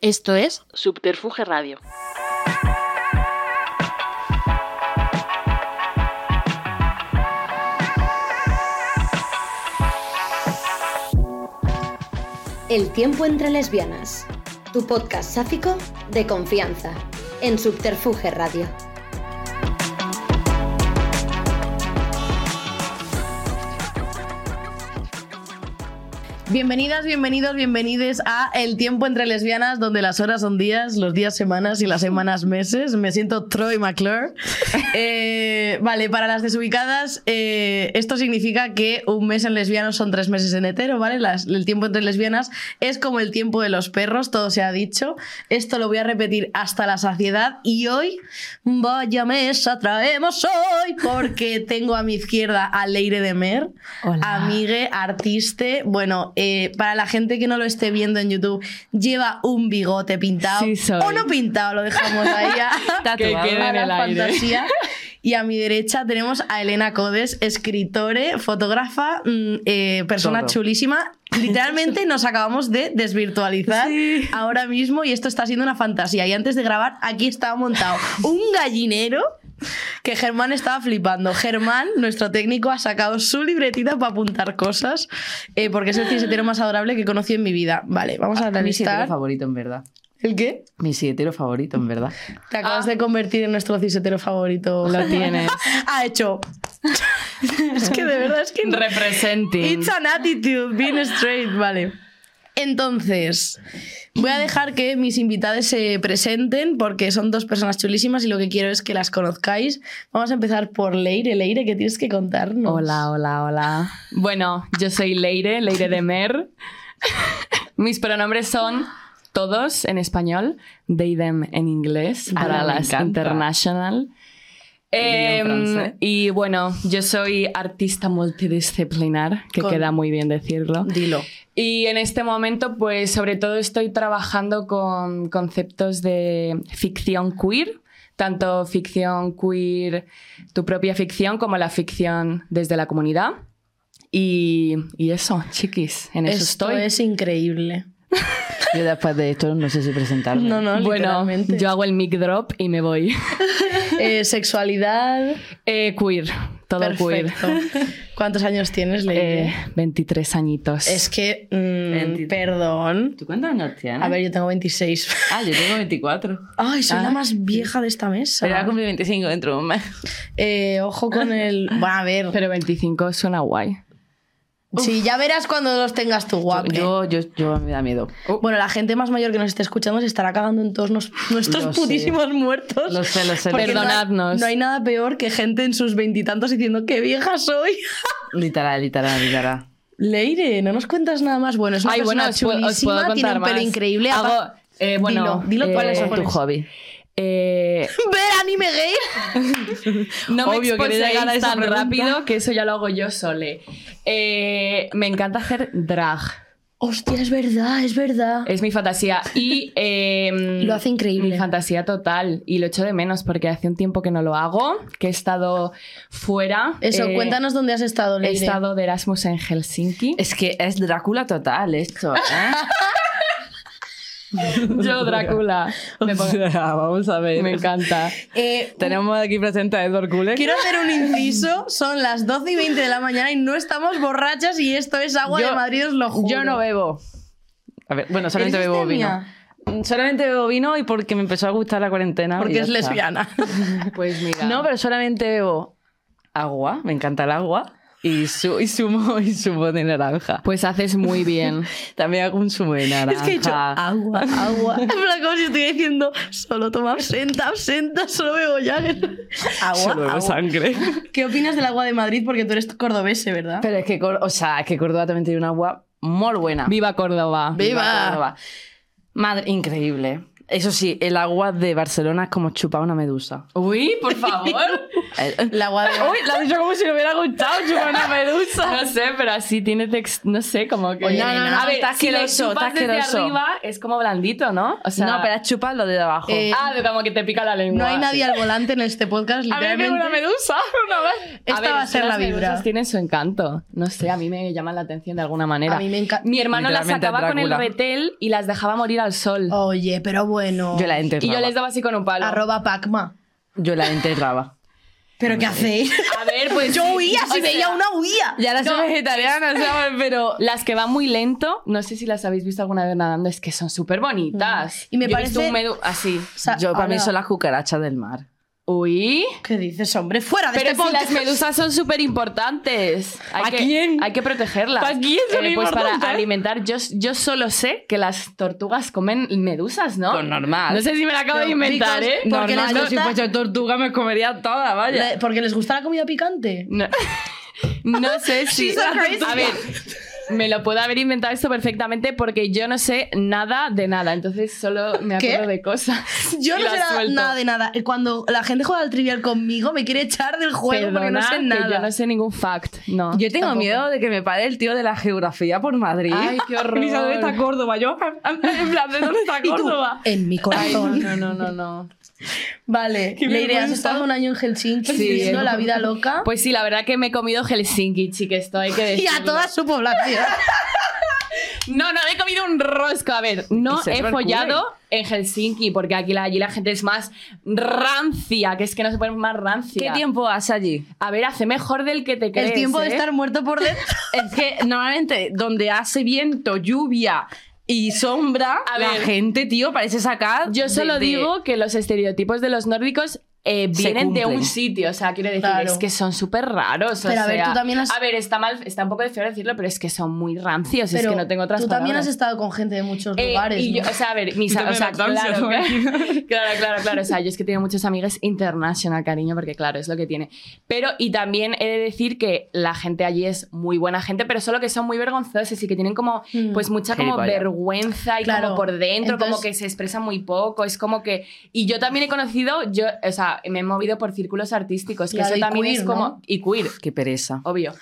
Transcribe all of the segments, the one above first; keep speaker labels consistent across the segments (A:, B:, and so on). A: Esto es Subterfuge Radio.
B: El tiempo entre lesbianas. Tu podcast sáfico de confianza. En Subterfuge Radio.
C: Bienvenidas, bienvenidos, bienvenides a El tiempo entre lesbianas, donde las horas son días, los días semanas y las semanas meses. Me siento Troy McClure. Eh, vale, para las desubicadas, eh, esto significa que un mes en lesbianos son tres meses en hetero, ¿vale? Las- el tiempo entre lesbianas es como el tiempo de los perros, todo se ha dicho. Esto lo voy a repetir hasta la saciedad y hoy, vaya mesa traemos hoy, porque tengo a mi izquierda a Leire de Mer, amigue, artiste. Bueno, eh, para la gente que no lo esté viendo en YouTube, lleva un bigote pintado.
D: Sí, soy.
C: O no pintado, lo dejamos ahí a,
D: Tatuado.
C: a
D: Que quede en
C: la
D: el aire.
C: fantasía. Y a mi derecha tenemos a Elena Codes, escritore, fotógrafa, mm, eh, persona
D: Todo.
C: chulísima. Literalmente nos acabamos de desvirtualizar ahora mismo y esto está siendo una fantasía. Y antes de grabar, aquí estaba montado un gallinero que Germán estaba flipando. Germán, nuestro técnico, ha sacado su libretita para apuntar cosas eh, porque es el cisetero más adorable que conocí en mi vida. Vale, vamos
E: Ah,
C: a
D: Mi sietero
C: analizar.
D: favorito, en verdad.
C: ¿El qué?
D: Mi sietero favorito, en verdad.
C: Te acabas de convertir en nuestro cisetero favorito.
D: Lo tienes.
C: ha hecho. es que de verdad es que. no-
D: Representing.
C: It's an attitude, being straight, vale. Entonces, voy a dejar que mis invitadas se presenten porque son dos personas chulísimas y lo que quiero es que las conozcáis. Vamos a empezar por Leire. Leire, ¿qué tienes que contarnos?
D: Hola, hola, hola. Bueno, yo soy Leire, Leire de Mer. Mis pronombres son todos en español, they, them en inglés,
E: Ah,
D: para
E: me
D: las
E: encanta.
D: international.
E: en
D: Em,
E: francés.
D: y bueno, yo soy artista multidisciplinar, que
C: Con-
D: queda muy bien decirlo.
C: Dilo.
D: Y en este momento, pues sobre todo estoy trabajando con conceptos de ficción queer, tanto ficción queer, tu propia ficción, como la ficción desde la comunidad. Y, y eso, chiquis, en eso
C: Esto
D: estoy.
C: es increíble.
E: Yo después de esto no sé si presentarme.
C: No, no,
D: bueno,
C: literalmente.
D: yo hago el mic drop y me voy.
C: Eh, sexualidad.
D: Eh, queer, todo queer.
C: Perfecto. ¿Cuántos años tienes, Leire?
D: Eh, 23 añitos.
C: es que, mm,
E: 23.
C: perdón.
E: ¿Tú cuántos años tienes?
C: A ver, yo tengo 26.
E: Ah, yo tengo 24.
C: Ay, soy la
D: Ah.
C: más vieja de esta mesa.
E: Pero voy a cumplir 25 dentro de un mes.
C: Eh, ojo con el. Bueno, a ver.
D: Pero 25 suena guay.
C: sí, ya verás cuando los tengas tú, guapo.
E: Yo, yo, yo me da miedo. Uh.
C: Bueno, la gente más mayor que nos esté escuchando se estará cagando en todos nos-
E: Lo
C: nuestros
E: sé.
C: putísimos muertos.
E: Lo sé, lo sé.
C: Porque no hay- No hay,
D: Perdonadnos.
C: nada peor que gente en sus veintitantos diciendo qué vieja soy.
E: Literal, literal, literal.
C: Leire, no nos cuentas nada más. Bueno, es una
D: Ay,
C: persona
D: bueno, os puedo, os puedo
C: chulísima,
D: contar
C: tiene un
D: más.
C: pelo increíble.
D: Hago, eh, bueno,
C: Dilo, dilo
D: eh,
C: cuáles
E: ¿Cuál
C: son
E: es tu
C: eso.
E: hobby?
D: eh,
C: Ver anime gay.
D: no me
E: Obvio que
D: expulséis
E: llegar a esa
D: tan
E: pregunta.
D: rápido que eso ya lo hago yo sole. Eh, me encanta hacer drag.
C: Hostia, es verdad, es verdad.
D: Es mi fantasía. Y eh,
C: Lo hace increíble.
D: Mi fantasía total. Y lo echo de menos porque hace un tiempo que no lo hago, que he estado fuera.
C: Eso,
D: Eh,
C: cuéntanos dónde has estado,
D: He
C: Leire.
D: estado de Erasmus en Helsinki.
E: Es que es Drácula total esto, ¿eh?
D: Yo, Drácula. Me, pongo-
E: vamos a ver.
D: me encanta.
C: Eh,
E: Tenemos aquí presente a Edward Cullen.
C: Quiero hacer un inciso, son las 12 y 20 de la mañana y no estamos borrachas y esto es agua
E: Yo-
C: de Madrid, os lo juro.
E: Yo no bebo. A ver, bueno, solamente
C: ¿Eres
E: bebo vino.
C: lesbiana?
E: Mm, Solamente bebo vino y porque me empezó a gustar la cuarentena. y
C: Porque
E: ya
C: es
E: está.
C: lesbiana.
D: Pues mira.
E: No, pero solamente bebo agua, me encanta el agua, y, su, y zumo y zumo de naranja.
D: Pues haces muy bien.
E: También hago un zumo de naranja.
C: Es que he dicho agua, agua. En plan, como si estuviera diciendo, solo toma absenta, absenta, solo bebo ya. Agua,
E: Solo bebo
C: agua.
E: sangre.
C: ¿Qué opinas del agua de Madrid? Porque tú eres cordobese, ¿verdad?
E: Pero es que, Cor- o sea, es que Córdoba también tiene un agua muy buena.
D: Viva Córdoba.
C: Viva.
E: Córdoba. Madre, increíble. Eso sí, el agua de Barcelona es como chupar una medusa. Eh,
D: Uy, por favor.
E: El-
C: La agua de...
E: Uy, la he dicho como si le hubiera gustado chupar una medusa.
D: No sé, pero así tiene text... No sé, como que...
E: Oye, no, no, no,
D: a ver,
E: está
D: si lo
E: asqueroso, está
D: chupas desde
E: asqueroso.
D: arriba es como blandito, ¿no? O sea,
E: no, pero es chupar lo de abajo.
C: Eh,
D: Ah, de como que te pica la lengua.
C: No hay nadie al volante en este podcast,
E: a mí me pegó
C: literalmente.
E: una medusa una vez.
C: Esta va a
D: es
C: ser
D: que
C: la
D: las
C: vibra.
D: medusas tienen su encanto. No sé, a mí me llaman la atención de alguna manera.
C: A mí me encanta.
D: Mi hermano las
E: Literalmente
D: sacaba con el
E: Drácula.
D: retel y las dejaba morir al sol.
C: Oye, pero bueno.
E: Yo la enterraba.
D: y yo les daba así con un palo.
C: Arroba Pacma.
E: Yo la enterraba.
C: ¿Pero qué hacéis?
D: A ver, pues...
C: Yo
D: sí,
C: huía,
D: o
C: si
D: sea,
C: veía una huía.
E: Ya ahora soy vegetariana, ¿sabes? Pero...
D: Las que van muy lento, no sé si las habéis visto alguna vez nadando, es que son súper bonitas.
C: Mm. Y me
D: Yo he visto
C: parece-
D: un medu- así.
C: O sea,
E: Yo, para mí,
C: ahora-
E: son las cucarachas del mar.
D: Uy.
C: ¿Qué dices, hombre? Fuera de
D: Pero
C: este
D: si
C: podcast.
D: las medusas son súper importantes. Hay
E: ¿Pa
D: que,
E: quién?
D: Hay que protegerlas.
E: ¿Pa quién son
D: Pues para
E: importantes?
D: alimentar. Yo, yo solo sé que las tortugas comen medusas, ¿no?
E: Pues normal.
D: No sé si me la acabo
C: Pero,
D: de inventar,
C: chicos,
D: ¿eh?
C: no. porque les gusta-
E: tortuga me comería toda,
C: Le- Porque les gusta la comida picante.
D: No, no sé si.
C: so crazy.
D: a ver, me lo puedo haber inventado esto perfectamente porque yo no sé nada de nada. Entonces solo me
C: ¿Qué?
D: acuerdo de cosas.
C: Yo
D: y
C: no sé
D: las
C: nada,
D: suelto.
C: nada de nada. Cuando la gente juega al trivial conmigo, me quiere echar del juego porque no
D: Perdona,
C: sé
D: que yo
C: nada.
D: no sé ningún fact. No.
E: Yo tengo
C: Tampoco.
E: miedo de que me pare el tío de la geografía por Madrid.
D: Ay, qué horror.
E: Ni sabe dónde está Córdoba. Yo, en plan, ¿de dónde está
C: Y tú,
E: Córdoba?
C: en mi
D: Ay,
C: corazón.
D: no, no, no, no.
C: Vale,
E: Qué
C: le iré. Has
E: vergüenza.
C: estado un año en Helsinki
D: Sí.
C: viviendo la vida loca
D: Pues sí, la verdad que me he comido Helsinki, chique, esto hay que
C: y
D: decirlo.
C: a toda su población.
D: No, no, me he comido un rosco. A ver, no
E: Que se
D: he
E: rompa el
D: follado en Helsinki, porque aquí la, allí la gente es más rancia, que es que no se pone más rancia.
E: ¿Qué tiempo hace allí?
D: A ver, hace mejor del que te crees.
C: El tiempo de
D: ¿eh?
C: estar muerto por dentro.
E: Es que normalmente donde hace viento, lluvia y sombra,
D: A
E: la
D: ver.
E: gente, tío, parece sacar.
D: Yo
E: de-
D: solo
E: de-
D: digo que los estereotipos de los nórdicos eh,
E: Se
D: vienen de
E: cumplen.
D: un sitio, o sea, quiero decir,
C: Claro.
D: es que son súper raros. o
C: Pero a ver,
D: sea,
C: tú también has-
D: A ver, está mal, está un poco de feo decirlo, pero es que son muy rancios, es que no tengo otras
C: tú también has
D: palabras.
C: estado con gente de muchos
D: Eh,
C: lugares.
D: y yo,
C: ¿no?
D: o sea, a ver, mis
E: Yo
D: o
E: también
D: sea,
E: me da
D: claro,
E: ansia,
D: claro,
E: ¿no?
D: claro, claro, claro, o sea, yo es que tengo muchos amigos international, cariño, porque claro, es lo que tiene. Pero y también he de decir que la gente allí es muy buena gente, pero solo que son muy vergonzosos y que tienen como
C: Mm.
D: pues mucha como
E: Gilipollas.
D: vergüenza y
C: Claro.
D: como por dentro, como
C: Entonces-
D: que se expresan muy poco, es como que y yo también he conocido, yo, o sea, me he movido por círculos artísticos, que
C: Claro,
D: eso
C: y
D: también
C: queer,
D: es como
C: ¿no?
D: y queer,
E: Qué pereza.
D: obvio.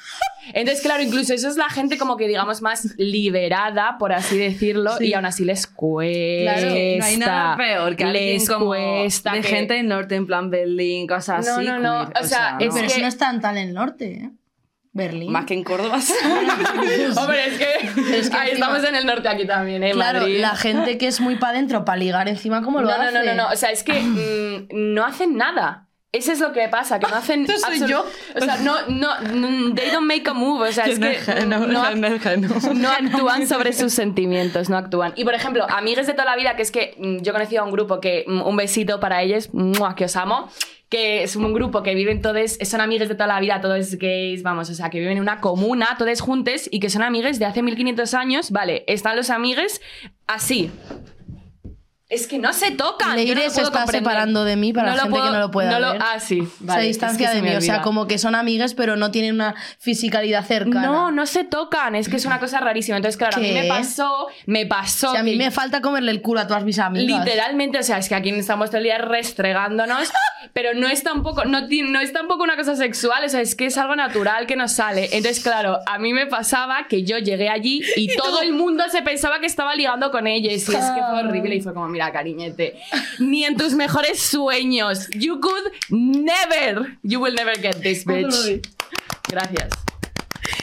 D: Entonces, claro, incluso eso es la gente como que digamos más liberada, por así decirlo,
C: Sí.
D: y aún así les cuesta.
C: Claro,
E: no hay nada peor que alguien
D: les
E: como
D: cuesta
E: de
D: que-
E: gente del norte en plan Berlín, cosas
D: No,
E: así.
D: no, no,
E: queer,
D: o sea, es
C: Pero
D: que-
C: eso no es tan tan el norte, ¿eh? Berlín.
E: más que en Córdoba.
D: Hombre, es que,
C: Es que
D: ahí
C: encima-
D: estamos en el norte aquí también, ¿eh?
C: claro,
D: Madrid.
C: la gente que es muy para adentro, para ligar encima, ¿cómo lo
D: no,
C: hace?
D: no, no, no, no, o sea, es que mm, no hacen nada. Eso es lo que pasa, que no hacen
C: Esto soy
D: absolut-
C: yo.
D: O sea, no, no, mm, they don't make a move, o sea, es que mm, no, ha- no actúan sobre sus sentimientos, no actúan. Y por ejemplo, amigues de toda la vida, que es que mm, yo conocí a un grupo que, mm, un besito para ellos, ¡mua! que os amo, que es un grupo que viven todos, son amigues de toda la vida, todos gays, vamos, o sea, que viven en una comuna, todos juntos y que son amigues de hace 1500 años, vale, están los amigues así. Es que no se tocan. yo no
C: Leire
D: lo
C: se
D: puedo
C: está
D: comprender.
C: separando de mí para la
D: lo
C: gente que no lo pueda ver.
D: Ah, sí.
C: se
D: Vale, es que
C: distancia
D: se
C: de
D: me
C: mí, o sea,
D: olvida.
C: como que son amigas, pero no tienen una fisicalidad cercana.
D: No, no se tocan, es que es una cosa rarísima. Entonces, claro, a mí
C: ¿Qué?
D: me pasó, me pasó.
C: O sea, a mí
D: que
C: me falta comerle el culo a todas mis amigas.
D: Literalmente, o sea, es que aquí estamos todo el día restregándonos, pero no es tampoco, no, ti- no es tampoco una cosa sexual, o sea, es que es algo natural que nos sale. Entonces, claro, a mí me pasaba que yo llegué allí y, todo el mundo se pensaba que estaba ligando con ella. Y sí, es que
C: Ah.
D: fue horrible y fue como, mira, cariñete, ni en tus mejores sueños. You could never, you will never get this bitch. Gracias.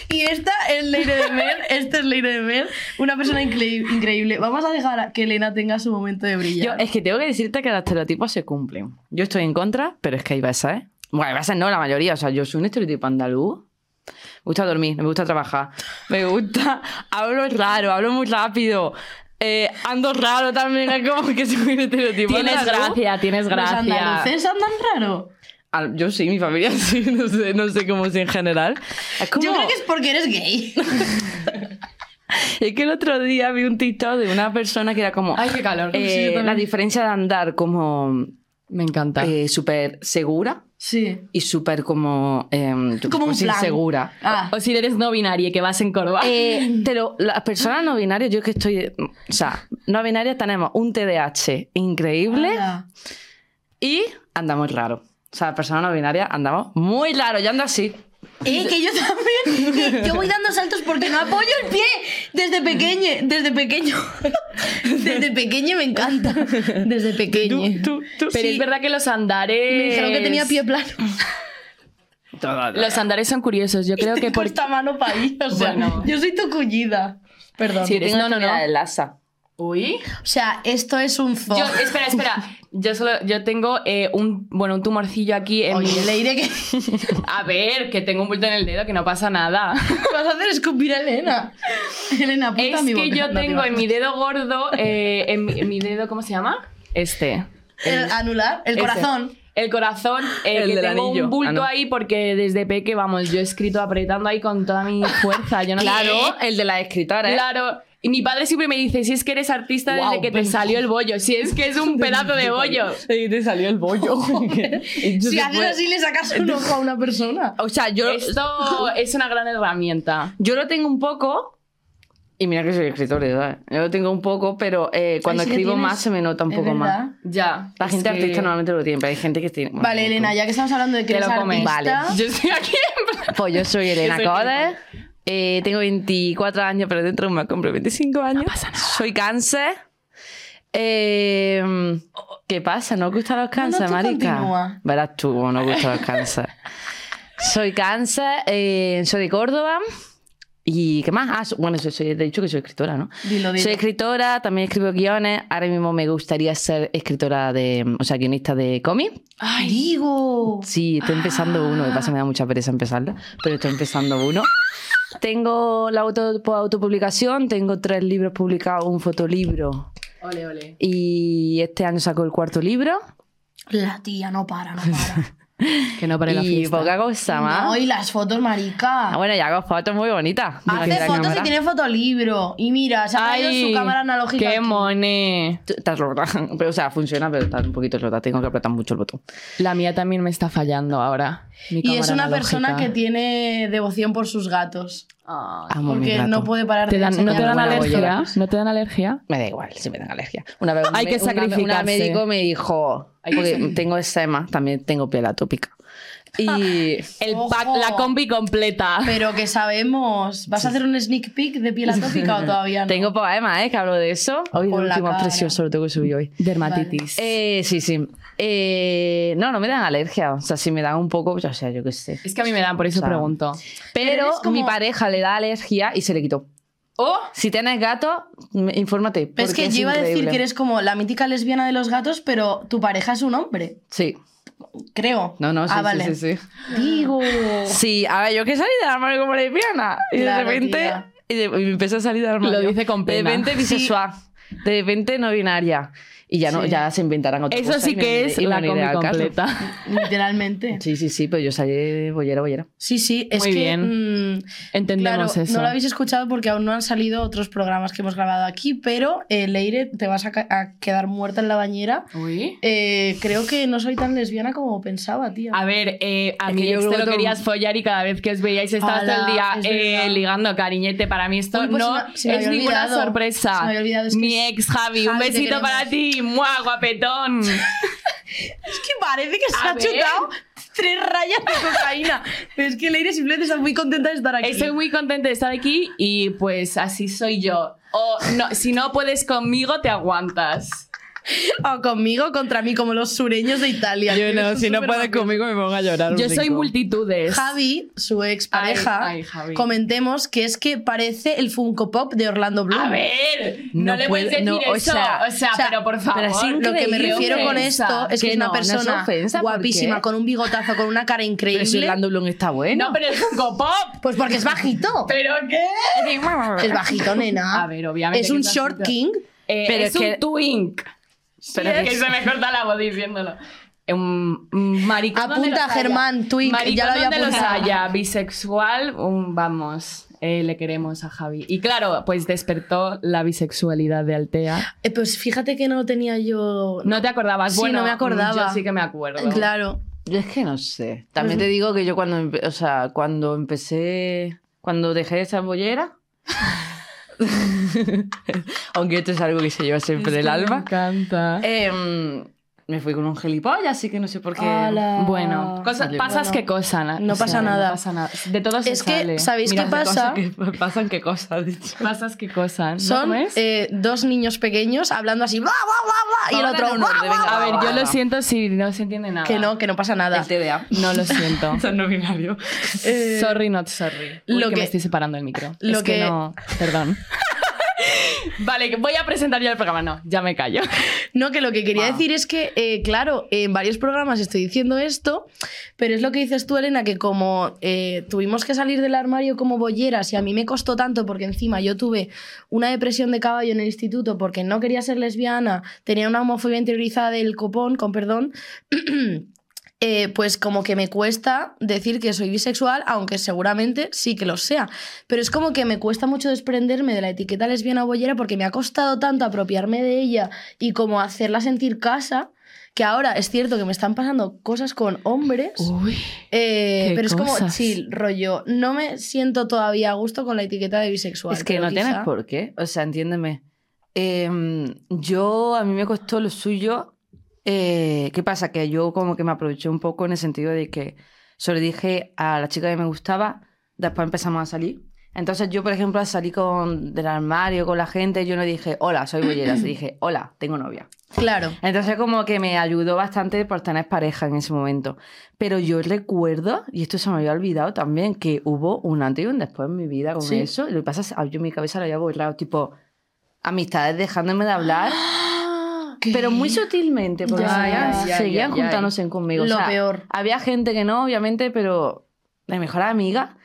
C: Y esta es Leire de Mer, esta es Leire de Mer, una persona incre- increíble. Vamos a dejar a que Elena tenga su momento de
E: Yo,
C: brillar.
E: es que tengo que decirte que los estereotipos se cumplen. Yo estoy en contra, pero es que hay veces, ¿eh? Bueno, hay veces no, la mayoría. O sea, yo soy un estereotipo andaluz. Me gusta dormir, me gusta trabajar, me gusta... Hablo raro, hablo muy rápido. Eh, ando raro también, es como que soy un estereotipo
D: Tienes
E: andaluz.
D: gracia, tienes
C: ¿Los
D: gracia.
C: andaluces andan raro?
E: Al- Yo sí, mi familia sí, no sé, no sé cómo es en general. Es como...
C: Yo creo que es porque eres gay.
E: Es que el otro día vi un TikTok de una persona que era como...
D: Ay, qué calor.
E: eh, la diferencia de andar como
D: me encanta.
E: eh, súper segura
C: Sí.
E: y súper como, em, yo qué
C: Como
E: sé,
C: un
E: pues,
C: plan.
E: insegura.
C: Ah.
D: O si eres no binaria y que vas en corva.
E: Eh, te lo- las personas no binarias, yo que estoy. O sea, no binarias tenemos un TDAH increíble
C: Ala.
E: y andamos raro. O sea, personas no binarias andamos muy raro. Yo ando así.
C: Eh, que yo también. que yo voy dando saltos porque no apoyo el pie. Desde pequeño. Desde pequeño. Desde pequeño me encanta. Desde pequeño.
D: Pero
C: Sí.
D: es verdad que los andares.
C: Me dijeron que tenía pie plano.
D: Los andares son curiosos. Yo creo que
C: Por
D: por.
C: esta mano para ahí. O sea,
D: Bueno.
C: yo soy tocullida. Perdón.
E: Sí, tengo
D: no, no, no.
E: enfermedad de Lassa.
D: Uy.
C: O sea, esto es un zoo.
D: Yo, espera, espera. Yo solo, yo tengo eh, un, bueno, un tumorcillo aquí en
C: Oye,
D: mi-
C: le diré que
D: A ver, que tengo un bulto en el dedo, que no pasa nada.
C: vas a hacer escupir a Elena. Elena, puta
D: Es
C: mi
D: que
C: boca.
D: yo
C: No, te
D: tengo en
C: imaginas.
D: mi dedo gordo, eh, en, mi, en mi dedo, ¿cómo se llama? Este.
C: El anular, el
D: Ese.
C: corazón.
D: El corazón, eh,
E: El
D: que
E: del
D: tengo
E: anillo.
D: un bulto
E: Ah, no.
D: ahí porque desde peque, vamos, yo he escrito apretando ahí con toda mi fuerza. Yo no
E: Claro, el de la escritora. ¿eh?
D: Claro. Y mi padre siempre me dice, si es que eres artista desde
E: Guau,
D: que te salió el bollo, si es que es un pedazo de bollo.
E: Y te salió el bollo.
C: Si haces así le sacas un ojo a una persona.
E: o sea, yo,
D: Esto es una gran herramienta.
E: yo lo tengo un poco. Y mira que soy escritor, ¿sabes? Yo lo tengo un poco, pero eh, cuando
C: Ay, sí que
E: escribo
C: tienes-
E: más se me nota un
C: es
E: poco
C: verdad.
E: más.
D: Ya.
E: La
D: es
E: gente
D: que
E: artista normalmente lo tiene, pero hay gente que tiene. bueno,
C: Vale,
E: tú.
C: Elena, ya que estamos hablando de que
D: Te
C: eres
D: lo comes.
C: artista,
E: Vale.
D: Yo estoy aquí en plan-
E: Pues yo soy Elena
D: Yo soy
E: Codes. eh, tengo 24 años, pero dentro de un mes compro 25 años. Soy cáncer. Eh, ¿Qué pasa? ¿No os gustan los cáncer,
C: tú
E: marica?
C: continúa.
E: Verás tú, cómo no os gustan los cáncer. soy cáncer, eh, soy de Córdoba. ¿Y qué más? Ah, so- bueno, soy, soy- te he dicho que soy escritora, ¿no?
C: Dilo, dilo.
E: Soy escritora, también escribo guiones. Ahora mismo me gustaría ser escritora de, o sea, guionista de cómic.
C: Ay, digo.
E: Sí, estoy empezando uno. De paso me da mucha pereza empezarlo, pero estoy empezando uno. Tengo la auto, po- autopublicación, tengo tres libros publicados, un fotolibro
D: Ole, ole.
E: y este año saco el cuarto libro.
C: La tía no para, no para.
D: Que no para la
E: y
D: fiesta.
E: poca cosa más.
C: no, y las fotos, marica.
E: Ah, bueno, ya hago fotos muy bonitas. Mira,
C: Hace
E: la
C: fotos y
E: cámara.
C: tiene fotolibro. Y mira, se ha traído su cámara analógica.
D: qué
C: aquí.
D: mone.
E: Está rota. Pero, o sea, funciona, pero está un poquito rota. Tengo que apretar mucho el botón.
D: La mía también me está fallando ahora. Mi
C: Y es
D: cámara
C: una
D: analógica.
C: persona que tiene devoción por sus gatos.
D: Ay.
E: Amo a mi
C: Porque
E: gato.
C: no puede parar
D: ¿Te
C: de
D: dan- ¿No te
C: enseñar
D: dan
E: Buena
D: alergia?
E: bollera.
D: ¿No te dan alergia?
E: Me da igual si me dan alergia. Una vez
D: Hay
E: me-
D: que
E: una-
D: sacrificarse.
E: Una, médico me dijo,
D: Hay que
E: porque
D: sacrificarse.
E: tengo eczema, también tengo piel atópica. Y
D: El
C: Ojo.
D: pack, la combi completa.
C: Pero que sabemos. ¿Vas a hacer un sneak peek de piel atópica o todavía no?
E: tengo poemas, ¿eh? Que hablo de eso. Hoy es
C: Con
E: el
C: la
E: último
C: cara.
E: precioso, lo tengo que subir hoy.
D: Dermatitis.
E: Eh, sí, sí. Eh, no, no me dan alergia. O sea, si me dan un poco, pues, o sea, yo qué sé.
D: Es que a mí me dan, por
E: O
D: eso
E: sea,
D: pregunto.
E: Pero
C: eres como-
E: mi pareja le da alergia y se le quitó.
D: ¡Oh!
E: Si tienes gato, me- infórmate.
C: Pero es
E: porque
C: que yo iba a decir
E: increíble.
C: que eres como la mítica lesbiana de los gatos, pero tu pareja es un hombre,
E: Sí.
C: creo.
E: No, no, sí,
C: ah,
E: sí,
C: vale.
E: sí, sí.
C: Digo.
E: Sí, a ver, yo que salí del armario como lesbiana. Y
C: Claro,
E: de repente.
C: tía.
E: Y, de- y me empecé a salir del armario.
D: Lo dice con
E: De
D: pena.
E: repente bisexual. De repente no binaria. Y ya no,
C: Sí.
E: ya se inventarán otra
D: Eso
E: cosa
D: sí
E: y me
D: que
E: uniré-
D: es
E: y me
D: la
E: uniré
D: combi
E: al carro.
D: completa.
C: Literalmente.
E: Sí, sí, sí, pero yo salí de bollera, bollera.
C: Sí, sí, es
D: Muy
C: que.
D: bien.
C: mm, Claro,
D: Entendemos eso.
C: no lo habéis escuchado porque aún no han salido otros programas que hemos grabado aquí, pero eh, Leire, te vas a, ca- a quedar muerta en la bañera.
D: Uy.
C: Eh, creo que no soy tan lesbiana como pensaba, tía.
D: A ver, eh, a
E: Es
D: mí
E: que yo creo que
D: lo
E: todo-
D: querías follar y cada vez que os veíais estabas
C: Ala,
D: todo el día
C: es
D: eh,
C: verdad.
D: ligando, cariñete. Para mí esto
C: Uy, pues
D: no
C: se me- se me
D: es
C: había
D: ninguna
C: olvidado.
D: sorpresa.
C: Se me había olvidado, es que
D: Mi
C: es-
D: ex Javi, un
C: Javi, te
D: besito
C: queremos.
D: para ti. ¡Mua, guapetón!
C: Es que parece que se
D: A
C: ha
D: ver.
C: chutado tres rayas de cocaína. Pero es que Leire simplemente está muy contenta de estar aquí.
D: Estoy muy contenta de estar aquí y pues así soy yo. O no, si no puedes conmigo, te aguantas.
C: O conmigo contra mí, como los sureños de Italia. que son súper graciosos.
E: conmigo me pongo a llorar.
D: Yo soy multitudes.
C: Javi, su expareja,
D: Ay, ay, Javi.
C: comentemos que es que parece el Funko Pop de Orlando Bloom.
D: A ver, no,
E: No
D: le
E: puede-
D: puedes decir
E: no,
D: eso.
E: o
D: O sea,
E: sea,
C: o sea,
D: pero por favor.
E: pero sin
C: Lo que me
E: Increíble
C: refiero con
D: ofensa.
C: esto es que,
E: Que
C: es una
E: no, no es
C: persona
E: ofensa, ¿por
C: guapísima,
E: qué?
C: con un bigotazo, con una cara
E: Pero si
C: increíble.
E: Orlando Bloom está bueno.
D: No, pero es Funko Pop.
C: Pues porque es bajito.
D: ¿Pero qué?
C: Es bajito, nena.
D: A ver, obviamente
C: Es
D: que
C: un
D: Ah, es bajito.
C: short king.
D: Eh,
E: Pero
D: es
E: es
D: un
E: que-
D: twink.
E: Pero
D: es
E: es-
D: que se me corta la voz diciéndolo. Un un maricón. de
C: Apunta,
D: los
C: Germán,
D: haya.
C: twink,
D: Maricón
C: ya lo había
D: de los
C: apuntado.
D: haya, bisexual, un- vamos, eh, le queremos a Javi. Y claro, pues despertó la bisexualidad de Altea.
C: Eh, pues fíjate que no tenía yo.
D: No te acordabas,
C: Sí,
D: bueno,
C: no me acordaba.
D: Yo sí que me acuerdo.
C: Claro.
E: Es que no sé. También te digo que yo cuando, empe- o sea, cuando empecé, cuando dejé de ser bollera, aunque esto es algo que se lleva siempre el alma,
D: encanta.
E: em, me fui con un gilipollas, así que no sé por qué.
C: Ala.
D: Bueno, cosas,
E: Vale,
D: pasas
C: bueno.
D: que cosas. ¿no?
C: No
D: O sea,
C: pasa nada.
D: no pasa nada. De todas
C: Es que, ¿sabéis
E: Mira,
C: qué
E: de cosas
C: pasa?
E: que pasan qué cosas, dicho.
D: Pasas que cosas. ¿no?
C: Son
D: ¿Cómo es?
C: eh, dos niños pequeños hablando así, bla, bla, bla, bla, y el
E: Ahora
C: otro,
E: en un
C: "Bla,
E: orden,
C: bla,
E: venga,
C: bla".
D: A ver, yo
E: nada.
D: lo siento si no se entiende nada.
C: que no, que no pasa nada.
E: El TDA.
D: No lo siento.
E: Son no binario.
C: Eh,
D: sorry, not sorry. Uy,
C: lo
D: que,
C: que-
D: me estoy separando el micro.
C: lo
D: es que,
C: que-
D: no. Perdón. vale, que voy a presentar yo el programa. No, ya me callo.
C: No, que lo que quería
E: Ah.
C: decir es que, eh, claro, en varios programas estoy diciendo esto, pero es lo que dices tú, Elena, que como eh, tuvimos que salir del armario como bolleras y a mí me costó tanto porque encima yo tuve una depresión de caballo en el instituto porque no quería ser lesbiana, tenía una homofobia interiorizada del copón, con perdón. eh, pues como que me cuesta decir que soy bisexual, aunque seguramente sí que lo sea. Pero es como que me cuesta mucho desprenderme de la etiqueta lesbiana o bollera porque me ha costado tanto apropiarme de ella y como hacerla sentir casa, que ahora es cierto que me están pasando cosas con hombres,
D: Uy.
C: eh,
D: qué
C: pero es como
D: cosas.
C: chill, rollo. No me siento todavía a gusto con la etiqueta de bisexual.
E: Es que
C: pero
E: no tienes
C: quizá-
E: por qué. O sea, entiéndeme. Em, yo, a mí me costó lo suyo. eh, ¿Qué pasa? Que yo como que me aproveché un poco en el sentido de que solo dije a la chica que me gustaba, después empezamos a salir. Entonces yo, por ejemplo, al salir con, del armario con la gente, yo no dije, hola, soy bollera, se dije, hola, tengo novia.
C: Claro.
E: Entonces como que me ayudó bastante por tener pareja en ese momento. Pero yo recuerdo, y esto se me había olvidado también, que hubo un antes y un después en mi vida con
C: Sí.
E: eso. Y lo que pasa es que yo en mi cabeza lo había borrado, tipo, amistades dejándome de hablar, pero muy sutilmente, porque
C: Ya,
E: seguían,
C: ya, ya,
E: seguían
C: ya, ya.
E: juntándose conmigo. O
C: Lo
E: sea,
C: peor.
E: Había gente que no, obviamente, pero de mejor amiga,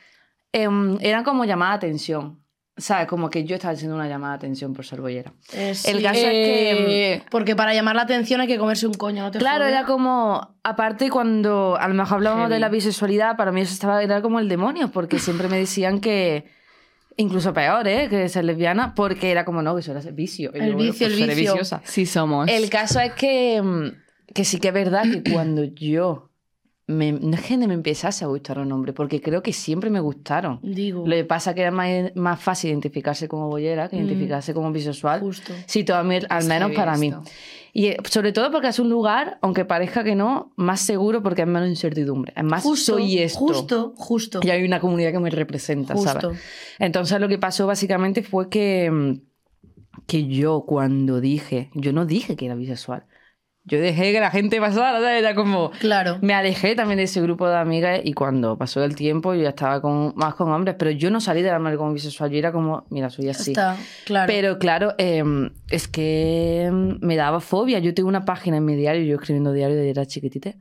E: em, eran como llamada de atención. O sea, como que yo estaba haciendo una llamada de atención por ser bollera.
C: Eh,
E: El
C: sí.
E: caso es que...
D: Eh,
E: em,
C: Porque para llamar la atención hay que comerse un coño, ¿no te
E: Claro,
C: jode?
E: era como, aparte cuando a lo mejor hablábamos
D: Heavy.
E: de la bisexualidad, para mí eso estaba, era como el demonio, porque siempre me decían que, incluso peor, ¿eh? que ser lesbiana, porque era como, no, que eso era vicio. Y
C: El
E: yo, bueno, pues
C: vicio, el
E: seré
C: vicio.
E: viciosa.
D: Sí somos.
E: El caso es que, mm, que sí que es verdad que cuando yo, me- no es que me empezase a gustar un hombre, porque creo que siempre me gustaron.
C: Digo,
E: Lo que pasa que era más, más fácil identificarse como bollera que
C: Mm.
E: identificarse como bisexual.
C: justo.
E: Sí, todo a mí- al
D: Es
E: menos
D: heavy
E: para mí.
D: esto.
E: Y eh, sobre todo porque es un lugar, aunque parezca que no, más seguro porque hay menos incertidumbre. Además,
C: Justo,
E: soy esto.
C: justo, justo.
E: Y hay una comunidad que me representa,
C: Justo.
E: ¿sabes? Entonces lo que pasó básicamente fue que, mm, que yo cuando dije, yo no dije que era bisexual. Yo dejé que la gente pasara, ¿sabes? Era como...
C: Claro.
E: Me alejé también de ese grupo de amigas y cuando pasó el tiempo yo ya estaba con, más con hombres, pero yo no salí de la madre como bisexual, yo era como, mira, soy así.
C: Está, claro.
E: Pero claro, eh, es que eh, me daba fobia. Yo tengo una página en mi diario, yo escribiendo diario de era chiquitita,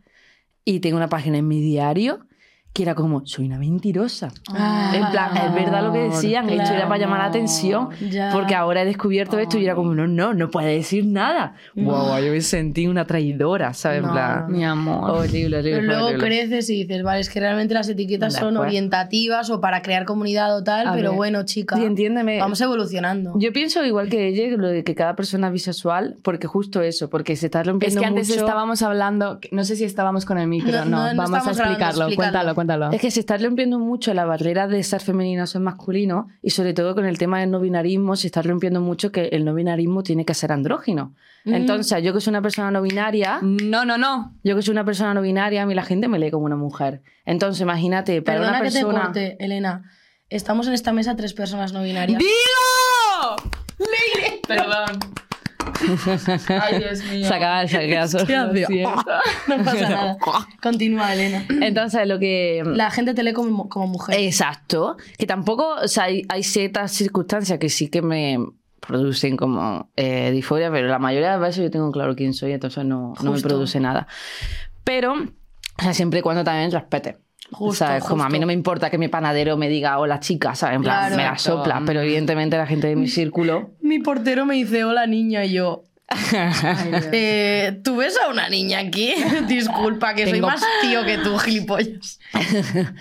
E: y tengo una página en mi diario que era como, soy una mentirosa.
C: Ah.
E: en plan, es verdad lo que decían, esto era para llamar la atención.
C: Ya.
E: Porque ahora he descubierto esto y era como, no, no, no puede decir nada. Wow, yo me sentí una traidora, ¿sabes?
C: No,
E: en plan,
D: Mi amor.
E: horrible, horrible.
C: Pero luego
E: horrible.
C: creces y dices, vale, es que realmente las etiquetas son
E: Después.
C: orientativas o para crear comunidad o tal,
D: A
C: pero
D: ver.
C: bueno, chica,
E: Sí, entiéndeme.
C: vamos evolucionando.
E: Yo pienso igual que ella, lo de que cada persona es bisexual, porque justo eso, porque se está
D: Es
E: rompiendo
D: que antes
E: mucho-
D: estábamos hablando, no sé si estábamos con el micro,
C: No,
D: no,
C: no, no
D: vamos a
C: estábamos hablando,
D: explicarlo,
C: explícalo.
D: cuéntalo, cuéntalo.
E: Es que se está rompiendo mucho la barrera de ser femenino o ser masculino y sobre todo con el tema del no binarismo se está rompiendo mucho que el no binarismo tiene que ser andrógino.
C: Mm.
E: Entonces, yo que soy una persona no binaria,
D: No, no, no.
E: yo que soy una persona no binaria, a mí la gente me lee como una mujer. Entonces, imagínate, para
C: Perdona
E: una persona...
C: que te corte, Elena. Estamos en esta mesa tres personas no binarias.
D: ¡Digo! Perdón. Ay, Dios mío.
E: Se acaba de sacar solo, lo siento.
C: No pasa nada. Continúa, Elena.
E: Entonces, lo que...
C: La gente te lee como, como mujer.
E: Exacto. Que tampoco, o sea, hay, hay ciertas circunstancias que sí que me producen como eh, disforia, pero la mayoría de las veces yo tengo claro quién soy, entonces no, no me
C: Justo.
E: produce nada. Pero, o sea, siempre y cuando también respete.
C: Justo,
E: ¿Sabes? Como a mí
C: justo.
E: no me importa que mi panadero me diga hola chica, ¿sabes? En plan,
C: Claro.
E: me la
D: Exacto.
E: sopla, pero evidentemente la gente de mi círculo.
C: Mi portero me dice, hola niña, y yo. eh, ¿Tú ves a una niña aquí? Disculpa, que soy
E: Tengo-
C: más tío que tú, gilipollas.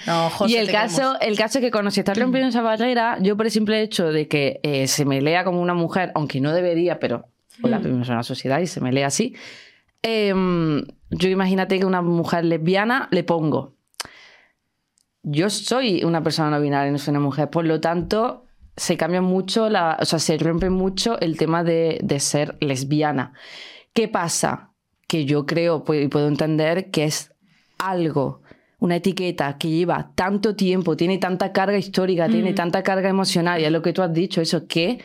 C: No, José,
E: y el
C: te
E: caso, el caso es que cuando se está rompiendo esa barrera, yo por el simple hecho de que eh, se me lea como una mujer, aunque no debería, pero por la primera sociedad y se me lea así, em, yo imagínate que una mujer lesbiana le pongo. Yo soy una persona no binaria, no soy una mujer, por lo tanto se cambia mucho, la, o sea, se rompe mucho el tema de, de ser lesbiana. ¿Qué pasa? Que yo creo pu- y puedo entender que es algo, una etiqueta que lleva tanto tiempo, tiene tanta carga histórica, tiene
C: Mm.
E: tanta carga emocional, y es lo que tú has dicho, eso que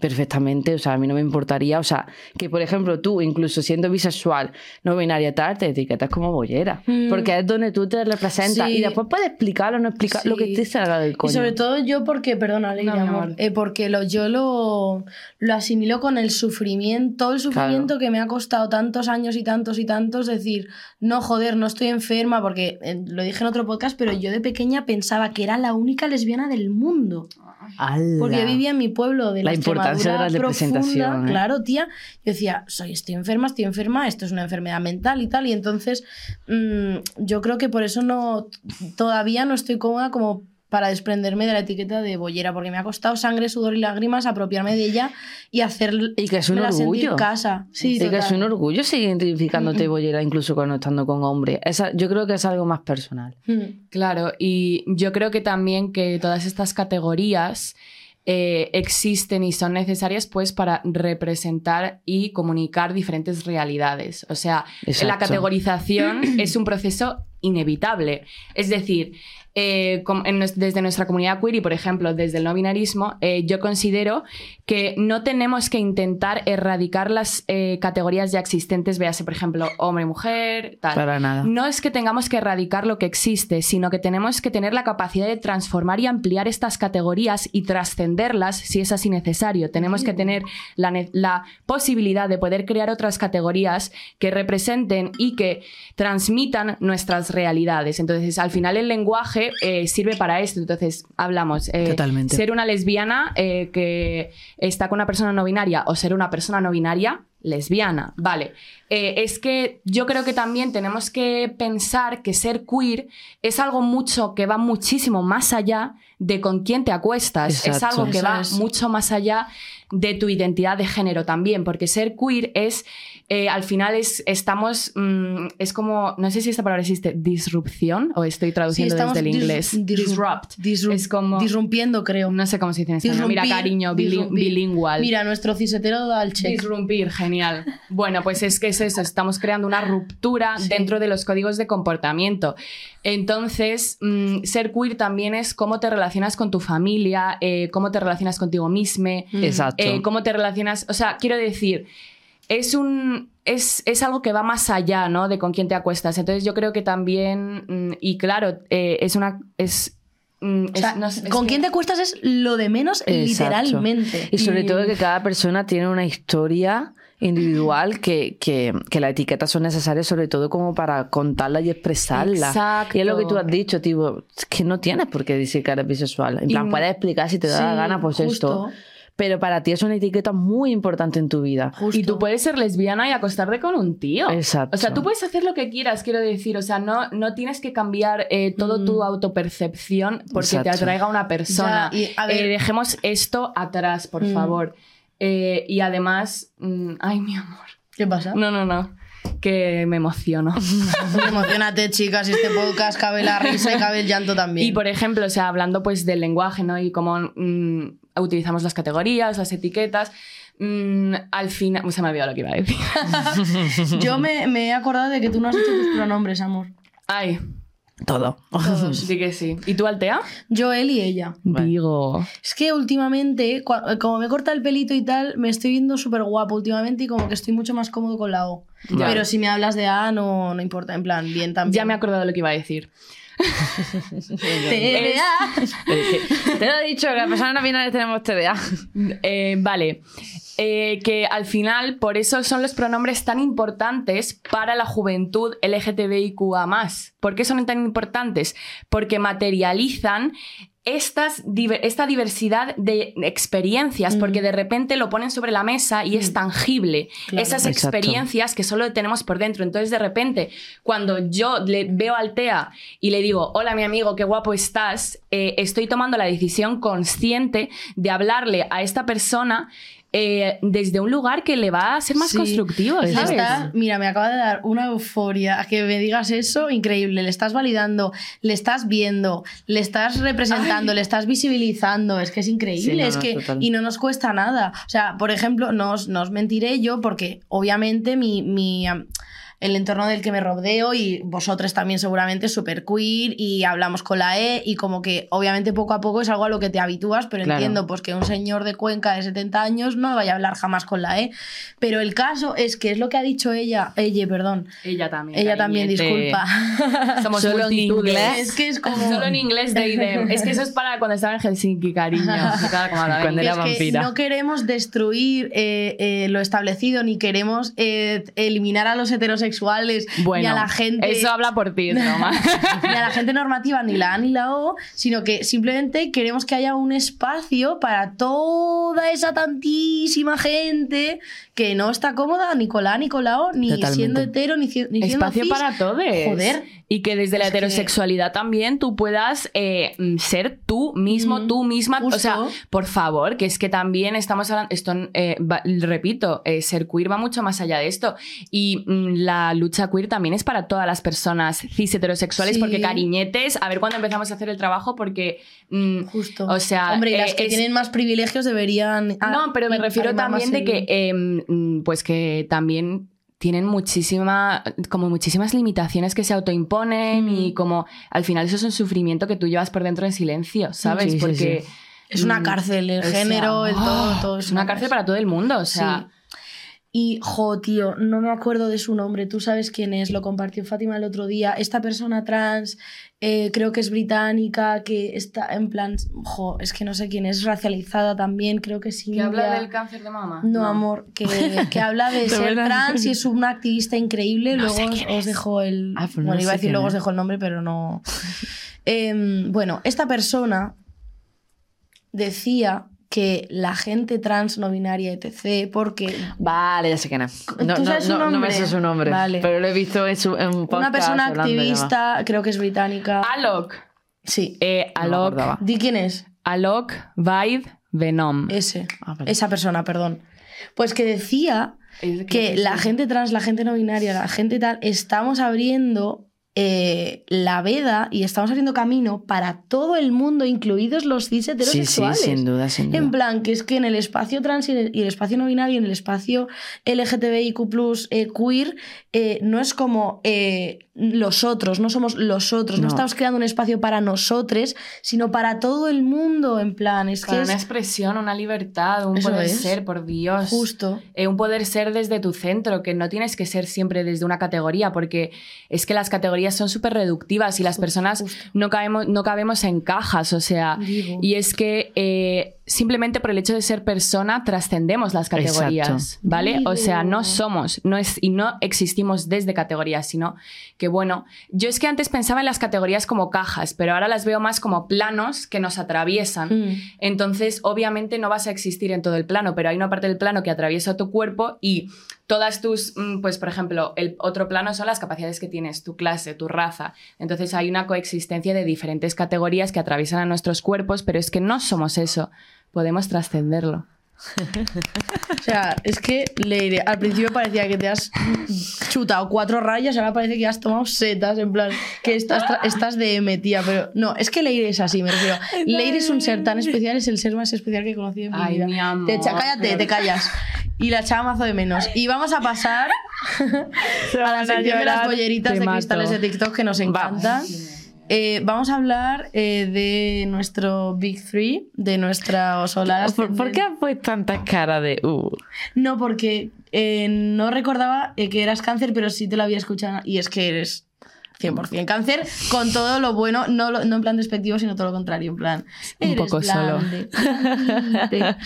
E: perfectamente, o sea, a mí no me importaría, o sea, que por ejemplo tú, incluso siendo bisexual, no binaria tal, te etiquetas como bollera, porque es donde tú te representas
C: Mm. Sí.
E: y después puedes explicar o no explicar lo que
C: Sí.
E: te salga del coño.
C: Y sobre todo yo porque, perdona, Leire,
D: No, mi
C: amor,
D: amor.
C: eh, porque lo, yo lo, lo asimilo con el sufrimiento, todo el sufrimiento que me ha costado tantos años y tantos y tantos, decir, no joder, no estoy enferma, porque eh, lo dije en otro podcast, pero yo de pequeña pensaba que era la única lesbiana del mundo.
E: ¡Hala!
C: Porque yo vivía en mi pueblo de la,
E: La importancia de la
C: Extremadura profunda,
E: representación, ¿eh?
C: Claro, tía. Yo decía, soy, estoy enferma, estoy enferma, esto es una enfermedad mental y tal. Y entonces mm, yo creo que por eso no todavía no estoy cómoda como para desprenderme de la etiqueta de bollera, porque me ha costado sangre, sudor y lágrimas apropiarme de ella y hacer
E: Y que es un orgullo.
C: casa. Sí,
E: Sí, que
C: total.
E: es un orgullo seguir identificándote bollera incluso cuando estando con hombres. Esa- yo creo que es algo más personal.
C: Mm.
D: Claro, y yo creo que también que todas estas categorías eh, existen y son necesarias pues para representar y comunicar diferentes realidades. O sea, la
E: Exacto.
D: categorización es un proceso inevitable. Es decir, eh, com- en nues- desde nuestra comunidad queer y, por ejemplo, desde el no binarismo, eh, yo considero que no tenemos que intentar erradicar las eh, categorías ya existentes, véase, por ejemplo, hombre, mujer, tal.
E: Para nada.
D: No es que tengamos que erradicar lo que existe, sino que tenemos que tener la capacidad de transformar y ampliar estas categorías y trascenderlas si es así necesario. Tenemos que tener la, ne- la posibilidad de poder crear otras categorías que representen y que transmitan nuestras realidades. Entonces, al final el lenguaje eh, sirve para esto. Entonces, hablamos. eh,
E: Totalmente.
D: Ser una lesbiana eh, que está con una persona no binaria o ser una persona no binaria lesbiana. Vale. Eh, es que yo creo que también tenemos que pensar que ser queer es algo mucho que va muchísimo más allá de con quién te acuestas. Es
E: Exacto.
D: algo que
C: Eso
D: va
C: es.
D: mucho más allá de tu identidad de género también, porque ser queer es, eh, al final es, estamos, mm, es como, no sé si esta palabra existe, disrupción, o estoy traduciendo
C: estamos
D: desde el
C: dis-
D: inglés.
C: disrup-
D: Disrupt.
C: disrup-
D: Es como-
C: Disrumpiendo, creo.
D: No sé cómo se dice en español. Mira,
C: Disrumpir,
D: cariño, bili-
C: disrumpir.
D: bilingual.
C: Mira, nuestro cisetero da el check.
D: Disrumpir, genial. Bueno, pues es que es eso, estamos creando una ruptura
C: Sí.
D: dentro de los códigos de comportamiento. Entonces, mm, ser queer también es cómo te relacionas con tu familia, eh, cómo te relacionas contigo mismo,
E: Exacto.
D: eh, cómo te relacionas, o sea, quiero decir, es un es, es algo que va más allá, ¿no? De con quién te acuestas. Entonces yo creo que también, mm, y claro, eh, es una... Es, mm,
C: O sea,
D: es- no sé, es
C: con
D: que-
C: quién te acuestas es lo de menos
E: Exacto.
C: literalmente.
E: Y sobre todo que cada persona tiene una historia individual que, que, que las etiquetas son necesarias sobre todo como para contarla y expresarla.
D: Exacto.
E: Y es lo que tú has dicho, tipo, es que no tienes por qué decir que eres bisexual. En
D: Y
E: plan,
D: no-
E: puedes explicar si te da la
C: Sí,
E: gana, pues
C: justo.
E: esto. Pero para ti es una etiqueta muy importante en tu vida.
C: Justo.
D: Y tú puedes ser lesbiana y acostarte con un tío.
E: Exacto.
D: O sea, tú puedes hacer lo que quieras, quiero decir. O sea, no, no tienes que cambiar eh, todo tu autopercepción porque te
E: Exacto.
D: atraiga una persona.
C: Mm. Ya, y, a ver-
D: Eh, dejemos esto atrás, por
C: Mm.
D: favor. Eh, y además, mm, ay, mi amor.
C: ¿Qué pasa?
D: No, no, no. Que me emociono.
C: Emocionate, chicas, este podcast cabe la risa y cabe el llanto también.
D: Y por ejemplo, o sea, hablando pues del lenguaje, ¿no? Y cómo mm, utilizamos las categorías, las etiquetas. mm, al final. Se me había olvidado lo que iba a decir.
C: Yo me, me he acordado de que tú no has hecho tus pronombres, amor.
D: Ay,
E: Todo.
C: Pues
D: sí que sí. ¿Y tú, Altea?
C: Yo, él y ella.
D: Digo.
C: Es que últimamente, cua- como me corta el pelito y tal, me estoy viendo súper guapo últimamente y como que estoy mucho más cómodo con la O.
E: Ya.
C: Pero si me hablas de A, no, no importa. En plan, bien también.
D: Ya me he acordado lo que iba a decir.
C: TDA.
E: Te lo he dicho, que las personas no binarias tenemos TDA.
D: Eh, vale. Eh, que al final, por eso son los pronombres tan importantes para la juventud LGTBIQA. ¿Por qué son tan importantes? Porque materializan estas, diver- esta diversidad de experiencias, porque de repente lo ponen sobre la mesa y es tangible.
C: Mm. Claro.
D: Esas
E: Exacto.
D: experiencias que solo tenemos por dentro. Entonces, de repente, cuando yo le veo al TEA y le digo, hola mi amigo, qué guapo estás, eh, estoy tomando la decisión consciente de hablarle a esta persona eh, desde un lugar que le va a ser más
C: Sí.
D: constructivo,
C: Le
D: ¿sabes?
C: está- mira, me acaba de dar una euforia a que me digas eso, increíble. Le estás validando, le estás viendo, le estás representando, le estás visibilizando. Es que es increíble,
E: Sí, no,
C: es
E: no,
C: que
E: total.
C: y no nos cuesta nada. O sea, por ejemplo, no os, no os mentiré yo porque obviamente mi, mi, am, el entorno del que me rodeo y vosotros también seguramente es súper queer y hablamos con la E y como que obviamente poco a poco es algo a lo que te habitúas, pero
E: Claro.
C: entiendo pues que un señor de Cuenca de 70 años no vaya a hablar jamás con la E. Pero el caso es que es lo que ha dicho ella, ella, perdón,
D: Ella también.
C: ella también,
E: cariñete.
C: disculpa.
D: Somos
E: Solo en
D: multitudes.
E: inglés.
C: es que es como...
D: Solo en inglés de idem. Es que eso es para cuando estaba en Helsinki, cariño. Claro, como la
E: Cuando
D: venga.
E: era
C: es que
E: vampira.
C: no queremos destruir eh, eh, lo establecido, ni queremos eh, eliminar a los heterosexuales, ni a la gente.
D: Eso habla por ti, Roma.
C: ni a la gente normativa, ni la A ni la O, sino que simplemente queremos que haya un espacio para toda esa tantísima gente que no está cómoda ni con la A ni con la O, ni
E: Totalmente.
C: siendo hetero, ni, ci- ni siendo
D: Espacio
C: cis.
D: para todos.
C: Joder.
D: Y que desde la
C: Es que-
D: heterosexualidad también tú puedas eh, mm, ser tú mismo,
C: Mm,
D: tú misma.
C: justo.
D: O sea, por favor, que es que también estamos hablando. Esto, eh, va- repito, eh, ser queer va mucho más allá de esto. Y mm, la lucha queer también es para todas las personas cis heterosexuales,
C: Sí.
D: porque cariñetes, a ver cuándo empezamos a hacer el trabajo, porque. mm,
C: Justo.
D: o sea,
C: Hombre, y las
D: eh,
C: que
D: es-
C: tienen más privilegios deberían. a-
D: no, pero me refiero
C: arrimar más
D: también de que,
C: el-
D: eh, mm, pues que también tienen muchísima, como muchísimas limitaciones que se autoimponen
C: Mm.
D: y como al final eso es un sufrimiento que tú llevas por dentro en silencio, ¿sabes?
E: Sí, sí,
D: Porque
C: Es una
D: mm,
C: cárcel, el
D: o sea,
C: género, el todo, todo.
D: es una cárcel para todo el mundo, o sea,
C: Y, jo, tío, no me acuerdo de su nombre, tú sabes quién es, lo compartió Fátima el otro día. Esta persona trans, eh, creo que es británica, que está en plan, jo, es que no sé quién es, racializada también, creo que sí.
D: cáncer de mama.
C: No, amor, que, que habla de
E: De
C: ser
E: verdad.
C: trans y es una activista increíble.
E: No sé
C: luego os-
E: quién
C: os
E: es.
C: dejo el.
E: Ah, pues no
C: bueno,
E: sé
C: iba a decir
E: quién
C: luego os
E: es.
C: dejo el nombre, pero no. Em, bueno, esta persona decía que la gente trans no binaria, etc., porque
E: Vale, ya sé quién es. No,
C: ¿Tú
E: no,
C: sabes su
E: no, no me
C: nombre?
E: sé su nombre.
C: Vale.
E: Pero lo he visto en, su, en un podcast.
C: una persona
E: hablando y demás.
C: activista, creo que es británica.
D: Alok.
C: Sí.
D: Eh,
E: No me
D: Alok,
E: acordaba.
C: Di quién es.
D: Alok, Vibe, Venom.
C: Ese.
E: Ah, vale.
C: Esa persona, perdón. Pues que decía que la gente trans, la gente no binaria, la gente tal, estamos abriendo eh, la veda y estamos abriendo camino para todo el mundo, incluidos los cis
E: Sí, sí,
C: heterosexuales.
E: sin duda, sin duda.
C: En plan, que es que en el espacio trans y en el, y el espacio no binario, en el espacio LGTBIQ, eh, queer, eh, no es como eh, los otros, no somos los otros, no.
E: No.
C: estamos creando un espacio para nosotros, sino para todo el mundo. En plan, es que
D: Para una
C: es
D: expresión, una libertad, un
C: Eso
D: poder
C: es.
D: ser, por Dios.
C: justo.
D: Eh, un poder ser desde tu centro, que no tienes que ser siempre desde una categoría, porque es que las categorías son súper reductivas y las personas
C: justo. Mm.
D: no, caemos, no cabemos en cajas, o sea,
C: Digo.
D: y es que eh, simplemente por el hecho de ser persona trascendemos las categorías,
E: Exacto.
D: ¿vale? O sea,
C: Digo.
D: no somos no es, y no existimos desde categorías, sino que bueno, yo es que antes pensaba en las categorías como cajas, pero ahora las veo más como planos que nos atraviesan.
C: Mm.
D: Entonces, obviamente no vas a existir en todo el plano, pero hay una parte del plano que atraviesa tu cuerpo y todas tus, mm, pues por ejemplo, el otro plano son las capacidades que tienes, tu clase, tu raza. Entonces hay una coexistencia de diferentes categorías que atraviesan a nuestros cuerpos, pero es que no somos eso, podemos trascenderlo.
C: O sea, es que Leire, al principio parecía que te has chutado cuatro rayas, ahora parece que has tomado setas, en plan, que estás, tra- estás de M, tía, pero no, es que Leire es así, me refiero. Leire es un ser tan especial, es el ser más especial que he conocido en mi
D: Ay,
C: vida.
D: mi amor,
C: Te cha- cállate,
D: pero-
C: te callas. Y la echaba mazo de menos. Y vamos a pasar a la sección de las bolleritas
D: te
C: de
D: mato.
C: cristales de TikTok que nos encantan. Eh, vamos a hablar eh, de nuestro Big Three, de nuestra solar.
E: ¿Por, por qué has puesto tantas caras de... Uh?
C: No, porque eh, no recordaba eh, que eras cáncer, pero sí te lo había escuchado. Y es que eres 100% cáncer, con todo lo bueno, no, lo- no en plan despectivo, sino todo lo contrario, en plan.
D: Un
C: eres
D: poco solo.
C: blande, blandite.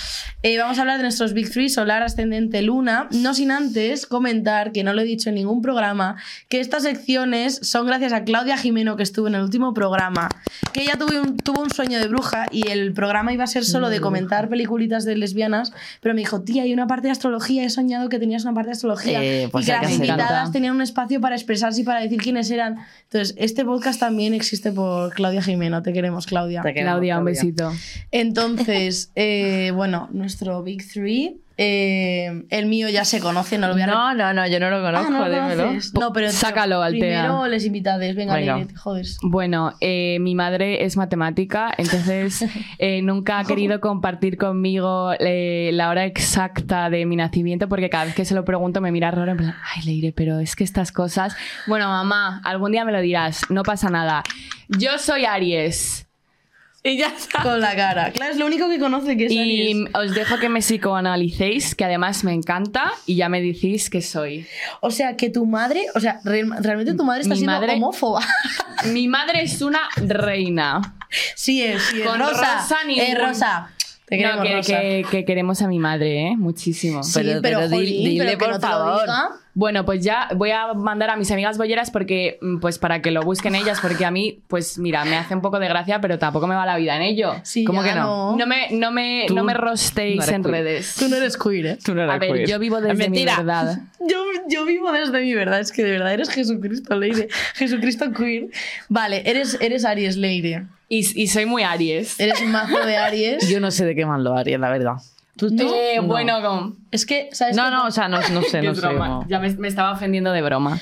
C: Eh, vamos a hablar de nuestros Big Three, solar, ascendente, luna. No sin antes comentar, que no lo he dicho en ningún programa, que estas secciones son gracias a Claudia Jimeno, que estuvo en el último programa, que ella tuvo un, tuvo un sueño de bruja y el programa iba a ser solo de comentar peliculitas de lesbianas, pero me dijo, tía, hay una parte de astrología, he soñado que tenías una parte de astrología.
E: Eh, pues
C: y que
E: hay
C: las
E: que
D: hacer.
C: invitadas
D: Encanta.
C: tenían un espacio para expresarse y para decir quiénes eran. Entonces, este podcast también existe por Claudia Jimeno. Te queremos, Claudia.
E: Te queremos,
D: Claudia, un besito.
C: Entonces, eh, bueno, nuestro Big Three Eh, el mío ya se conoce, no lo voy a
E: No,
C: Ah,
E: no, no, yo no lo conozco,
C: no lo
E: dímelo.
C: conoces. No, pero te-
D: Sácalo, Altea.
C: Primero les invitades, venga,
E: Venga.
C: Leire, te jodes.
D: Bueno, eh, mi madre es matemática, entonces eh, nunca ha querido compartir conmigo eh, la hora exacta de mi nacimiento porque cada vez que se lo pregunto me mira raro en plan, ay Leire, pero es que estas cosas... Bueno, mamá, algún día me lo dirás, no pasa nada. Yo soy Aries
E: Y ya está.
C: Con la cara. Claro, es lo único que conoce que es Aries.
D: y os dejo que me psicoanalicéis, que además me encanta y ya me decís que soy.
C: O sea, que tu madre, o sea, re- realmente tu madre está
D: Mi
C: siendo
D: madre-
C: homófoba.
D: Mi madre es una reina.
C: sí es, sí es.
D: Con
C: Rosa,
D: Rosa ningún-
C: eh, Rosa. Te queremos,
D: No, que,
C: Rosa.
D: que- que queremos a mi madre, ¿eh? Muchísimo.
C: Sí,
E: Pero-
C: pero,
E: pero di-
C: jolín,
E: dile,
C: pero que
E: por
C: no te lo
E: favor.
C: diga.
D: Bueno, pues ya voy a mandar a mis amigas bolleras porque, mm, pues para que lo busquen ellas, porque a mí, pues mira, me hace un poco de gracia, pero tampoco me va la vida en ello.
C: Sí,
E: ¿Cómo
C: ya
E: que no?
D: No me, no me,
E: Tú
D: no me
E: no
D: rosteis
E: eres
D: en
E: queer.
D: redes.
C: Tú no eres queer, ¿eh?
E: Tú no
D: A
E: eres
D: ver,
E: queer.
D: yo vivo desde mi
E: Mentira.
D: verdad.
C: Yo, yo vivo desde mi verdad, es que de verdad eres Jesucristo, Leire. Jesucristo queer. Vale, eres, eres Aries, Leire.
D: Y, y soy muy Aries.
C: Eres un mazo de Aries.
E: Yo no sé de qué más lo haría, la verdad. ¿Tú, tú?
D: Eh,
E: No.
D: Bueno, con-
C: Es que, ¿sabes
E: No,
C: qué?
E: no, o sea, no, no sé,
D: qué
E: no sé.
D: broma.
E: no.
D: Ya me, me estaba ofendiendo de broma.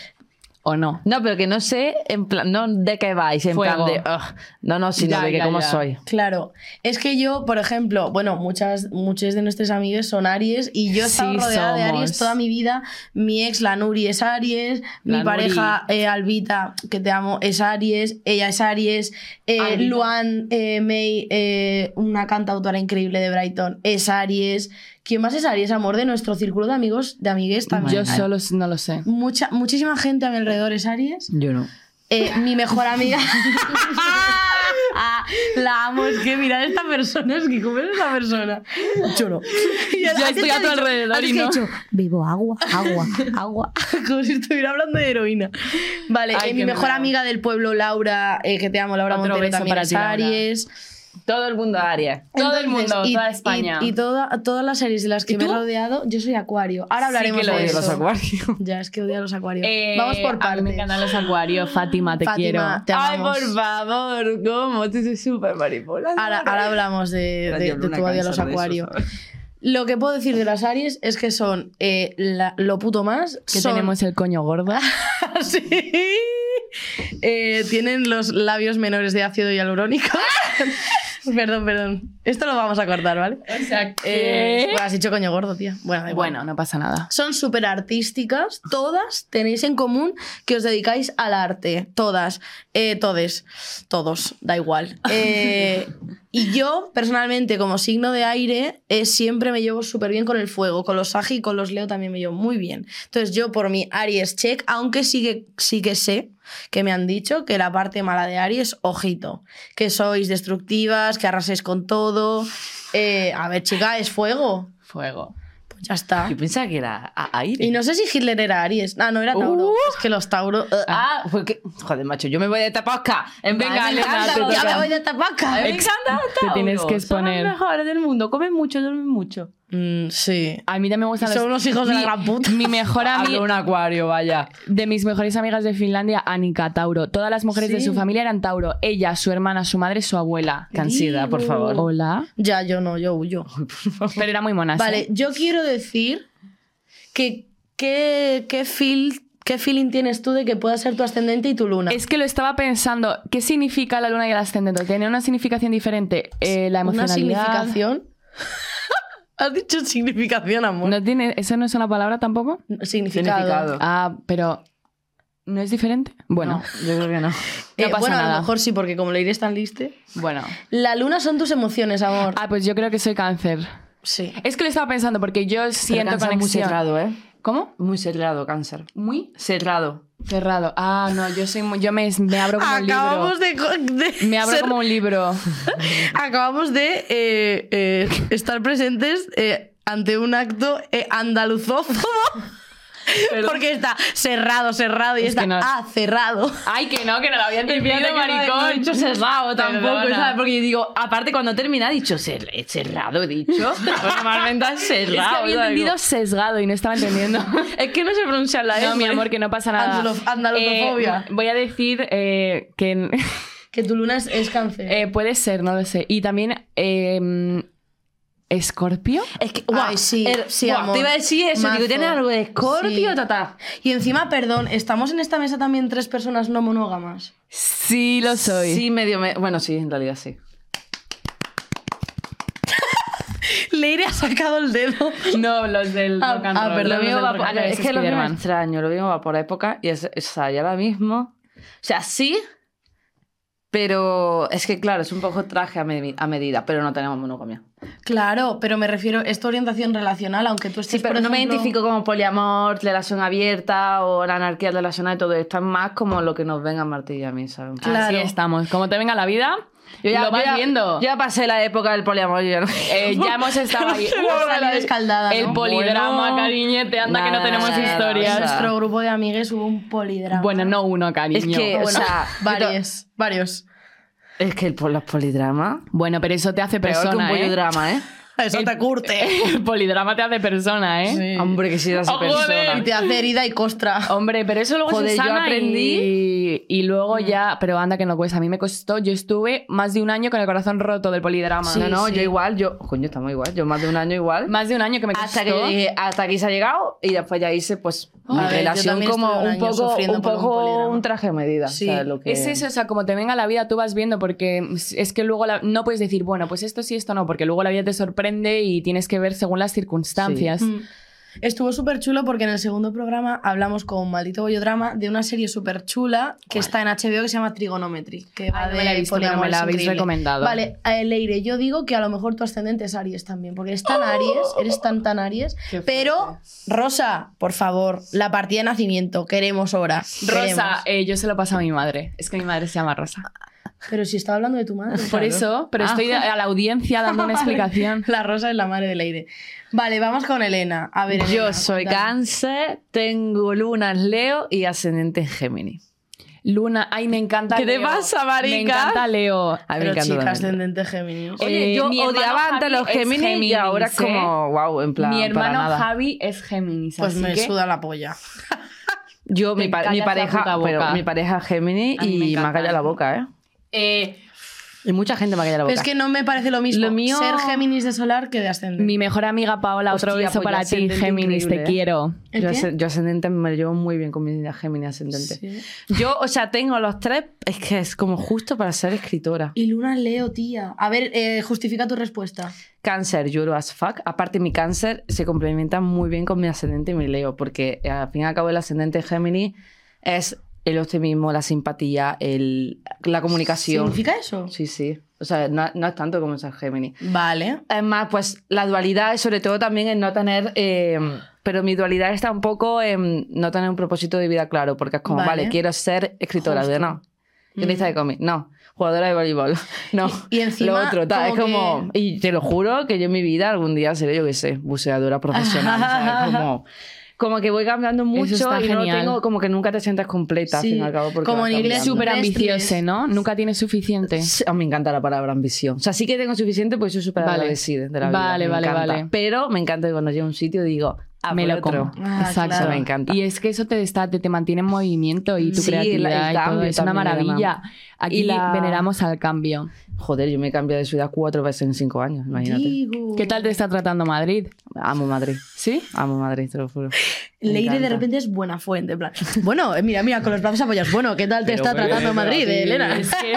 D: ¿O no?
E: No, pero que no sé, en plan, no de qué vais, en
D: Fuego.
E: plan de, "Ugh". no, no, sino
D: Ya,
E: de que
D: ya,
E: cómo
D: ya.
E: soy.
C: Claro, es que yo, por ejemplo, bueno, muchas, muchas de nuestras amigas son Aries y yo he estado
D: Sí,
C: rodeada de
D: somos.
C: Aries toda mi vida. Mi ex, la Nuri, es Aries.
D: La
C: mi
D: Nuri.
C: pareja, eh, Albita, que te amo, es Aries. Ella es Aries. Eh,
D: Albita.
C: Luan eh, May, eh, una cantautora increíble de Brighton, es Aries. ¿Quién más es Aries, amor? De nuestro círculo de amigos, de amigues también.
D: Yo solo no lo sé.
C: Mucha, muchísima gente a mi alrededor es Aries.
E: Yo no.
C: Eh, mi mejor amiga. Ah, la amo, es que mirad esta persona, es que cómo es esta persona. Yo no. Y el-
D: Yo
C: antes
D: estoy a
C: ha
D: tu
C: dicho-
D: alrededor
C: antes
D: y
C: que ha
D: no.
C: dicho,
E: Bebo agua, agua, agua.
C: como si estuviera hablando de heroína. Vale,
D: Ay,
C: eh, mi
D: qué
C: mejor
D: bravo.
C: amiga del pueblo, Laura, eh, que te amo, Laura
D: Otro
C: Montero,
D: beso
C: también
D: para
C: es
D: ti, Laura.
C: Aries.
E: Todo el mundo Aries.
D: Todo el mundo, toda España.
C: Y, toda- todas las series de las que me he
D: tú?
C: rodeado, yo soy acuario. Ahora
D: Sí
C: hablaremos
D: que lo
C: de
D: eres,
C: eso.
E: los acuarios.
C: Ya, es que odio a los acuarios.
D: Eh,
C: Vamos por
D: a mí
C: partes.
D: me encantan los acuarios. Fátima, te
C: Fátima,
D: quiero.
C: te amamos.
E: favor, ¿cómo? Tú eres súper mariposa.
C: Ahora, ahora hablamos de, de, de tu odio a los acuarios. Lo que puedo decir de las Aries es que son eh, la- lo puto más.
D: que
C: son-
D: tenemos el coño gordo.
C: Sí. Eh, tienen los labios menores de ácido hialurónico. perdón, perdón. Esto lo vamos a cortar, ¿vale?
D: O sea,
C: Eh, bueno, has dicho coño gordo, tía. Bueno, da igual.
D: Bueno, no pasa nada.
C: Son súper artísticas. Todas tenéis en común que os dedicáis al arte. Todas. Eh, todes. Todos. Da igual. Eh, y yo, personalmente, como signo de aire, eh, siempre me llevo súper bien con el fuego. Con los Sagi y con los Leo también me llevo muy bien. Entonces, yo por mi Aries check, aunque sí que, sí que sé que me han dicho que la parte mala de Aries, ojito. Que sois destructivas, que arraséis con todo. Eh, a ver, chica, es fuego.
D: Fuego.
C: Pues ya está.
E: Ah, Yo pensaba que era a- aire.
C: Y no sé si Hitler era Aries. Ah, no, era Tauro.
E: Uh.
C: Es que los Tauro. eh,
E: Ah, fue que... Joder, macho, yo me voy de Tapasca. En
C: vale,
E: venga,
C: me
E: Elena,
C: encanta,
E: te
C: ya
E: toca.
C: me voy de tapaca.
E: Me encanta
D: Te
E: Tauro.
D: tienes que
E: Son
D: exponer.
E: los mejores del mundo. Comen mucho, duermen mucho.
C: Mm, sí.
D: A mí también me
C: Y
D: gustan los...
C: Son unos hijos de la
D: Mi-
C: gran puta.
D: Mi mejor
E: Hablo
D: amiga,
E: un acuario, vaya.
D: de mis mejores amigas de Finlandia, Annika Tauro. Todas las mujeres de
C: Sí.
D: su familia eran Tauro. Ella, su hermana, su madre, su abuela.
E: Cansida, por favor.
D: Hola.
C: Ya, yo no, yo huyo.
D: Pero era muy mona. ¿eh? ¿sí?
C: Vale, yo quiero decir que qué qué feel, qué feeling tienes tú de que pueda ser tu ascendente y tu luna.
D: Es que lo estaba pensando. ¿Qué significa la luna y el ascendente? ¿Tiene una significación diferente? Eh, la
C: una
D: emocionalidad.
C: significación. Has dicho significación, amor.
D: ¿No tiene, ¿Eso no es una palabra tampoco?
C: Significado.
E: Significado.
D: Ah, pero. ¿No es diferente? Bueno,
E: yo creo que no.
D: no
C: Eh,
D: pasa
C: bueno, a
D: nada.
C: lo mejor sí, porque como le iré tan liste.
D: Bueno.
C: La luna son tus emociones, amor.
D: Ah, pues yo creo que soy cáncer.
C: Sí.
D: Es que lo estaba pensando porque yo siento
E: cáncer muy
D: conexión.
E: cerrado, ¿eh?
D: ¿Cómo?
E: Muy cerrado, cáncer.
D: Muy
E: Cerrado.
D: cerrado. Ah, no, yo soy muy, yo me, me abro como
C: Acabamos
D: un
C: de, co- de
D: libro. Me abro
C: ser-
D: como un libro.
C: acabamos de eh, eh, estar presentes eh, ante un acto eh, andaluzófobo. Porque está cerrado, cerrado y
D: Es
C: está
D: que no-
C: ah, cerrado.
D: Ay, que no, que no lo había entendido,
E: No he
D: maricón.
E: dicho cerrado tampoco,
D: Perdona.
E: ¿sabes? Porque yo digo, aparte cuando termina he dicho cer- cerrado, he dicho. Pues normalmente es
D: Es que
E: cerrado.
D: había
E: ¿sabes?
D: entendido sesgado y no estaba entendiendo.
E: Es que no sé pronunciar la
D: No,
E: S.
D: mi amor, que no pasa nada.
C: Andalo- andaluzofobia.
D: Eh, voy a decir eh, que
C: Que tu luna es, cáncer.
D: Eh, puede ser, no lo sé. Y también eh, Escorpio.
E: Es que, guau,
C: Ay, sí,
E: er-
C: sí,
E: guau,
C: amor.
E: Te iba a decir eso,
C: Mazo.
E: digo, ¿tienes algo de Scorpio,
C: Sí.
E: tata?
C: Y encima, perdón, estamos en esta mesa también tres personas no monógamas.
D: Sí, lo soy.
E: Sí, medio, me- bueno, sí, en realidad sí.
C: Leire ha sacado el dedo.
D: No, los del
C: Ah,
D: rock and
C: ah,
D: roll,
C: perdón,
E: Lo
D: los
C: Pero
E: mío
D: del
E: va
D: rock
E: por-
D: and roll,
E: es que lo mío es
D: Spiderman.
E: extraño, lo mismo va por época y es, o sea, ya ahora mismo, o sea, sí, pero es que claro, es un poco traje a, medi- a medida, pero no tenemos monogamia.
C: Claro, pero me refiero, es tu orientación relacional, aunque tú estés,
E: Sí, pero
C: por
E: no me
C: ejemplo-
E: identifico como poliamor, relación abierta o la anarquía relacionada y todo esto, es más como lo que nos venga a Martí y a mí, ¿sabes?
C: Claro.
D: Así estamos. Como te venga la vida, lo vas viendo.
E: Ya pasé la época del poliamor, yo ya no-
D: Eh, ya hemos estado ahí.
C: Hemos salido escaldada, ¿no?
D: El polidrama,
E: Bueno.
D: cariñete, anda que no
E: Nada,
D: tenemos
E: nada,
D: historias.
E: o sea.
C: Nuestro grupo de amigues hubo un polidrama.
D: Bueno, no uno, cariño.
E: Es que, o
C: Bueno,
E: sea,
C: varios, varios.
E: es que el, pol- los polidrama,
D: Bueno, pero eso te hace
E: peor que un
D: persona, ¿eh?
E: polidrama, ¿eh?
C: Eso te curte.
D: El polidrama te hace persona, ¿eh?
E: Hombre, que si eras
D: ¡Oh, joder!
E: persona.
C: Y te hace herida y costra.
D: Hombre, pero eso luego
E: Joder,
D: se
E: yo
D: sana
E: aprendí. Mm.
D: y, y luego ya... Pero anda que no cuesta. A mí me costó... Yo estuve más de un año con el corazón roto del polidrama.
E: no, no,
C: sí.
E: yo igual, yo, coño, estamos igual, yo más de un año igual.
D: Más de un año que me costó.
E: hasta que yo dije, hasta aquí se ha llegado y después ya hice pues mi
C: A ver, yo
E: relación
C: también
E: como
C: estuve un
E: un,
C: año
E: poco,
C: sufriendo
E: un,
C: por un
E: poco
C: polidrama.
E: un traje a medida.
C: Sí.
E: o sea, lo que...
D: Es eso, o sea, como te venga la vida, tú vas viendo, porque es que luego la- no puedes decir, bueno, pues esto sí, esto no, porque luego la vida te sorprende y tienes que ver según las circunstancias.
C: Estuvo súper chulo porque en el segundo programa hablamos con Maldito Bollodrama de una serie súper chula que está en HBO que se llama Trigonometry. Que va
D: Ay, no me
C: de
D: la he visto, pero
C: poliamor,
D: me la
C: es
D: habéis
C: increíble.
D: recomendado.
C: Vale, eh, Leire, yo digo que a lo mejor tu ascendente es Aries también, porque eres tan Aries, eres tan tan Aries. Pero, Rosa, por favor, la partida de nacimiento, queremos ahora. queremos.
D: Rosa, eh, yo se lo paso a mi madre. Es que mi madre se llama Rosa.
C: Pero si estaba hablando de tu madre.
D: Por eso, pero estoy
E: Ah.
D: a la audiencia dando una explicación.
C: La Rosa es la madre de Leire. Vale, vamos con Elena. A ver,
E: Yo
C: Elena,
E: soy
C: cuéntame.
E: cáncer, tengo lunas Leo y ascendente en Géminis.
D: Luna, ay, me encanta
E: ¿Qué te
D: Leo.
E: pasa,
D: Me
E: marica?
D: encanta Leo.
E: A mí me
C: Pero
E: encanta
C: chica,
E: también.
C: ascendente Géminis.
D: Eh,
E: Oye, yo
D: mi hermano
E: odiaba antes
D: Javi
E: los
D: es
E: Géminis ¿eh? y ahora es
D: Géminis,
E: como, wow, en plan,
D: Mi hermano
E: para nada.
D: Javi es Géminis,
C: Pues
D: así
C: me
D: que
C: suda la polla.
E: Yo,
D: Te
E: mi, pa- mi
D: callas la puta
E: pareja,
D: boca.
E: pero mi pareja es Géminis
D: A mí me
E: y me ha
D: encanta.
E: callado la boca, ¿eh?
D: eh,
E: Y mucha gente me ha callado la boca.
C: Es que no me parece lo mismo
E: Lo mío-
C: ser Géminis de solar que de ascendente.
D: mi mejor amiga Paola, otro
E: Hostia, pues yo
D: beso para ti,
E: ascendente
D: Géminis, te
E: increíble, ¿eh?
D: quiero.
C: ¿El
E: Yo,
C: qué?
E: ascen- yo ascendente me llevo muy bien con mi Géminis ascendente.
C: Sí.
E: Yo, o sea, tengo los tres, es que es como justo para ser escritora.
C: Y Luna Leo, tía. A ver, eh, justifica tu respuesta.
E: Cáncer, lloro as fuck. Aparte, mi cáncer se complementa muy bien con mi ascendente y mi Leo, porque eh, al fin y al cabo el ascendente Géminis es el optimismo, la simpatía, el, la comunicación.
C: ¿Significa eso?
E: Sí, sí. O sea, no, no es tanto como ser Géminis.
C: Vale.
E: Es más, pues la dualidad y sobre todo también en no tener... eh, pero mi dualidad está un poco en no tener un propósito de vida claro, porque es como,
C: Vale.
E: vale, Mm. quiero ser escritora,
C: Justo.
E: de no. Guionista de cómic, no. Jugadora de voleibol, no.
C: Y- y encima,
E: Lo otro, tal,
C: como
E: es como... Y te lo juro que yo en mi vida algún día seré, yo qué sé, buceadora profesional, ¿sabes? Como... Como que voy cambiando mucho
D: está
E: y no
D: genial.
E: tengo, como que nunca te sientas completa al
C: Sí.
E: fin y al cabo. porque
C: Como
E: vas
C: en inglés,
E: cambiando.
D: Súper ambiciosa,
C: Estrés.
D: ¿no? Nunca tienes suficiente.
E: Sí, oh, me encanta la palabra ambición. O sea, sí que tengo suficiente, pues soy súper
D: Vale.
E: agradecida de la vida.
D: Vale,
E: me
D: vale,
E: encanta.
D: vale.
E: Pero me encanta que cuando llego a un sitio digo, ah,
D: me
E: por
D: lo
E: otro.
D: como.
C: Ah,
D: Exacto.
C: claro.
E: Me encanta.
D: Y es que eso te, está, te, te mantiene en movimiento y tu
E: Sí, el- el
D: creatividad y todo.
E: cambio
D: Es una
E: también,
D: maravilla. Aquí
E: Y la-
D: veneramos al cambio.
E: Joder, yo me he cambiado de ciudad cuatro veces en cinco años, imagínate.
C: Digo.
D: ¿Qué tal te está tratando Madrid?
E: Amo Madrid.
D: ¿Sí?
E: Amo Madrid, te lo juro. Me
C: Leire de
E: encanta.
C: repente es buena fuente. en plan, bueno, eh, mira, mira, con los brazos apoyados. Bueno, ¿qué tal te está tratando Madrid, eh, Elena?
D: Es que,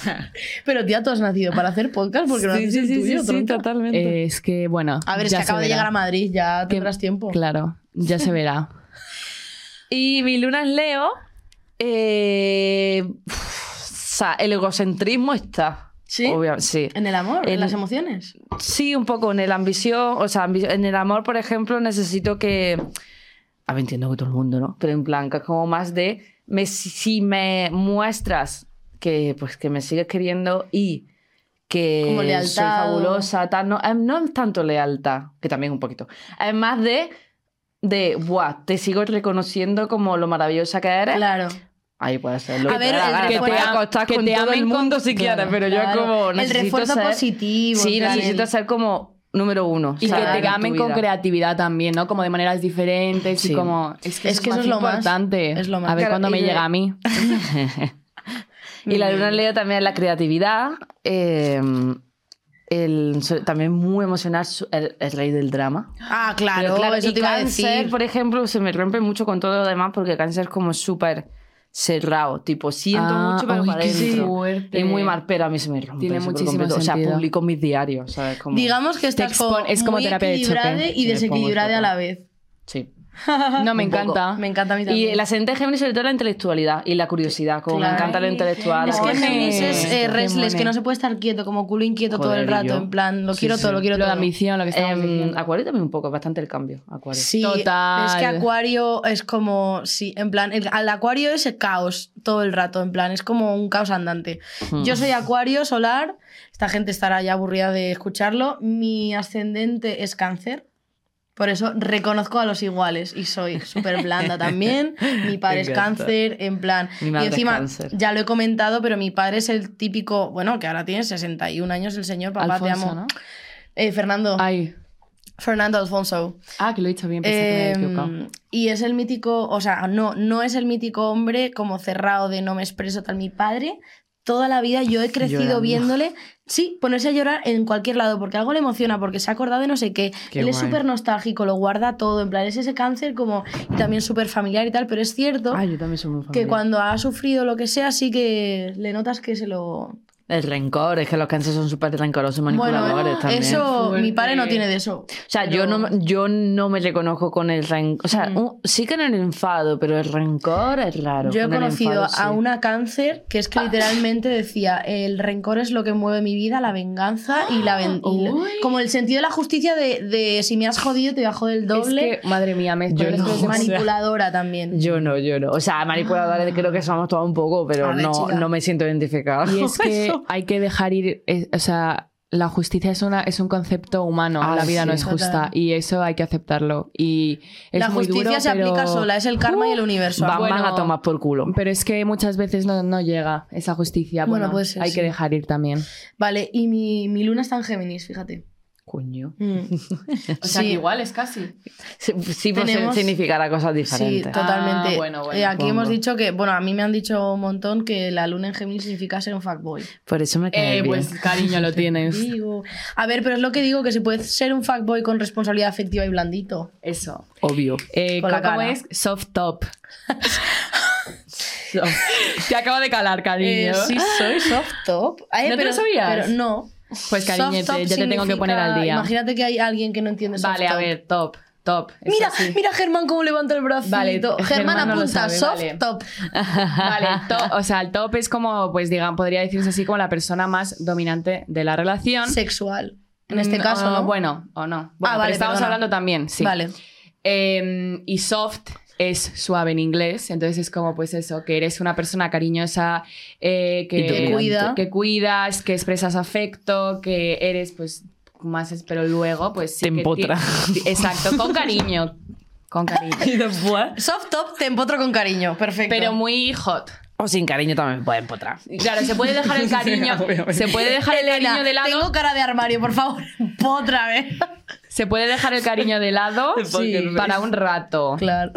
C: Pero tía, tú has nacido para hacer podcast porque no
E: Sí,
C: haces
E: sí,
C: el
E: sí,
C: tuyo,
E: sí, sí,
C: tronca.
E: totalmente.
D: eh, es que, bueno.
C: A ver, es
D: ya
C: que
D: se
C: acabo de
D: verá.
C: llegar a Madrid, ya tendrás tiempo.
D: Claro, ya se verá.
E: Y mi luna es Leo. eh, uf, o sea, el egocentrismo está.
C: ¿Sí?
E: Obvia- sí.
C: En el amor, en
E: En-
C: las emociones.
E: Sí, un poco en el ambición, o sea, ambi- en el amor, por ejemplo, necesito que... A ver, entiendo que todo el mundo, ¿no? Pero en plan, que es como más de, me, si- si me muestras que, pues, que me sigues queriendo y que
C: Como
E: soy
C: lealtad o-
E: fabulosa, tal, no, eh, no es tanto lealtad, que también un poquito, es más de, de, buah, te sigo reconociendo como lo maravillosa que eres.
C: Claro.
E: Ahí puede ser. Lo
C: A
E: que te
C: ver,
E: dé la
C: el
E: gana, te
C: refuerzo-
E: puedes acostar
D: que
E: con
D: te
E: todo
D: amen
E: el
D: con-
E: mundo si quieres,
D: Claro,
E: pero yo
C: Claro.
E: como
C: El
E: necesito
C: refuerzo
E: ser-
C: positivo.
E: Sí,
C: en plan,
E: necesitas
C: el-
E: ser como número uno.
D: Y
E: o sea,
D: que
E: en
D: te
E: tu
D: amen con
E: vida.
D: creatividad también, ¿no? Como de maneras diferentes
E: Sí.
D: y como... Es que,
C: Es que
D: eso es lo más importante.
C: es lo más.
D: A ver
E: Claro,
D: cuándo
E: y
D: me
E: de-
D: llega a mí. Mm.
E: Y la luna en Leo también es la creatividad. eh, el- so- también muy emocional, su- el, el rey del drama.
C: Ah,
E: Pero
C: claro, eso
E: y
C: te iba a
E: cáncer,
C: decir.
E: por ejemplo, se me rompe mucho con todo lo demás porque cáncer es como súper cerrado. Tipo, siento
D: Ah,
E: mucho, pero
D: uy,
E: para
D: qué
E: adentro.
D: fuerte.
E: Y muy mal, pero a mí se me rompe.
D: Tiene
E: eso por
D: muchísimo
E: completo. O sea,
D: sentido.
E: publico mis diarios, ¿sabes? Como-
C: Digamos que
D: Te
C: estás
D: expone-
C: como
D: es como
C: muy
D: terapia de choque.
C: equilibrada
E: Sí,
C: y
E: me pongo
C: desequilibrada a
E: chocada.
C: la vez.
E: Sí.
D: No, me
E: Un poco.
D: encanta.
C: Me encanta a mí
E: Y
C: también.
E: el ascendente de Géminis sobre todo la intelectualidad y la curiosidad, como
C: Claro.
E: me encanta lo intelectual.
C: Es
E: la
C: que
E: cosa.
C: Géminis es
D: Qué
C: eh, restless, que
D: mono.
C: no se puede estar quieto, como culo inquieto todo el
E: Joder, y
C: rato,
E: yo.
C: en plan, lo
E: Sí,
C: quiero
E: sí.
C: todo, lo quiero
D: Lo de
C: todo.
D: ambición, lo que estamos
E: Em,
D: diciendo.
E: Acuario también un poco, bastante el cambio. Acuario.
C: Sí,
D: Total.
C: es que Acuario es como, sí, en plan, el, al Acuario es el caos todo el rato, en plan, es como un caos andante.
E: Hmm.
C: Yo soy Acuario solar, esta gente estará ya aburrida de escucharlo, mi ascendente es cáncer, por eso reconozco a los iguales y soy súper blanda también, mi padre
E: Me
C: es
E: encanta.
C: cáncer, en plan,
E: Mi madre
C: y
E: es
C: encima,
E: cáncer.
C: ya lo he comentado, pero mi padre es el típico, bueno, que ahora tiene 61 años el señor, papá, te
D: Alfonso,
C: amo.
D: ¿no?
C: Eh, Fernando,
D: Ay.
C: Fernando Alfonso.
D: Ah, que lo he dicho bien, pensé que me había
C: Em,
D: equivocado.
C: y es el mítico, o sea, no, no es el mítico hombre como cerrado de no me expreso tal. Mi padre, toda la vida yo he crecido
E: Llorando.
C: viéndole, sí, ponerse a llorar en cualquier lado, porque algo le emociona, porque se ha acordado de no sé qué.
E: Qué
C: Él es
E: guay.
C: súper nostálgico, lo guarda todo, en plan, es ese cáncer como, y también súper familiar y tal, pero es cierto
E: Ay, Ah, yo también soy muy
C: que
E: familiar.
C: cuando ha sufrido lo que sea, sí que le notas que se lo...
E: El rencor, es que los cánceres son súper rencorosos, manipuladores
C: Bueno,
E: también.
C: eso, mi
D: Fuerte.
C: padre no tiene de
E: O
C: eso.
E: sea, yo, no, yo no me reconozco con el rencor. O sea, un- sí que en el enfado, pero el rencor es raro.
C: Yo he
E: En el
C: conocido
E: enfado, sí.
C: a una cáncer que
D: Ah.
C: es que literalmente decía, el rencor es lo que mueve mi vida, la venganza y la ven- y la-
D: Uy.
C: Como el sentido de la justicia de, de si me has jodido te voy a joder el doble.
D: Es que, madre mía, me
E: Yo
D: pones
E: no.
D: tres
C: Es
D: de
C: manipuladora también.
E: Yo no, yo no. O sea, manipuladores creo que somos todos un poco, pero
C: Ah. A ver,
E: no,
C: chica.
E: no me siento identificada.
D: Y es que
E: Eso.
D: hay que dejar ir, es- o sea, la justicia es, una, es un concepto humano,
E: Ah,
D: la vida no
E: sí.
D: es justa
C: Total.
D: y eso hay que aceptarlo. Y es
C: la
D: muy
C: justicia
D: duro,
C: se
D: pero- Uh,
C: aplica sola, es el karma
E: Uh,
C: y el universo.
E: Van
D: Bueno.
E: a tomar por culo.
D: Pero es que muchas veces no, no llega esa justicia.
C: Bueno,
D: Bueno,
C: puede ser,
D: hay
C: sí.
D: que dejar ir también.
C: Vale, y mi, mi luna está en Géminis, fíjate.
E: Coño.
C: O sea, Sí. que
D: igual es casi.
E: Sí, sí, pues,
C: Tenemos-
E: significará cosas
C: Sí,
E: diferentes.
C: totalmente.
D: Ah, bueno, bueno,
C: Eh, aquí hemos
E: supongo.
C: dicho que, bueno, a mí me han dicho un montón que la luna en Géminis significa ser un fuckboy.
E: por eso me cae
D: Eh,
E: bien.
D: pues cariño lo tienes.
C: Digo. A ver, pero es lo que digo, que se puede ser un fuckboy con responsabilidad afectiva y blandito.
D: Eso.
E: Obvio.
D: Eh,
C: Con la
D: ¿Cómo
C: cara.
D: es? Soft top. Te acabo de calar, cariño.
C: Eh, sí, soy soft top. Ay,
D: ¿No te
C: pero-
D: lo sabías?
C: pero no.
D: Pues
C: Soft
D: cariñete,
C: top
D: ya te tengo que poner al
C: significa-
D: día.
C: Imagínate que hay alguien que no entiende soft
D: Vale, a
C: top.
D: ver, top, top. eso
C: Mira,
D: sí.
C: mira Germán cómo levanta el brazo.
D: Vale,
C: Germán,
D: Germán no lo
C: apunta,
D: sabe,
C: soft
D: vale.
C: top.
D: Vale, top, o sea, el top es como, pues digan, podría decirse así como la persona más dominante de la relación.
C: Sexual. En este
D: ¿Ah? Mm,
C: caso,
D: o-
C: ¿no? Ah,
D: Bueno, o no. Bueno,
C: vale,
D: pero estamos
C: perdona.
D: hablando también, sí.
C: Vale.
D: Eh, y soft es suave en inglés, entonces es como pues eso, que eres una persona cariñosa, eh, que,
E: Y dominante.
C: Que cuida.
D: que cuidas, que expresas afecto, que eres pues más, es- pero luego pues sí
E: Te
D: que ti-
E: empotra.
D: Exacto, con cariño, con cariño.
E: Y después-
C: Soft top, te empotro con cariño. Perfecto.
D: Pero muy hot.
E: O sin cariño también pueden empotrar.
D: Claro, se puede dejar el cariño, se puede dejar el
C: Elena,
D: cariño de lado,
C: tengo cara de armario, por favor. ¿eh? Otra vez.
D: se puede dejar el cariño de lado
E: poker
D: sí, para un rato.
C: Claro.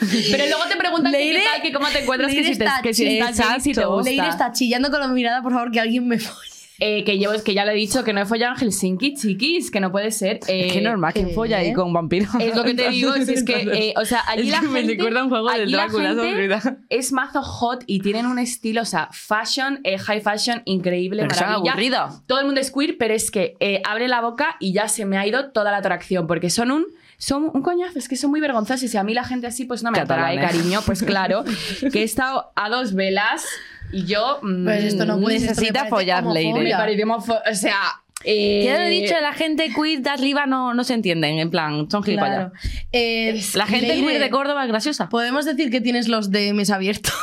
D: Pero luego te preguntan que
C: Leire-
D: qué tal, que cómo te encuentras, que
C: Leire
D: si, te,
C: está
D: que si
C: chi-
D: estás bien y si te
C: Exacto.
D: gusta.
C: Leire está chillando con la mirada, por favor, que alguien me folle.
D: Eh, que yo es que ya le he dicho que no he follado en Helsinki, chiquis, que no puede ser.
E: es
D: Eh,
E: que normal,
C: ¿qué?
E: ¿quién folla ahí con vampiros?
D: Es lo que te digo, es, es que, eh, o sea, allí
E: Es
D: la
E: que me
D: gente...
E: recuerda a un juego del
D: allí la
E: Drácula,
D: gente
E: es verdad.
D: es mazo hot y tienen un estilo, o sea, fashion, eh, high fashion, increíble,
E: Pero son
D: maravilla.
E: aburridos.
D: Todo el mundo es queer, pero es que eh, abre la boca y ya se me ha ido toda la atracción, porque son un... Son un coñazo, es que son muy vergonzosos y si a mí la gente así pues no me atrae,
E: Catalanes.
D: cariño, pues claro, que he estado a dos velas y yo...
C: Pues
D: mm,
C: esto no puede ser, esto me
E: necesita
C: parece
E: follar, Leire.
D: me
C: homofobia.
D: pareció mofo- o sea... eh,
E: Oh, Ya lo he dicho, la gente queer de arriba no, no se entienden, en plan, son gilipollas.
C: Claro. Eh,
E: La gente
C: Leire,
E: queer de Córdoba es graciosa.
C: Podemos decir que tienes los DMs abiertos.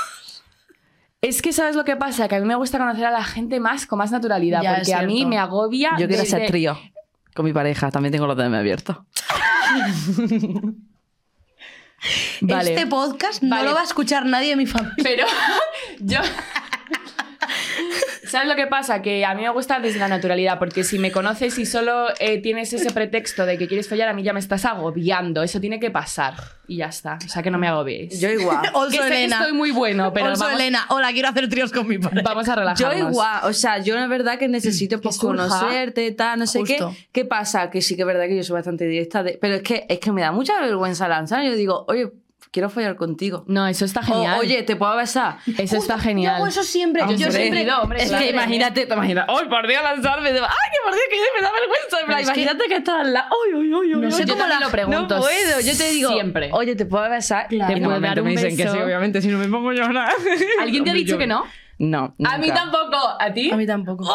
D: Es que sabes lo que pasa, que a mí me gusta conocer a la gente más con más naturalidad,
C: Ya, es
D: porque a mí
C: cierto.
D: me agobia.
E: Yo quiero
D: desde-
E: ser trío con mi pareja, también tengo los DM abiertos.
D: Vale.
C: Este podcast no
D: Vale.
C: lo va a escuchar nadie de mi familia.
D: Pero yo. ¿Sabes lo que pasa? Que a mí me gusta desde la naturalidad, porque si me conoces y solo eh, tienes ese pretexto de que quieres follar, a mí ya me estás agobiando. Eso tiene que pasar. Y ya está. O sea, que no me agobiéis.
E: Yo igual.
D: Que
C: Olso
D: sé que
C: Elena.
D: estoy muy bueno, pero
C: Olso
D: vamos,
C: Elena. Hola, quiero hacer tríos con mi pareja.
D: vamos a
E: Yo
D: relajarnos.
E: igual, o sea, yo la verdad que necesito pues,
D: surja.
E: conocerte, tal, no sé
C: Justo.
E: qué. ¿Qué pasa? Que sí que es verdad que yo soy bastante directa, de- pero es que, es que me da mucha vergüenza lanzar. Yo digo, oye, quiero follar contigo.
D: No, eso está
E: O,
D: genial.
E: oye, ¿te puedo besar?
D: eso está
B: Yo
D: genial.
B: hago eso siempre.
D: Hombre.
B: Yo siempre.
D: No, hombre,
E: es
D: claro.
E: que imagínate, te imaginas, ¡ay, por Dios, lanzarme! Y digo,
D: "Ah,
E: ¡Ay, que por Dios, que me da vergüenza! En plan,
C: es que-
E: imagínate que, estás al lado, ¡ay, ay, ay! ay,
D: No sé
E: ay,
D: cómo
E: yo
D: la-
E: también
D: pregunto
E: No puedo, yo te digo,
D: siempre.
E: oye, ¿te puedo besar?
D: Claro.
E: Y
D: ¿Te puedo
E: normalmente
D: dar un
E: me dicen que sí,
D: beso?
E: obviamente, si no me pongo a llorar.
D: ¿Alguien te ha
E: Hombre,
D: dicho
E: yo-
D: que no?
E: No,
D: A mí
E: nunca.
D: tampoco. ¿A ti?
C: A mí tampoco.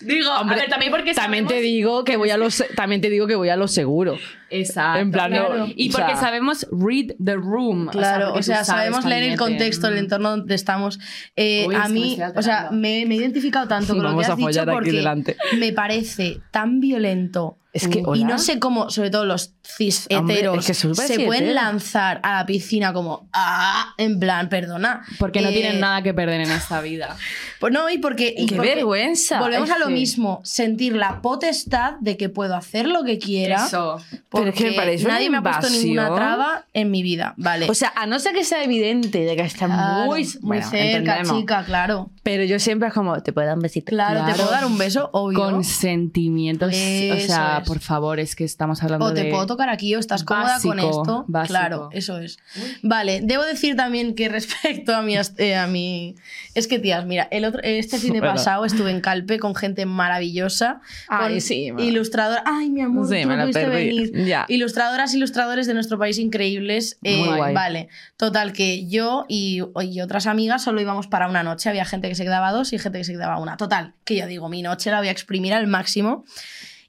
D: Digo, a ver, también porque
E: También te
D: sabemos-
E: digo que voy a lo se- también te digo que voy a lo seguro.
D: Exacto.
E: En plan, no,
D: claro. y
E: o
D: porque
E: sea-
D: sabemos read the room.
C: Claro,
D: porque
C: o sea,
D: tú sabes mm,
C: sabemos leer el
D: cuando te-
C: contexto, el entorno donde estamos. Eh,
D: Uy, es
C: a
D: que me
C: mí,
D: estoy
C: o sea,
D: alterando.
C: me, me he identificado tanto con
E: Vamos
C: lo
E: a
C: que has dicho
E: follar aquí
C: porque
E: delante.
C: me parece tan violento.
E: Es que,
C: y
E: hola.
C: no sé cómo, sobre todo los cis
E: Hombre,
C: heteros,
E: es que súper
C: se pueden
E: hetero.
C: lanzar a la piscina como, ah, en plan, perdona.
D: Porque no
C: Eh,
D: tienen nada que perder en esta vida.
C: Pues no, y porque. y
E: ¡Qué
C: porque
E: vergüenza!
C: Volvemos
E: Es
C: a lo
E: que-
C: mismo, sentir la potestad de que puedo hacer lo que quiera.
D: Eso.
E: Pero es que me
C: porque
E: parece una
C: nadie me ha puesto ninguna
E: invasión.
C: traba en mi vida, ¿vale?
E: O sea, a no ser que sea evidente de que está
C: Claro,
E: muy,
C: muy
E: bueno,
C: cerca,
E: entendemos.
C: chica, claro.
E: Pero yo siempre es como, te puedo dar un besito.
C: Claro, te
D: Claro.
C: puedo dar un beso, obvio.
D: Consentimientos. o
C: Eso
D: sea,
C: es.
D: por favor, es que estamos hablando
C: O
D: de.
C: te puedo tocar aquí, o estás cómoda con
D: Básico,
C: esto.
D: básico.
C: Claro, eso es. Vale, debo decir también que respecto a mi. ast- eh, a mi... Es que, tías, mira, el otro, este fin de
E: Verdad.
C: pasado estuve en Calpe con gente maravillosa.
E: Ay,
C: con
E: sí, me-
C: ilustradora. Ay, mi amor,
E: Sí,
C: tú
E: me
C: no
E: la
C: pudiste
E: perdí.
C: venir.
E: Ya.
C: Ilustradoras, ilustradores de nuestro país increíbles. eh,
E: Muy guay.
C: Vale, total, que yo y, y otras amigas solo íbamos para una noche. Había gente que se quedaba dos y gente que se quedaba una. Total, que yo digo, mi noche la voy a exprimir al máximo.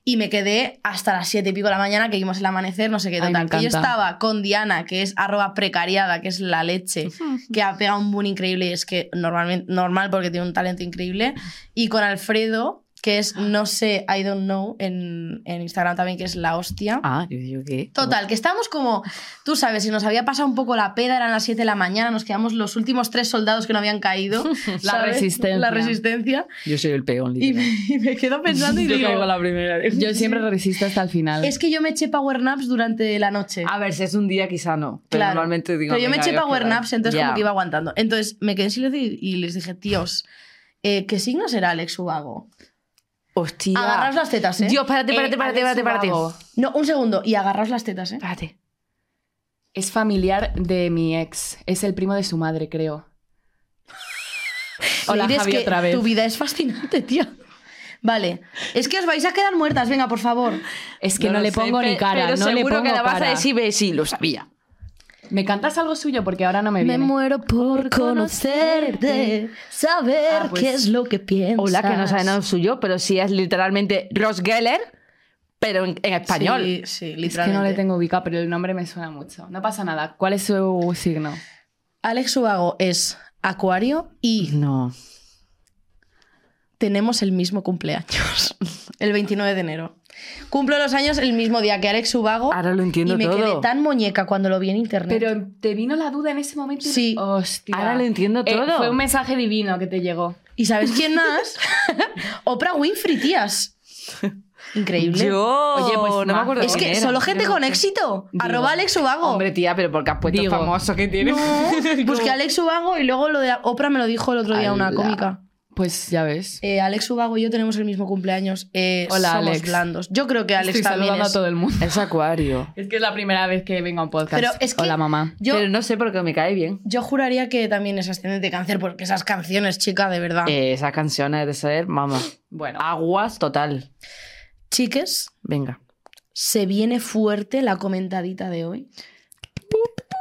C: Y me quedé hasta las siete y pico de la mañana que vimos el amanecer, no sé qué.
D: Ay, me
C: Total, que yo
D: encanta.
C: estaba con Diana, que es arroba precariada, que es la leche, que ha pegado un boom increíble y es que normalmente, normal porque tiene un talento increíble. Y con Alfredo, que es no sé, I don't know, en, en Instagram también, que es la hostia.
E: Ah, yo digo que...
C: Total, que estábamos como, tú sabes, si nos había pasado un poco la peda, eran las 7 de la mañana, nos quedamos los últimos tres soldados que no habían caído.
D: La
C: ¿sabes?
D: resistencia.
C: La resistencia.
E: Yo soy el peón,
C: Y me,
E: literal.
C: y me quedo pensando y
E: yo
C: digo,
E: caigo la primera.
D: Yo siempre resisto hasta el final.
C: es que yo me eché power naps durante la noche.
E: A ver, si es un día quizá no. Pero
C: Claro.
E: normalmente Ah, digo...
C: Pero yo me
E: venga,
C: eché
E: Dios,
C: power
E: que
C: naps,
E: vaya.
C: entonces como
E: Ya.
C: que iba aguantando. Entonces me quedé en silencio y, y les dije, tíos, eh, ¿qué signo será Alex Ubago?
E: Hostia.
C: Agarraos las tetas, ¿eh?
E: Dios, párate,
D: Eh,
E: párate, párate,
D: Alex
E: párate, párate.
D: Ubago.
C: No, un segundo, y agarraos las tetas, ¿eh?
E: Párate.
D: Es familiar de mi ex. Es el primo de su madre, creo. Hola,
C: Leire, es
D: Javi,
C: que
D: otra vez.
C: Tu vida es fascinante, tía. Vale, es que os vais a quedar muertas, venga, por favor.
D: Es que no,
E: lo
D: le
E: sé,
D: pongo ni
E: pe-
D: cara.
E: Pero
D: no le
E: seguro
D: pongo
E: que la vas
D: cara.
E: a decir, ve, sí, lo sabía.
D: ¿Me cantas algo suyo? Porque ahora no me viene.
C: muero por
D: conocerte,
C: saber
D: Ah, pues- qué es
C: lo que piensas.
E: Hola, que no sabe nada suyo, pero sí es literalmente Ross Geller, pero en, en español.
C: Sí, sí,
D: es que no
C: literalmente.
D: le tengo ubicado, pero el nombre me suena mucho. No pasa nada. ¿Cuál es su signo?
C: Alex Ubago es acuario y
E: No.
C: tenemos el mismo cumpleaños, el 29 de enero. Cumplo los años el mismo día que Alex Ubago.
E: Ahora lo entiendo
C: y me quedé
E: todo.
C: tan muñeca cuando lo vi en internet.
D: Pero te vino la duda en ese momento. y-
C: Sí.
D: Hostia.
E: Ahora lo entiendo
D: Eh,
E: todo.
D: fue un mensaje divino que te llegó.
C: ¿Y sabes quién más? Oprah Winfrey, tías. Increíble.
E: Yo,
D: Oye, pues,
E: no me
D: ma,
E: acuerdo.
C: es que
E: quién era.
C: solo gente con éxito.
E: Digo,
C: Arroba Alex Ubago.
E: Hombre, tía, pero porque has puesto
D: Digo.
E: famoso que tiene.
C: No, busqué a Alex Ubago y luego lo de Oprah me lo dijo el otro día una
E: Ala.
C: cómica.
D: Pues ya ves.
C: Eh, Alex Ubago y yo tenemos el mismo cumpleaños. Eh,
D: Hola,
C: somos
D: Alex.
C: blandos. Yo creo que Alex
D: Estoy
C: también
D: saludando
C: es.
D: a todo el mundo.
E: Es acuario.
D: Es que es la primera vez que vengo a un podcast.
C: Pero es que-
D: Hola, mamá.
C: Yo,
E: Pero no sé por qué me cae bien.
C: yo juraría que también es ascendente cáncer porque esas canciones, chica, de verdad.
E: Eh, esas canciones de ser, vamos,
D: Bueno.
E: aguas total.
C: Chiques,
E: Venga.
C: se viene fuerte la comentadita de hoy.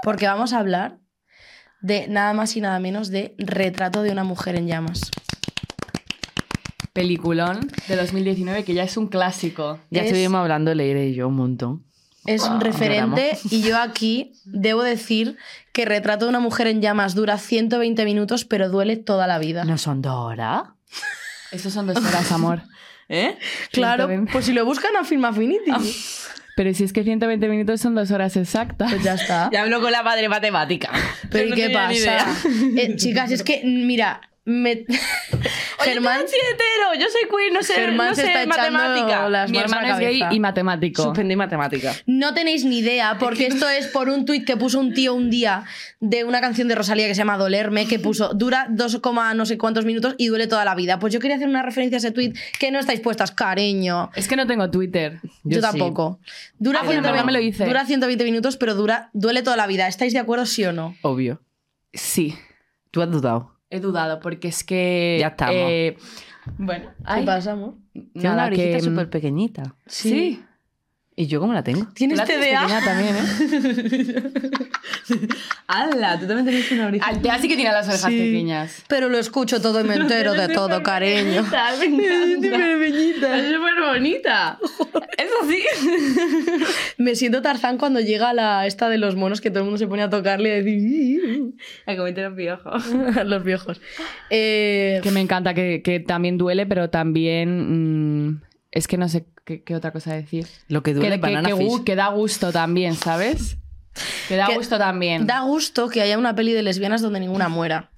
C: Porque vamos a hablar de nada más y nada menos de retrato de una mujer en llamas.
D: Peliculón de 2019 que ya es un clásico.
E: Ya
C: Es-
E: estuvimos hablando Leire y yo un montón.
C: Es un referente
E: lloramos.
C: y yo aquí debo decir que Retrato de una mujer en llamas dura 120 minutos, pero duele toda la vida.
E: ¿No son dos horas?
D: Estos son dos horas, amor.
E: ¿Eh?
C: claro,
D: 120.
C: pues si lo buscan a Film Affinity,
E: Ah.
D: Pero si es que 120 minutos son dos horas exactas.
C: pues ya está.
E: Ya hablo con la madre matemática.
C: pero
E: Yo
C: ¿y
E: no
C: qué
E: tenía ni idea.
C: pasa? Eh, chicas, es que, mira, me-
E: Oye,
C: Germán,
E: tú eres hetero, yo soy queer, no sé,
C: Germán
E: no
C: se
E: sé
C: está echando
E: matemática.
C: las
D: Mi
C: manos a la
D: hermano es gay
C: cabeza.
D: y matemático.
E: Suspendí matemática.
C: no tenéis ni idea, porque esto es por un tuit que puso un tío un día de una canción de Rosalía que se llama Dolerme, que puso dura 2, no sé cuántos minutos y duele toda la vida. Pues yo quería hacer una referencia a ese tuit que no estáis puestas, cariño.
D: Es que no tengo Twitter.
C: Yo,
E: Yo sí.
C: tampoco. Dura,
D: Ah, bueno, no me lo hice.
C: dura 120 minutos, pero dura, duele toda la vida. ¿Estáis de acuerdo, sí o no?
E: Obvio.
D: Sí,
E: Tú has dudado.
D: he dudado porque es que...
E: Ya estamos.
D: eh, bueno, ay,
C: pasa, amor?
E: Tiene una
D: nada que- mm,
E: orejita súper pequeñita.
D: Sí.
E: mm,
D: este
E: ¿Y yo cómo la tengo?
C: ¿Tienes
D: La tienes
C: TDA?
D: pequeña también, ¿eh?
E: ¡Hala! Tú también tenés una orejita.
D: Al TDA sí que tiene las orejas
C: Sí.
D: pequeñas.
C: Pero lo escucho todo y me entero de todo, cariño.
E: me encanta. Es súper bonita. Es así.
C: Me siento Tarzán cuando llega la esta de los monos que todo el mundo se pone a tocarle y a decir
E: A cometer un piojo.
C: "Ih". los viejos. Eh,
D: Que me encanta, que, que también duele, pero también... mm, es que no sé qué, qué otra cosa decir.
E: Lo que
D: Que,
E: duele
D: que-
E: banana
D: que
E: fish.
D: gu- que da gusto también, ¿sabes? Que da
C: Que
D: gusto también.
C: da gusto que haya una peli de lesbianas donde ninguna muera.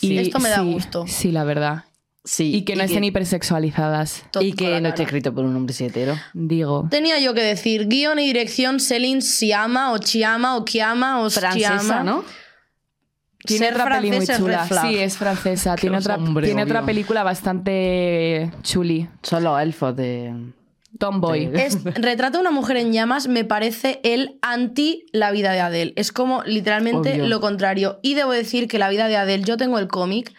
D: Y
C: Esto me da gusto.
D: Sí, la verdad.
E: Sí.
D: Y que no estén hipersexualizadas.
C: Todo
E: y
C: la
E: que no esté
C: cara.
E: escrito por un hombre hetero.
D: Digo.
C: Tenía yo que decir guión y dirección Selin Siama o Chiama o Kiama o
E: Francesa,
C: Siama.
E: ¿no?
D: Tiene
C: Ser
D: otra peli muy
C: francesa es red
D: chula.
C: flag.
D: Sí, es francesa. Tiene,
E: os-
D: otra,
E: hombre,
D: tiene
E: obvio.
D: otra película bastante chuli.
E: Son los elfos de...
D: Tomboy.
E: De-
C: Es, retrata a una mujer en llamas me parece el anti la vida de Adele. Es como literalmente
E: Obvio.
C: lo contrario. Y debo decir que la vida de Adele, yo tengo el cómic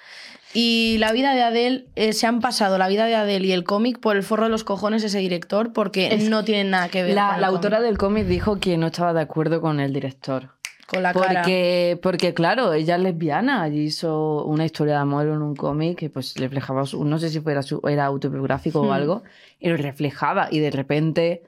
C: y la vida de Adele, eh, se han pasado la vida de Adele y el cómic por el forro de los cojones ese director porque no tienen nada que ver con,
E: La,
C: el
E: la
C: cómic.
E: autora del cómic dijo que no estaba de acuerdo con el director.
C: con la cara.
E: Porque, porque, claro, ella es lesbiana y hizo una historia de amor en un cómic que pues reflejaba, su- no sé si fuera su- era autobiográfico
C: Hmm.
E: o algo, y lo reflejaba. Y de repente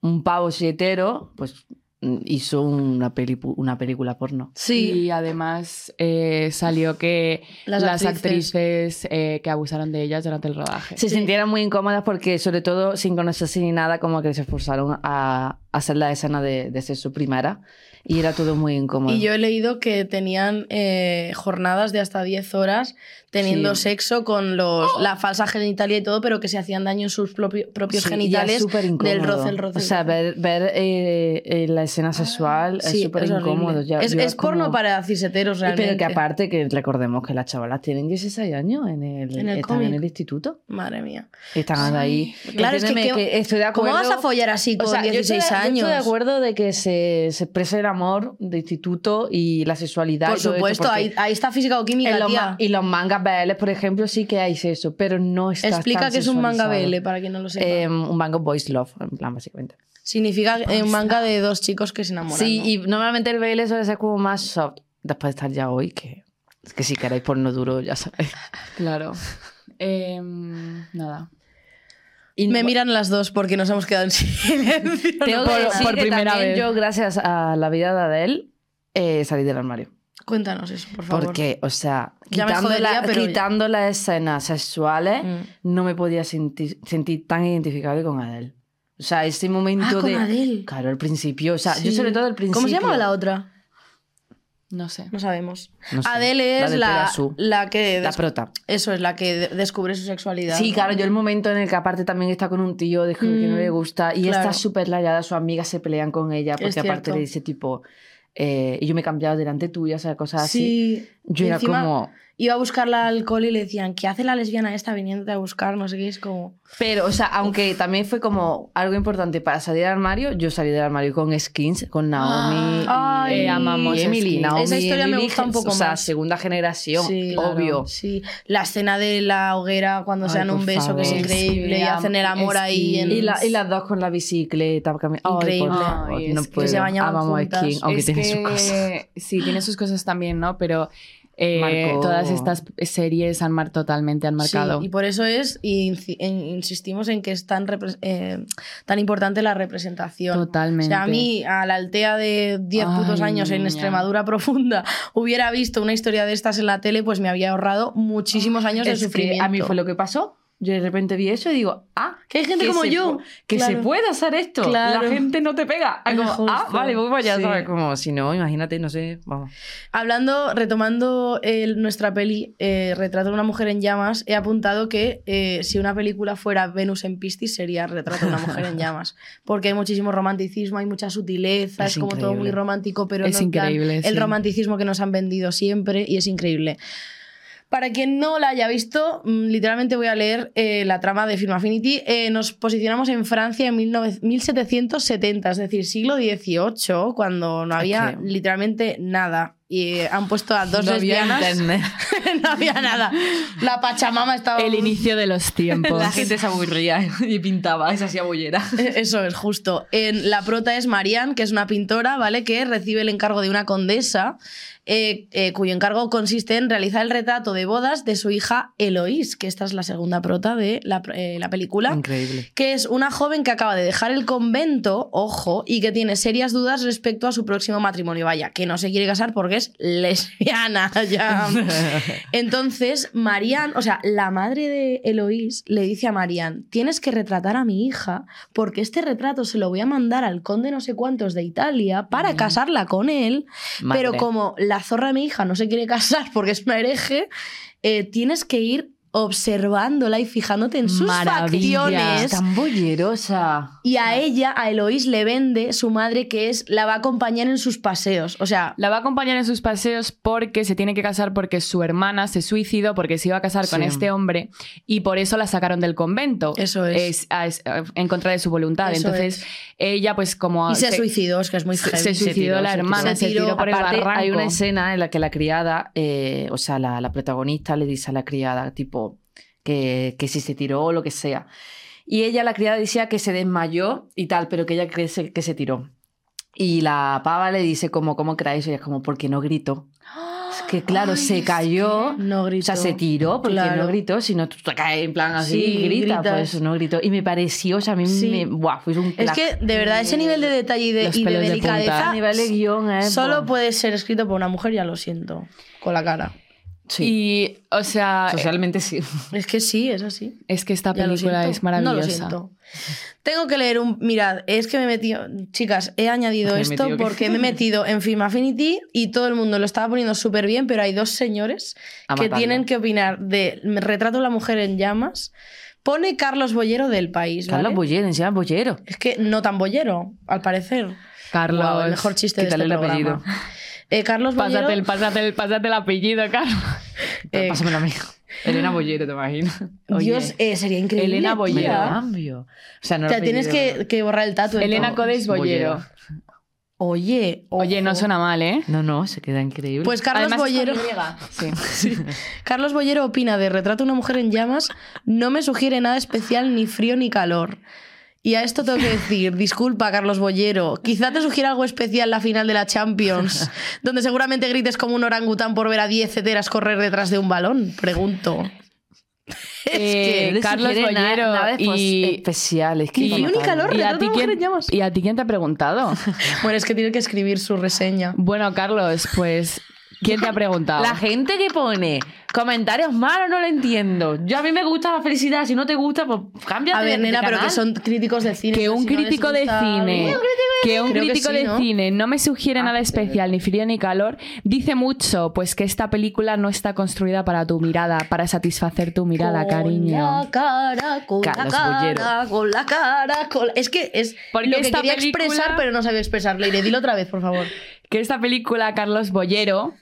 E: un pavo sietero pues mm, hizo una, peli, una película porno.
C: Sí,
D: Y además eh, salió que
C: Las
D: las,
C: actrices.
D: actrices, eh, que abusaron de ellas durante el rodaje.
E: Se sintieron muy incómodas porque, sobre todo, sin conocerse ni nada, como que se esforzaron a hacer la escena de, de ser su primera. Y era todo muy incómodo.
C: y yo he leído que tenían eh, jornadas de hasta 10 horas teniendo
E: Sí. ¡Oh!
C: sexo con los, la falsa genitalia y todo, pero que se hacían daño en sus propi-
E: Sí, y
C: propios
E: es
C: genitales
E: súper
C: del
E: incómodo.
C: roce, el roce.
E: O sea,
C: el roce. Ah,
E: ver, ver, eh, eh, la escena sexual es
C: Sí,
E: súper
C: horrible.
E: incómodo. Ya-
C: es
E: yo
C: es
E: como-
C: porno para ciseteros
E: Y
C: realmente.
E: Pero que aparte, que recordemos que las chavalas tienen 16 años en el,
C: En el
E: están
C: cómic.
E: en el instituto.
C: Madre mía.
E: y Están ahí.
C: Claro, es que
E: Entiéndeme
C: qué-
E: estoy de
C: ¿Cómo
E: acuerdo.
C: vas a follar así con
E: Ah, O sea, yo estoy de-
C: 16 años?
E: Yo estoy de acuerdo de que se, se exprese el amor de instituto y la sexualidad.
C: Por
E: y todo esto,
C: supuesto,
E: porque
C: ahí, ahí está física o
E: en
C: química,
E: los
C: tía.
E: ma- y los mangas BL, por ejemplo, sí que hay eso, pero no está
C: Explica
E: tan
C: que es un manga BL,
E: sexualizado.
C: para quien no lo sepa.
E: Eh, un manga boys love, en plan, básicamente.
C: Significa eh, un manga de dos chicos que se enamoran.
E: Sí,
C: ¿no?
E: y normalmente el baile suele ser como más soft. Después de estar ya hoy, que, que si queréis porno duro, ya sabéis.
D: Claro. Em, nada.
E: Y
C: Me
E: bueno,
C: miran las dos porque nos hemos quedado en silencio.
E: tengo que
D: por-
E: decir
D: por
E: que
D: primera
E: también
D: vez.
E: yo, gracias a la vida de Adele, eh, salí del armario.
C: Cuéntanos eso, por favor.
E: Porque, o sea,
C: Ya me
E: quitando,
C: jodería,
E: la-
C: pero-
E: quitando las escenas sexuales,
C: Mm.
E: no me podía sentir, sentir tan identificado con Adele. O sea, ese momento de...
C: Ah, Adele.
E: Claro, al principio, o sea, yo
C: Sí.
E: sobre todo al principio...
C: ¿Cómo se llamaba la otra?
D: No sé.
C: No sabemos.
E: No sé,
C: Adele es
E: de
C: la,
E: Pegasus,
C: la que...
E: la
C: des-
E: prota.
C: Eso es la que de- descubre su sexualidad.
E: Sí,
C: ¿no?
E: claro, yo el momento en el que aparte también está con un tío de que no
C: Mm,
E: le gusta y
C: claro.
E: está súper rayada, sus amigas se pelean con ella porque aparte
C: cierto.
E: le dice tipo, eh, y yo me he cambiado delante tuya, o sea, cosas así.
C: Sí.
E: Yo
C: Y
E: era
C: encima
E: como...
C: Iba a buscarla al alcohol y le decían, ¿qué hace la lesbiana esta viniéndote a buscar? No sé qué, es como...
E: Pero, o sea, aunque también fue como algo importante para salir del armario, yo salí del armario con Skins, con Naomi.
C: Ah,
E: y eh,
C: ay,
E: amamos Emily,
C: Skins.
E: Naomi,
C: Esa historia me
E: Emily,
C: gusta un poco
E: O sea,
C: más.
E: segunda generación,
C: Sí, claro.
E: obvio.
C: Sí, la escena de la hoguera cuando se
E: Ay,
C: dan
E: por
C: un beso que es
E: favor.
C: increíble
D: Sí,
C: y
D: am-
C: hacen el amor
D: es
C: ahí.
D: que-
C: En...
E: Y, la- y las dos con la bicicleta. cami- Ay, por
C: Increíble.
E: favor,
D: Ay,
E: no
D: es que
E: puedo.
C: se bañaban
E: Amamos a
C: juntas.
E: Skins, aunque
D: Es
E: tiene
D: que-
E: sus cosas.
D: Sí, tiene sus cosas también, ¿no? Pero eh,
E: Marcó.
D: todas estas series han mar totalmente han
C: Sí,
D: marcado.
C: y por eso es, y inci- en- insistimos en que es tan, repre- eh, tan importante la representación.
D: Totalmente.
C: O sea, a mí, a la altea de 10
D: Ay,
C: putos años en
D: niña.
C: Extremadura profunda, hubiera visto una historia de estas en la tele, pues me había ahorrado muchísimos años de
E: Es que
C: sufrimiento.
E: a mí fue lo que pasó. Yo de repente vi eso y digo, ah,
C: Que hay gente como
E: se
C: yo.
E: pu- Que
C: Claro.
E: se puede hacer esto.
C: Claro.
E: La gente no te pega. Ah,
C: Es
E: como, ah,
C: justo.
E: vale, voy para allá,
C: Sí.
E: ¿sabes? Como si no, imagínate, no sé, vamos.
C: Hablando, retomando el- nuestra peli, eh, Retrato de una mujer en llamas, he apuntado que eh, si una película fuera Venus en Piscis sería Retrato de una mujer en llamas. Porque hay muchísimo romanticismo, hay mucha sutileza, es,
E: Es
C: como todo muy
E: increíble.
C: romántico, pero
D: Es
C: no en plan
D: increíble,
C: el
D: sí.
C: romanticismo que nos han vendido siempre y es increíble. Para quien no la haya visto, mm, literalmente voy a leer eh, la trama de Film Affinity. Eh, nos posicionamos en Francia en 19- 1770, es decir, siglo XVIII, cuando no había
E: que-
C: literalmente nada. Y eh, han puesto a dos
E: No había
C: lesbianas.
E: internet.
C: no había nada. La Pachamama estaba.
D: El inicio de los tiempos.
E: La gente se aburría y pintaba, y se hacía bollera.
C: Eh, Eso es justo. En, la prota es Marianne, que es una pintora, ¿vale? Que recibe el encargo de una condesa, eh, eh, cuyo encargo consiste en realizar el retrato de bodas de su hija Eloís, que esta es la segunda prota de la, pr- eh, la película.
E: Increíble.
C: que es una joven que acaba de dejar el convento, ojo, y que tiene serias dudas respecto a su próximo matrimonio. Vaya, que no se quiere casar porque es lesbiana ya. Entonces, Marianne, o sea, la madre de Eloís le dice a Marianne, tienes que retratar a mi hija porque este retrato se lo voy a mandar al conde no sé cuántos de Italia para casarla con él,
E: Madre.
C: pero como la zorra de mi hija no se quiere casar porque es una hereje, eh, tienes que ir observándola y fijándote en sus
D: Maravilla.
C: facciones.
E: Ah, Tan bollerosa.
C: Y a ella, a Eloís, le vende su madre que es la va a acompañar en sus paseos. O sea,
D: La va a acompañar en sus paseos porque se tiene que casar porque su hermana se suicidó porque se iba a casar con
E: Sí.
D: este hombre y por eso la sacaron del convento.
C: Eso es.
D: a- es- a- en contra de su voluntad.
C: Eso
D: Entonces ella pues como...
C: y se, suicidó, es que es muy
D: se-
C: heavy.
D: se suicidó
E: tiró,
D: la
E: se
D: hermana,
C: tiró. Se
D: se tiró
C: tiró.
D: por el
E: Aparte,
D: barranco.
E: hay una escena en la que la criada, eh, o sea, la, la protagonista le dice a la criada, tipo, que, que si se tiró o lo que sea. Y ella, la criada, decía que se desmayó y tal, pero que ella cree se- que se tiró. Y la pava le dice como, ¿cómo creáis? Y ella es como, porque no gritó. Es que claro,
C: Ay,
E: se
C: es
E: cayó.
C: No gritó.
E: O sea, se tiró porque
C: Claro.
E: no gritó, sino tú te caes en plan así
C: Sí,
E: y grita,
C: gritas.
E: pues no gritó. Y me pareció, o sea, a mí
C: Sí.
E: me. ¡Buah! Fue un
C: Es
E: clac.
C: que, de verdad, ese nivel de detalle y de,
D: eh, Los
C: y de
D: pelos de punta.
C: delicadeza
E: a nivel de guión, eh,
C: solo
E: buah.
C: puede ser escrito por una mujer, ya lo siento, con la cara.
E: Sí.
D: Y, o sea,
E: Socialmente sí.
C: Es que sí, es así.
D: es que esta
C: Ya lo
D: película
C: siento.
D: es maravillosa.
C: No lo siento. Tengo que leer un. Mirad, es que me he metido. Chicas, he añadido
E: Me he
C: esto
E: metido que-
C: porque me he metido en Film Affinity y todo el mundo lo estaba poniendo súper bien, pero hay dos señores
E: A
C: que
E: matarlo.
C: tienen que opinar de Retrato de la mujer en llamas. Pone Carlos Bollero del país. ¿vale?
E: Carlos Bollero, encima Bollero.
C: Es que no tan bollero, al parecer.
D: Carlos,
C: Guau, el mejor chiste de este
E: quítale el
C: programa. Eh, Carlos Bollero.
D: pásate, el, pásate, el, pásate el apellido, Carlos.
C: Eh,
E: Pásamelo a mí. Elena Bollero, te imaginas.
C: Dios, eh, sería increíble.
D: Elena
C: tío.
E: me lo
D: Bollera.
E: cambio. O sea, no
C: O
E: lo
C: sea, tienes
E: apellido.
C: que, que borrar el tatu.
D: Elena
C: entonces.
D: Codes Bollero.
C: Oye,
D: Oye, no
C: ojo.
D: suena mal, ¿eh?
E: No, no, se queda increíble.
C: Pues Carlos
D: Además,
C: Bollero.
D: es con Y. Sí.
C: Carlos Bollero opina de Retrato a una mujer en llamas, no me sugiere nada especial, ni frío ni calor. Y a esto tengo que decir, disculpa Carlos Bollero, quizá te sugiera algo especial la final de la Champions, donde seguramente grites como un orangután por ver a 10 ceteras correr detrás de un balón, pregunto.
D: Eh,
E: No le
D: Carlos
E: sugiere na-
D: Bollero
E: nada espe-
D: y-
E: especial. Es que
D: y-
E: está
D: y un
E: matando.
C: calor.
D: ¿Y
C: Retrato
D: a, ti
C: de mujer en
D: quién,
C: llamas.
D: ¿Y a ti quién te ha preguntado?
C: Bueno, es que tiene que escribir su reseña.
D: bueno, Carlos, pues, ¿quién te ha preguntado?
E: La gente que pone comentarios malos no lo entiendo. Yo a mí me gusta la felicidad. Si no te gusta, pues cámbiate.
C: A ver,
E: de
C: nena, pero
E: canal.
C: que son críticos de cine.
D: que
C: o sea,
D: un
C: si no les
D: crítico de
C: gusta-
D: cine que un
C: Creo que
D: crítico
C: sí,
D: de
C: ¿no?
D: cine no me sugiere
E: Ah,
D: nada
E: sí,
D: especial ni frío ni calor dice mucho pues que esta película no está construida para tu mirada para satisfacer tu mirada
C: Con
D: cariño
C: la cara, con
E: Carlos
C: la cara,
E: Bollero.
C: con la cara, con la- Es que es
D: Porque
C: lo que
D: esta
C: quería
D: película-
C: expresar, pero no sabía expresar. Leire, dilo otra vez, por favor.
D: que esta película Carlos Bollero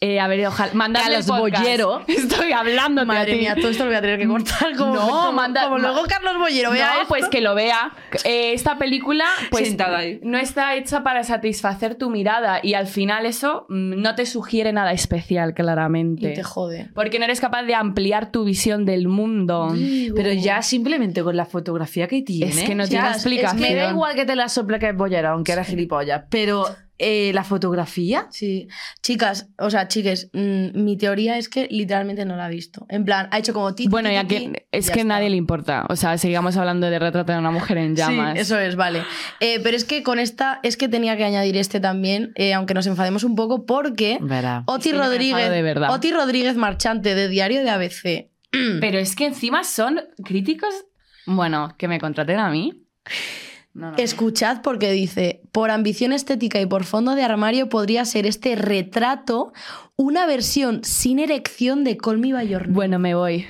D: eh, a ver ojalá mandadle el
E: Carlos
D: podcast.
E: Bollero.
D: estoy hablando
C: Madre mía, todo esto lo voy a tener que cortar. Como,
D: No,
C: como-
D: manda-
C: como luego Carlos Bollero vea
D: no,
C: esto.
D: pues que lo vea. Eh, esta película pues,
E: Sentada ahí.
D: no está hecha para satisfacer tu mirada y al final eso mm, no te sugiere nada especial, claramente.
C: Y te jode.
D: Porque no eres capaz de ampliar tu visión del mundo.
E: Pero ya simplemente con la fotografía que tiene.
D: Es que no
E: ya
D: tiene
C: es- es que
D: explicación.
E: Me da igual que te la sople que es bollera, aunque eres gilipollas. Pero eh, la fotografía.
C: Sí. Chicas, o sea, chiques, mm, mi teoría es que literalmente no la ha visto. En plan, ha hecho como ti. ti,
D: Bueno,
C: ti,
D: ya
C: ti,
D: que
C: y
D: es
C: ya
D: que
C: está.
D: nadie le importa. O sea, sigamos hablando de retratar a una mujer en llamas.
C: Sí, eso es, vale. Eh, pero es que con esta, es que tenía que añadir este también, eh, aunque nos enfademos un poco, porque
E: Verá.
C: Oti
D: que yo me enfado
C: Rodríguez,
D: de verdad.
C: Oti Rodríguez Marchante de Diario de ABC
D: Pero es que encima son críticos.
E: Bueno, que me contraten a mí. No, no.
C: Escuchad porque dice, por ambición estética y por fondo de armario podría ser este retrato una versión sin erección de Call Me By Your Name.
D: Bueno, me voy.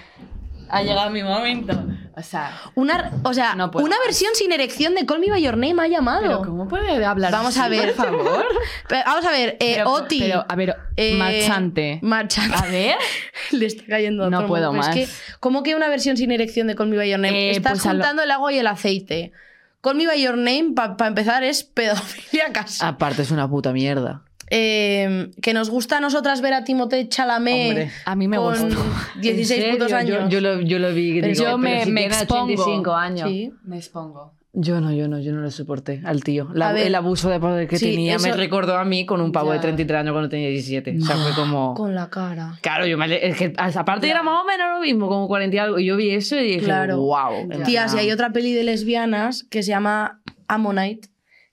E: Ha llegado mi momento. O sea,
C: Una, o sea,
E: No puedo.
C: una versión sin erección de Call Me By Your Name ha
D: Pero
C: llamado.
D: ¿cómo puede hablar?
C: Vamos a
D: así?
C: ver,
E: por favor.
C: Pero vamos a ver, eh,
D: Pero-
C: Oti.
D: Pero, a ver,
C: eh,
D: marchante.
C: Marchante.
D: A ver.
C: Le está cayendo a
E: No
C: todo el
E: puedo
C: mundo. Pero Es
E: más.
C: que, ¿Cómo que una versión sin erección de Call Me By Your Name?
D: Eh,
C: Estás
D: pues a lo-
C: juntando el agua y el aceite. Call Me By Your Name, para empezar, es pedofilia casi.
E: Aparte es una puta mierda.
C: Eh, que nos gusta a nosotras ver a Timothée Chalamet
E: Hombre,
D: a mí me
C: con
D: gustó.
C: 16
E: ¿En
C: putos
E: serio?
C: años.
E: Yo, yo lo, yo lo vi.
D: Pero
E: digo,
D: yo
E: pero
D: me-
E: si
D: me
E: tiene
D: expongo.
E: 85 años.
C: Sí.
D: Me expongo.
E: Yo no, yo no, yo no lo soporté al tío. La-
C: A ver.
E: el abuso de poder que
C: Sí,
E: tenía me
C: eso- Ah,
E: recordó a mí con un pavo de
D: Ya.
E: 33 años cuando tenía 17. O sea, fue como...
C: Con la cara.
E: Claro, yo me... es que aparte era más o menos lo mismo, como 40 y algo. Y yo vi eso y dije,
C: Claro.
E: wow.
C: Tía, si hay otra peli de lesbianas que se llama Ammonite,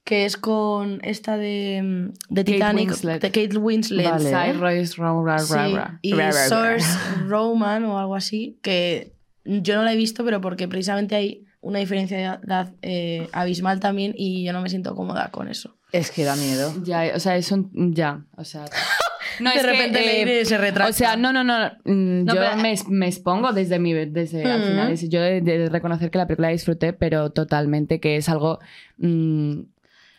C: que es con esta de, mm, de
D: Kate
C: Titanic,
D: Winslet.
C: de Kate Winslet.
E: Vale.
D: Sai Royce, ra, ra, ra,
C: Sí,
D: ra.
C: Y
E: Ra, ra, ra.
C: Source Roman o algo así, que yo no la he visto, pero porque precisamente hay una diferencia de edad eh, abismal también y yo no me siento cómoda con eso.
E: Es que da miedo.
D: Ya, o sea, es un. Ya, o sea. No,
C: de
D: es que,
C: repente
D: eh,
C: Leire se retrata.
D: O sea, no, no, no. mm,
E: No,
D: yo
E: pero-
C: eh,
D: me, me expongo desde mi. Desde al
C: Mm.
D: final. es- Yo he de reconocer que la película la disfruté, pero totalmente que es algo. mm,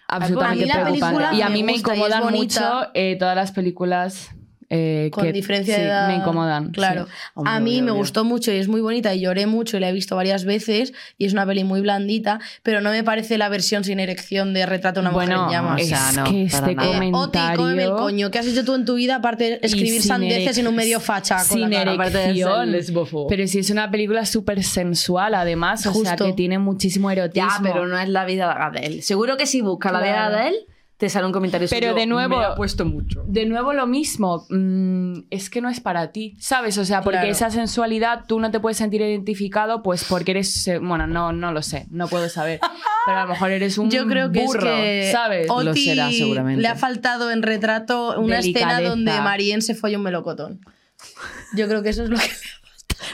D: absolutamente
C: la película
D: preocupante. Y a
C: me
D: mí me,
C: gusta y es
D: incomodan
C: bonita.
D: mucho eh, todas las películas. eh,
C: con
D: que,
C: diferencia
D: sí,
C: de edad.
D: me incomodan.
C: Claro.
D: sí.
E: Hombre,
C: a mí
E: obvio,
C: me
E: obvio.
C: gustó mucho y es muy bonita y lloré mucho y la he visto varias veces y es una peli muy blandita, pero no me parece la versión sin erección de Retrato a una mujer
D: Bueno,
C: en llamas.
E: o
D: es
E: sea, no,
D: que
E: para
D: este
E: nada.
C: Eh, Oti,
D: comentario...
C: cómeme el coño. ¿Qué has hecho tú en tu vida aparte de
D: Y
C: escribir
D: sin
C: sandeces
D: erec-
C: en un medio facha? Con la
D: sin
C: cara?
E: Aparte de ser
D: erección.
E: lesbofo.
D: Pero si es una película súper sensual, además, o sea,
C: Justo.
D: que tiene muchísimo erotismo.
E: Ya, pero no es la vida de Adele. Seguro que si buscas la vida de Adele, te sale un comentario
D: Pero
E: suyo,
D: de nuevo-
E: Me ha puesto mucho.
D: De nuevo lo mismo, mm, es que no es para ti, ¿sabes? O sea, porque
C: Claro.
D: esa sensualidad tú no te puedes sentir identificado, pues porque eres, eh, bueno, no, no lo sé, no puedo saber, pero a lo mejor eres un
C: Yo creo que
D: burro,
C: es que
D: ¿sabes?
C: Oti
E: Lo será, seguramente.
C: le ha faltado en retrato una
D: Delicadeza.
C: escena donde Marien se folla un melocotón. Yo creo que eso es lo que...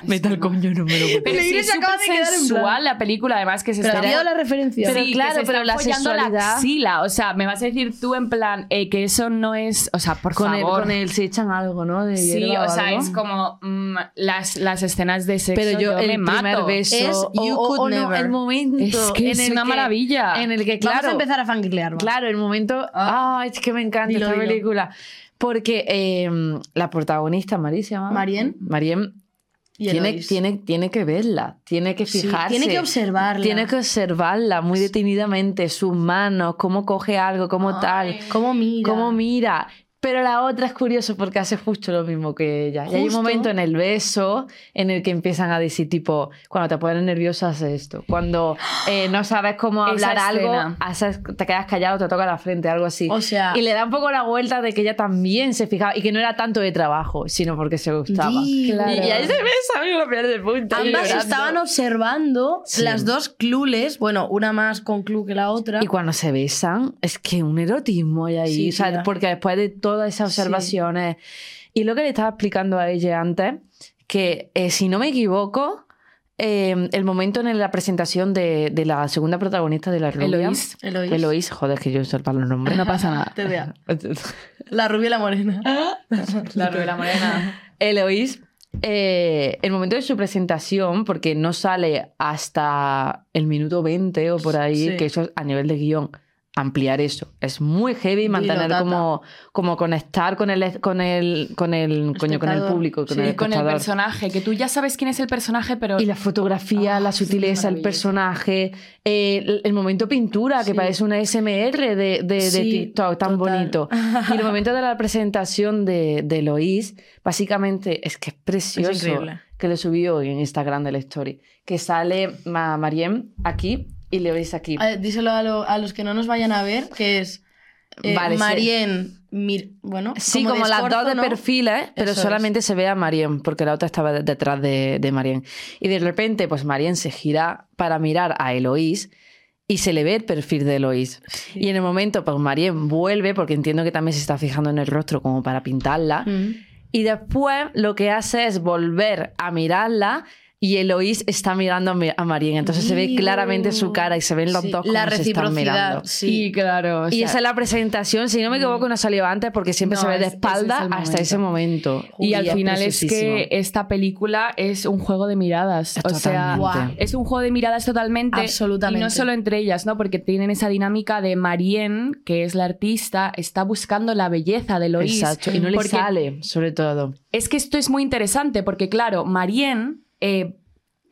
E: Meta el coño, no me lo puedo
D: Pero
C: Le
D: sí,
C: diré,
D: es
C: se acaba
D: súper
C: de quedar en plan.
D: sensual la película, además que se
C: Pero
D: está...
C: ha dado la referencia.
E: Pero
D: Sí, que
E: claro,
D: se
E: pero
D: están
E: la
D: follando
E: sexualidad-
D: la axila. O sea, me vas a decir tú en plan eh, que eso no es. O sea, por
E: Con el,
D: favor.
E: con el se echan algo, ¿no? De
D: sí,
E: hierba
D: o sea,
E: algo.
D: es como mm, las, las escenas de sexo.
E: Pero yo, el
D: me
E: primer
D: mato.
E: beso
C: Es
E: o-
C: You
E: o-
C: Could
E: o no,
C: Never.
E: el momento
D: Es que
E: en
D: es
E: el
D: una
E: que-
D: maravilla.
E: en el que claro,
C: Vamos a empezar a fangirlear. va.
E: claro, el momento, ay, es que me encanta
C: Dilo,
E: esta
C: dilo.
E: película, porque eh, la protagonista Marie se llama
C: Marien.
E: Marien
C: Y
E: tiene,
C: Eloís.
E: tiene, tiene que verla, tiene que
C: Sí,
E: fijarse.
C: tiene que observarla.
E: Tiene que observarla muy detenidamente, sus manos, cómo coge algo, cómo tal,
C: ¿Cómo mira?
E: cómo mira. Pero la otra es curioso porque hace justo lo mismo que ella. Y hay un
C: Justo.
E: momento en el beso en el que empiezan a decir, tipo, cuando te pones nerviosa, haces esto. Cuando eh, no sabes cómo
D: Esa
E: hablar algo,
D: escena.
E: haces- te quedas callado, te toca la frente, algo así.
C: O sea-
E: y le da un poco la vuelta de que ella también se fijaba y que no era tanto de trabajo, sino porque se gustaba.
C: Di-
E: Y,
D: Claro.
E: y ahí se besa, amigo, la pierde el punto. yo
C: Ambas
E: llorando.
C: estaban observando
E: Sí.
C: las dos clules, bueno, una más con clue que la otra.
E: Y cuando se besan, es que un erotismo hay ahí.
C: Sí,
E: o sea,
C: tía.
E: porque después de todas esas
C: Sí.
E: observaciones. Y lo que le estaba explicando a ella antes, que eh, si no me equivoco, eh, el momento en la presentación de, de la segunda protagonista de la rubia.
D: Eloís.
C: Eloís.
E: Eloís, joder, que yo uso el los nombres.
D: No pasa nada.
C: Te vea. La rubia y la morena.
D: La Ruela Morena.
E: Eloís, eh, el momento de su presentación, porque no sale hasta el minuto 20 o por ahí,
C: Sí.
E: que eso es a nivel de guión, ampliar eso. Es muy heavy mantener
C: Tata.
E: como, como conectar con el, con el, con el, coño, con el
C: Espectador.
E: público, con
C: Sí,
E: el
D: Y con el
E: espectador.
D: personaje, que tú ya sabes quién es el personaje, pero.
E: Y la fotografía,
D: Ah,
E: la
D: sí,
E: sutileza, el
D: maravilloso.
E: personaje, eh, el, el momento pintura, que
C: Sí.
E: parece una SMR de, de- de
C: Sí,
E: TikTok tan
C: total.
E: bonito. Y el momento de la presentación de, de Lois, básicamente es que es precioso.
C: Es increíble.
E: que lo subí hoy en Instagram de la story. Que sale Ma Mariem aquí y Lois aquí.
C: A ver, díselo a, lo- a los que no nos vayan a ver, que es eh,
E: Vale, sí.
C: Marien, Mir- bueno,
E: Sí,
C: como,
E: como,
C: de
E: las
C: escorzo,
E: dos de
C: ¿no?
E: perfil, ¿eh? pero
C: Eso
E: solamente se ve a Marien, porque la otra estaba de- detrás de, de Marien. Y de repente, pues Marien se gira para mirar a Eloís y se le ve el perfil de Eloís. Y en el momento, pues Marien vuelve, porque entiendo que también se está fijando en el rostro como para pintarla.
C: Mm.
E: Y después lo que hace es volver a mirarla y Eloís está mirando a Mi- a Marín. Entonces se ve
C: Dios.
E: claramente su cara y se ven los
C: Sí,
E: dos
C: la
E: cómo se están
C: reciprocidad.
E: mirando.
C: Sí,
D: claro. o
E: y
D: sea,
E: esa es la presentación, si no me equivoco, no salió antes porque siempre
D: No,
E: se ve de
D: es- ese es
E: espalda
D: el
E: hasta ese momento.
D: Y al
E: es
D: final es
E: preciosísimo.
D: que esta película es un juego de miradas.
E: Es
D: o sea,
E: totalmente.
D: es un juego de miradas totalmente.
C: Absolutamente.
D: Y no solo entre ellas, ¿no? Porque tienen esa dinámica de Marien, que es la artista, está buscando la belleza de Lois.
E: Exacto, y no le
D: Porque
E: sale, sobre todo.
D: Es que esto es muy interesante, porque claro, Marien eh,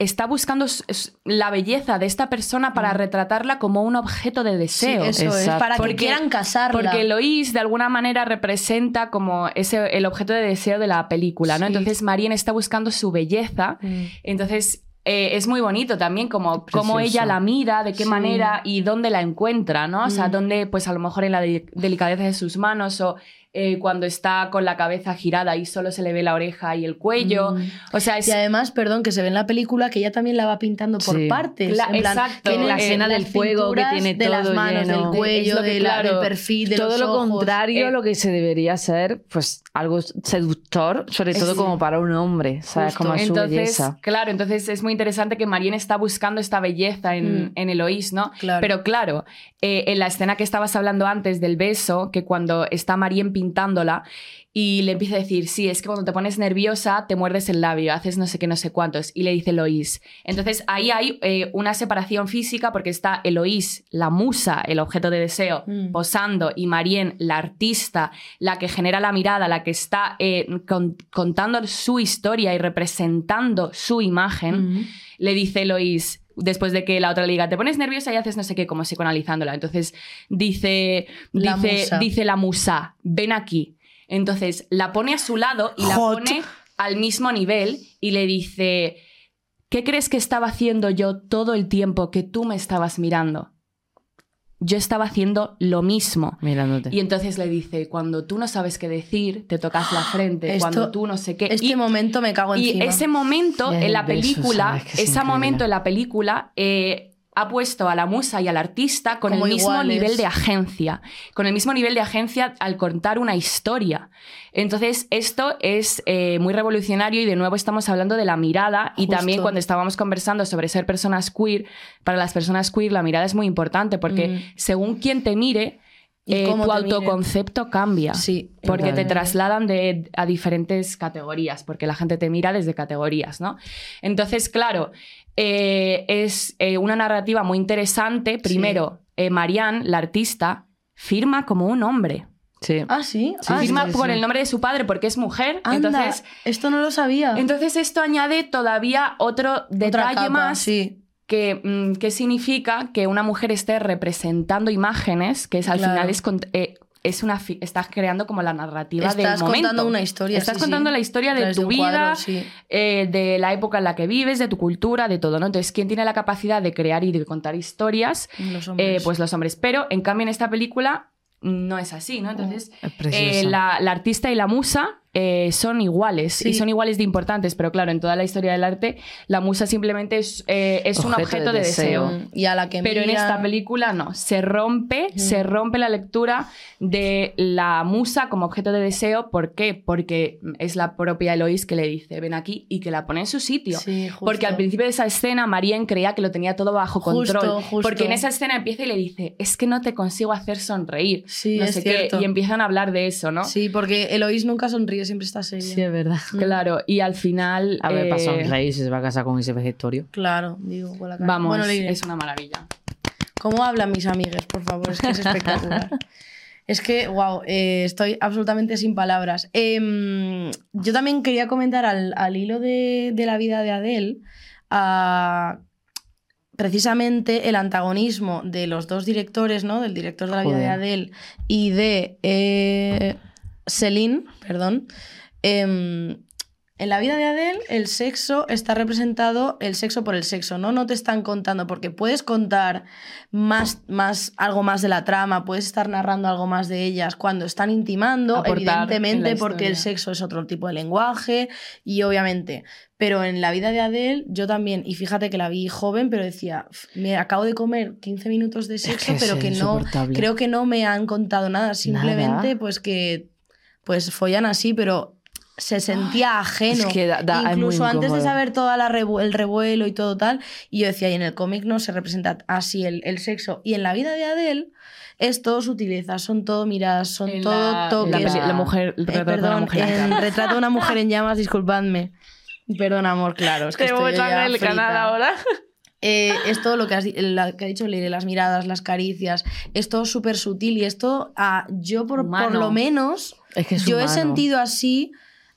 D: está buscando s- s- la belleza de esta persona para retratarla como un objeto de
C: Sí,
D: deseo.
C: eso es.
E: exacto.
C: Para que
D: Porque-
C: quieran casarla.
D: Porque Lois, de alguna manera, representa como ese, el objeto de deseo de la película, ¿no?
C: Sí.
D: Entonces, Marien está buscando su belleza.
C: Mm.
D: Entonces, eh, es muy bonito también como cómo
E: Precioso.
D: ella la mira, de qué
C: Sí.
D: manera y dónde la encuentra, ¿no? O sea,
C: Mm.
D: dónde, pues a lo mejor en la de- delicadeza de sus manos o eh, cuando está con la cabeza girada y solo se le ve la oreja y el cuello.
C: Mm.
D: O sea, es...
C: Y además, perdón, que se ve en la película que ella también la va pintando por
E: Sí.
C: partes.
D: Cla-
C: en plan,
D: exacto.
C: tiene
D: La
E: escena
C: las
E: del fuego que
C: pinturas
E: tiene
C: de las
E: todo
C: manos,
E: lleno.
C: del
D: Es
C: cuello,
D: lo que,
C: de la- del
D: claro,
C: perfil, de
E: todo
C: los
E: lo
C: ojos.
E: contrario
D: Eh,
E: lo que se debería ser, pues algo seductor, sobre todo
C: Sí. como
E: como para un hombre, ¿sabes?
C: Justo.
E: Como su
D: entonces,
E: belleza.
D: claro, entonces es muy interesante que Marien está buscando esta belleza en,
C: Mm.
D: en Eloís, ¿no?
C: Claro.
D: Pero claro, eh, en la escena que estabas hablando antes del beso, que cuando está Marien pintándola y le empieza a decir, sí, es que cuando te pones nerviosa te muerdes el labio, haces no sé qué, no sé cuántos, y le dice Eloís. Entonces ahí hay eh, una separación física porque está Eloís, la musa, el objeto de deseo,
C: Mm.
D: posando, y Marien, la artista, la que genera la mirada, la que está eh, con- contando su historia y representando su imagen
C: Mm.
D: le dice Lois después de que la otra le diga, te pones nerviosa y haces no sé qué, como psicoanalizándola. Entonces dice,
C: La
D: dice,
C: musa.
D: dice la musa, ven aquí. Entonces la pone a su lado y la
C: Hot.
D: pone al mismo nivel y le dice, ¿qué crees que estaba haciendo yo todo el tiempo que tú me estabas mirando? Yo estaba haciendo lo mismo.
E: Mirándote.
D: Y entonces le dice, cuando tú no sabes qué decir, te tocas la frente,
C: Esto-
D: cuando tú no sé qué.
C: Este
D: Y-
C: momento me cago
D: y
C: encima.
D: ese momento
E: Y el
D: en la
E: beso,
D: película,
E: ¿sabes? Que es
D: ese
E: increíble.
D: momento en la película eh, ha puesto a la musa y al artista con
C: Como
D: el mismo
C: iguales.
D: nivel de agencia, con el mismo nivel de agencia al contar una historia. Entonces esto es eh, muy revolucionario y de nuevo estamos hablando de la mirada y
C: Justo.
D: también cuando estábamos conversando sobre ser personas queer, para las personas queer la mirada es muy importante porque
C: Mm.
D: según quien te mire,
C: Y
D: eh,
C: cómo
D: tu
C: te mire.
D: autoconcepto cambia.
C: Sí.
D: Porque te
E: Totalmente.
D: trasladan de, a diferentes categorías, porque la gente te mira desde categorías, ¿no? Entonces, claro, eh, es eh, una narrativa muy interesante. Primero, eh, Marianne, la artista, firma como un hombre.
E: Sí.
C: Ah, sí.
E: Sí,
C: Ah,
E: sí,
D: firma
E: sí,
D: por
E: sí.
D: el nombre de su padre porque es mujer.
C: Anda,
D: Entonces,
C: esto no lo sabía.
D: entonces, esto añade todavía otro
C: Otra
D: detalle
C: capa,
D: más
C: Sí.
D: que, mm, que significa que una mujer esté representando imágenes, que es al
C: Claro.
D: final es, con- eh, es una fi- estás creando como la narrativa
C: Estás
D: del momento.
C: contando una historia.
D: Estás
C: sí,
D: contando
C: sí.
D: la historia de
C: Través
D: tu
C: un
D: vida,
C: cuadro, sí.
D: eh, de la época en la que vives, de tu cultura, de todo, ¿no? Entonces, ¿quién tiene la capacidad de crear y de contar historias?
C: Los
D: Eh,
C: hombres.
D: pues los hombres. Pero, en cambio, en esta película no es así, ¿no? Entonces,
C: Oh,
E: Es
D: eh,
E: precioso.
D: la, la artista y la musa eh, son iguales
C: Sí.
D: y son iguales de importantes, pero claro, en toda la historia del arte, la musa simplemente es, eh, es un
E: Objeto
D: objeto
E: de
D: de,
E: deseo.
D: deseo.
C: Mm, Y a la que
D: eh, Pero en
C: miran-
D: esta película no, se rompe,
C: Ujú.
D: se rompe la lectura de la musa como objeto de deseo. ¿Por qué? Porque es la propia Eloís que le dice, ven aquí, y que la pone en su sitio.
C: Sí, justo.
D: Porque al principio de esa escena, Marian creía que lo tenía todo bajo
C: Justo,
D: control.
C: justo.
D: Porque en esa escena empieza y le dice, es que no te consigo hacer sonreír.
C: Sí,
D: no
C: es
D: sé
C: cierto.
D: qué. Y empiezan a hablar de eso, ¿no?
C: Sí, porque Eloís nunca sonríe, siempre está seria.
E: Sí, es verdad.
D: Claro, y al final.
E: A ver,
D: eh,
E: pasa un rey si se va a casar con ese vegetorio.
C: Claro, digo, con la cara.
D: Vamos,
C: Bueno, le diré,
D: es una maravilla.
C: ¿cómo hablan mis amigas, por favor? Es que es espectacular. es que, wow, estoy absolutamente sin palabras. Em, yo también quería comentar al, al hilo de, de la vida de Adele, a- precisamente el antagonismo de los dos directores, ¿no? Del director de la vida de
E: Joder.
C: Adele y de eh, Celine, perdón. Em, en la vida de Adele, el sexo está representado el sexo por el sexo, ¿no? No te están contando, porque puedes contar más, más, algo más de la trama, puedes estar narrando algo más de ellas cuando están intimando,
D: Aportar en la
C: evidentemente, porque el
D: historia.
C: sexo es otro tipo de lenguaje y obviamente. Pero en la vida de Adele, yo también, y fíjate que la vi joven, pero decía, "Uf, me acabo de comer 15 minutos de sexo,
E: es
C: pero que no,
E: insoportable.
C: creo que no me han contado nada, simplemente pues que pues follan así, pero se sentía
E: es
C: ajeno.
E: que da- da- es muy
C: Incluso antes de
E: incómodo.
C: saber todo el revuelo y todo tal, y yo decía, y en el cómic no se representa así el, el sexo. Y en la vida de Adele es todo sutileza, son todo miradas, son
E: En
C: todo
E: la- en
D: La,
C: toques.
D: peli- la mujer, el
C: Eh,
D: retrato de la
C: perdón,
D: mujer.
C: en retrato de una mujer en llamas, disculpadme. Perdón, amor, claro. Es que
E: Te
C: estoy yo
E: botan
C: ya
E: el
C: frita.
E: canal ahora.
C: Eh, es todo lo que, has di- la- que ha dicho Leire, las miradas, las caricias, es todo súper sutil y esto, ah, yo por, por
E: Humano.
C: lo menos,
E: Es que es
C: yo he
E: humano.
C: sentido así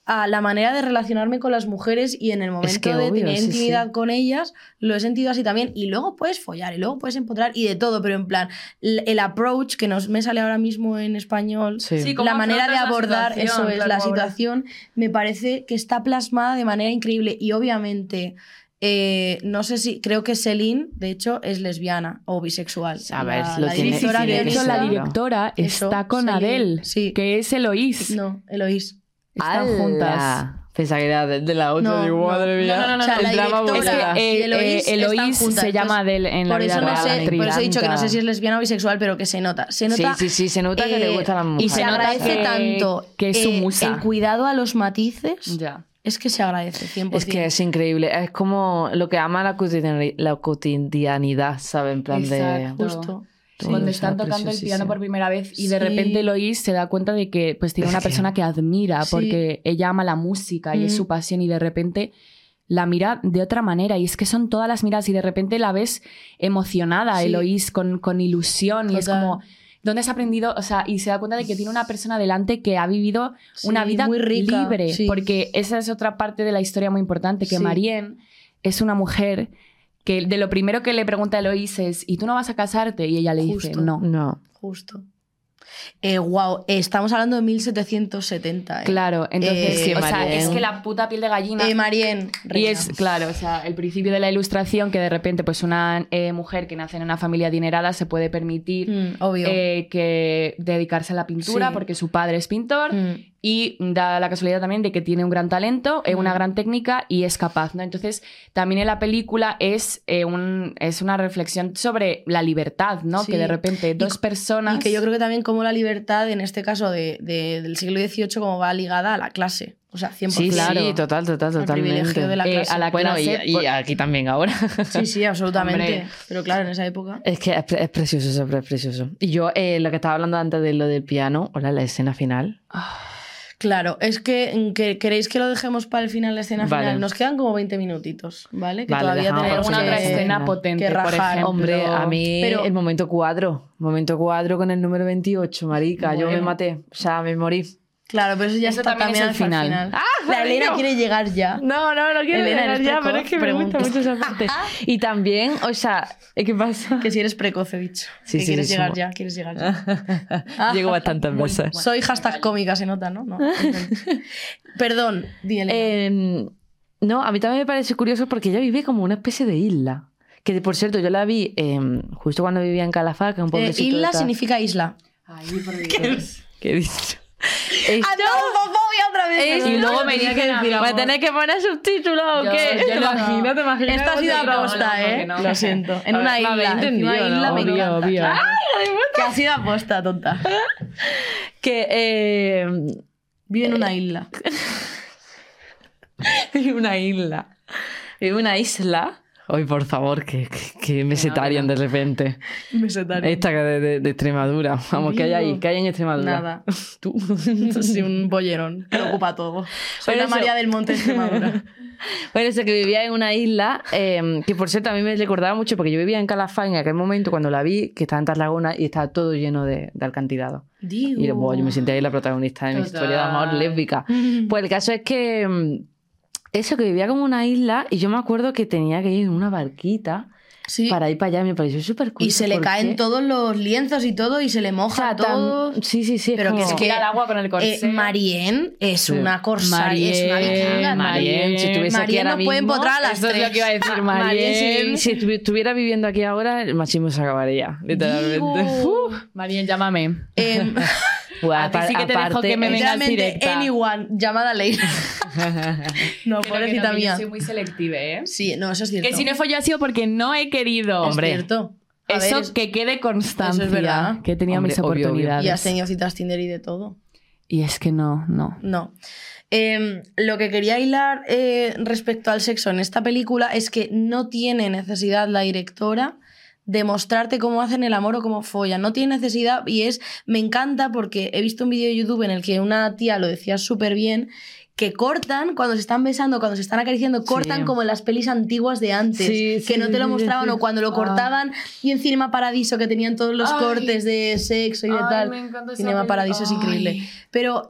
C: a la manera de relacionarme con las mujeres y en el momento
E: que
C: de
E: obvio,
C: tener
E: sí,
C: intimidad
E: sí.
C: con ellas, lo he sentido así también. Y luego puedes follar y luego puedes encontrar y de todo, pero en plan, l- el approach que nos, me sale ahora mismo en español,
E: Sí.
D: Sí, ¿Cómo
C: la manera de
D: afrontas la
C: abordar eso
D: situación?
C: es
D: Claro,
C: la
D: cómo abordar.
C: situación me parece que está plasmada de manera increíble y obviamente eh, no sé si creo que Celine de hecho es lesbiana o bisexual
E: A ver,
C: la,
E: lo
C: la
E: tiene-
C: directora
E: sí,
D: de
C: que
E: tiene que
D: hecho,
C: hizo-
D: la
E: ser.
D: directora
C: Eso,
D: está con
C: Celine,
D: Adele,
C: sí.
D: que es Eloís.
C: no Eloís
D: Están
E: ¡Hala!
D: juntas.
E: Pensaba que era de, de la otra.
C: No,
E: digo,
C: no.
E: madre mía.
D: No, no, no, no.
C: O sea, la
E: el drama
C: directora-
E: bonita.
C: Es que-
D: Eh,
C: y Eloís
D: eh,
C: están
D: Eloís
C: juntas,
D: se
C: entonces,
D: llama Adele en la
C: por
D: vida
C: eso no
E: real,
C: sé
E: me
C: por eso he dicho que no sé
E: encanta.
C: si es lesbiana o bisexual pero que se nota se nota
E: sí, sí, sí, se nota que
C: eh,
E: le gustan las
C: y
E: mujeres.
C: se
D: nota
C: agradece
D: que-
C: tanto
D: que es su
C: eh,
D: musa.
C: el cuidado a los matices
D: Ya.
C: es que se agradece 100%
E: Es que es increíble. Es como lo que ama la, cotidiani- la cotidianidad, ¿sabes? En plan
D: Exacto.
E: de.
C: justo
E: Sí,
D: Cuando
E: o sea,
D: están tocando el
E: preciosísimo.
D: piano por primera vez y
C: Sí.
D: de repente Eloís se da cuenta de que pues tiene
E: Es
D: una
E: que-
D: persona que admira
C: Sí.
D: porque ella ama la música y es
C: Mm.
D: su pasión y de repente la mira de otra manera y es que son todas las miradas y de repente la ves emocionada
C: Sí.
D: Eloís con, con ilusión y es
C: Total.
D: como ¿dónde has aprendido? O sea, y se da cuenta de que tiene una persona delante que ha vivido una
C: Sí,
D: vida
C: muy rica,
D: libre,
C: sí.
D: porque esa es otra parte de la historia muy importante, que
C: Sí.
D: Marién es una mujer que de lo primero que le pregunta a Eloís es, ¿y tú no vas a casarte? Y ella le dice,
C: Justo. Mm.
D: no.
E: No.
C: Justo. Eh, wow, estamos hablando de 1770. Eh.
D: Claro, entonces,
C: Eh,
D: o sea,
E: Marién.
D: es que la puta piel de gallina...
C: Eh, Marien.
D: y
C: reina.
D: es, claro, o sea, el principio de la ilustración que de repente pues una eh, mujer que nace en una familia adinerada se puede permitir
C: Mm, obvio.
D: eh, que dedicarse a la pintura
C: Sí.
D: porque su padre es pintor
C: Mm,
D: y da la casualidad también de que tiene un gran talento, eh, una
C: Mm.
D: gran técnica y es capaz, ¿no? Entonces, también en la película es, eh, un, es una reflexión sobre la libertad, ¿no?
C: Sí.
D: Que de repente dos personas...
C: Y que yo creo que también como la libertad, en este caso de, de- del siglo XVIII, como va ligada a la clase. O sea, 100%.
E: Sí,
D: Claro.
E: sí, total, total,
C: Al privilegio de
E: totalmente.
C: la
D: eh,
C: clase.
D: a la
E: Bueno, y,
D: clase,
E: y
D: por-
E: aquí también ahora.
C: Sí, sí, absolutamente.
D: Hombre.
C: Pero claro, en esa época.
E: Es que es, pre- es precioso, es pre- es precioso. Y yo, eh, lo que estaba hablando antes de lo del piano, hola, la escena final.
C: Claro, es que, mm, que- queréis que lo dejemos para el final, la escena
E: Vale.
C: final. Nos quedan como 20 minutitos, ¿vale? Que
E: Vale,
C: todavía
E: dejamos
D: Hay
C: tenemos
D: alguna
E: que-
D: Eh, otra
C: que-
D: escena potente,
C: que
D: por
C: rajar.
D: ejemplo.
E: Ah, Hombre, Em, a mí
C: Pero-
E: el momento cuadro, momento cuadro con el número 28, marica, yo me
C: Bueno.
E: maté, o sea, me morí.
C: Claro, pero eso ya
D: Eso
C: está
D: también es
C: también
D: el
C: al final.
D: final.
C: la Elena quiere llegar ya.
E: No, no, no quiero
C: Elena,
E: llegar
C: eres
E: ya,
C: precoz,
E: pero es que me gusta
C: pregunta.
E: mucho esa parte. Y también, o sea, ¿qué pasa?
C: Que si eres precoz, he dicho.
E: Sí,
C: que
E: sí,
C: quieres
E: sí,
C: llegar
E: somos-
C: ya, quieres llegar ya. Ah,
E: Llego bastantes veces.
C: Soy hashtag cómica, se nota, ¿no? No, perfecto. Perdón, dile.
E: Eh, no, a mí también me parece curioso porque ella vive como una especie de isla. Que por cierto, yo la vi eh, justo cuando vivía en Calafá, que es un pueblecito. de
C: isla
E: tal-
C: significa isla.
E: ¿Qué dices? Esto-
C: ¡Homofobia Ah, otra
E: Esto-
D: Y luego me
E: Tenía
D: dicen a mí,
E: ¿Va a
D: amor.
E: tener que poner subtítulos o
D: Yo-
E: qué?
D: yo
E: ¿Te
D: no.
E: imaginas? ¿Te imaginas?
C: Esta ha sido
E: No, no,
C: aposta,
E: no,
C: ¿eh?
E: que no.
C: Lo siento. En
E: A
C: una
E: ver, me habéis
C: isla. En una
E: entendido,
C: isla
E: ¿no?
C: me
E: Obvio,
C: encanta.
E: obvio.
C: claro. Que ha sido aposta, tonta.
E: Que eh,
C: Vive en una isla.
E: Vive una isla. Vive una isla. Ay, por favor, que, que, que me setarian de repente.
C: Me setaron.
E: Esta que de, de- de Extremadura. Vamos, que hay ahí,
C: Vivo.
E: que hay en Extremadura.
C: Nada.
E: Tú.
C: Sí, un bollerón. Me ocupa todo. Soy
E: Pero
C: la
E: eso-
C: María del Monte de Extremadura.
E: Bueno, eso que vivía en una isla, eh, que por cierto a mí me recordaba mucho, porque yo vivía en Calafá en aquel momento cuando la vi, que estaba en Tarragona y estaba todo lleno de, de alcantilados.
C: Digo.
E: Y bueno, yo me sentía ahí la protagonista de mi
D: Total.
E: historia de amor lésbica. Pues el caso es que mm, eso, que vivía como una isla y yo me acuerdo que tenía que ir en una barquita
C: Sí.
E: para ir para allá, me pareció súper cool.
C: Y se le caen
E: todo
C: todos los lienzos y todo, y se le moja todo.
E: Sí, sí, sí. es
C: Pero que
E: como-
C: es
D: Se
C: que-
D: tira al agua con el corsé.
C: Eh, Marien es
E: Sí.
C: una corsaria, es una
D: Marien,
C: vikinga.
E: Marien, "Ah, si estuviese aquí
C: Marien
E: ahora
C: no puede
E: mismo,
C: empotrar a las
D: Esto es lo
C: tres. Ah,
D: que iba a decir,
E: Ma- Marien,
D: Marien.
E: si, si estu- estuviera viviendo aquí ahora, el machismo se acabaría, literalmente.
C: Digo.
D: Marien, llámame.
C: Em,
E: Guau,
D: A ti
E: apar-
D: sí que te dejo que me vengas
C: literalmente,
D: directa.
C: anyone, llamada Leila. no,
D: Que no, que no,
C: pobrecita
D: que yo
C: mía.
D: soy muy selectiva, ¿eh?
C: Sí, no, eso es cierto.
D: Que si no he follado ha sido porque no he querido.
C: Es
E: Hombre.
C: cierto. A ver,
D: Eso
C: es-
D: que quede
C: eso
D: constancia.
C: es verdad.
D: Que he tenido
E: Hombre,
D: mis
E: obvio, obvio.
D: oportunidades.
C: Y has tenido citas Tinder y de todo.
D: Y es que no, no.
C: No. Em, lo que quería hilar eh, respecto al sexo en esta película es que no tiene necesidad la directora de mostrarte cómo hacen el amor o cómo follan. No tiene necesidad y es, me encanta porque he visto un vídeo de YouTube en el que una tía lo decía súper bien, que cortan cuando se están besando, cuando se están acariciando, cortan
E: Sí.
C: como en las pelis antiguas de antes,
E: Sí,
C: que
E: sí,
C: no te lo
E: sí,
C: mostraban
E: sí.
C: o cuando lo
E: Ah.
C: cortaban y en Cinema Paradiso que tenían todos los
D: Ay.
C: cortes de sexo y de tal. Cinema Paradiso es increíble. Pero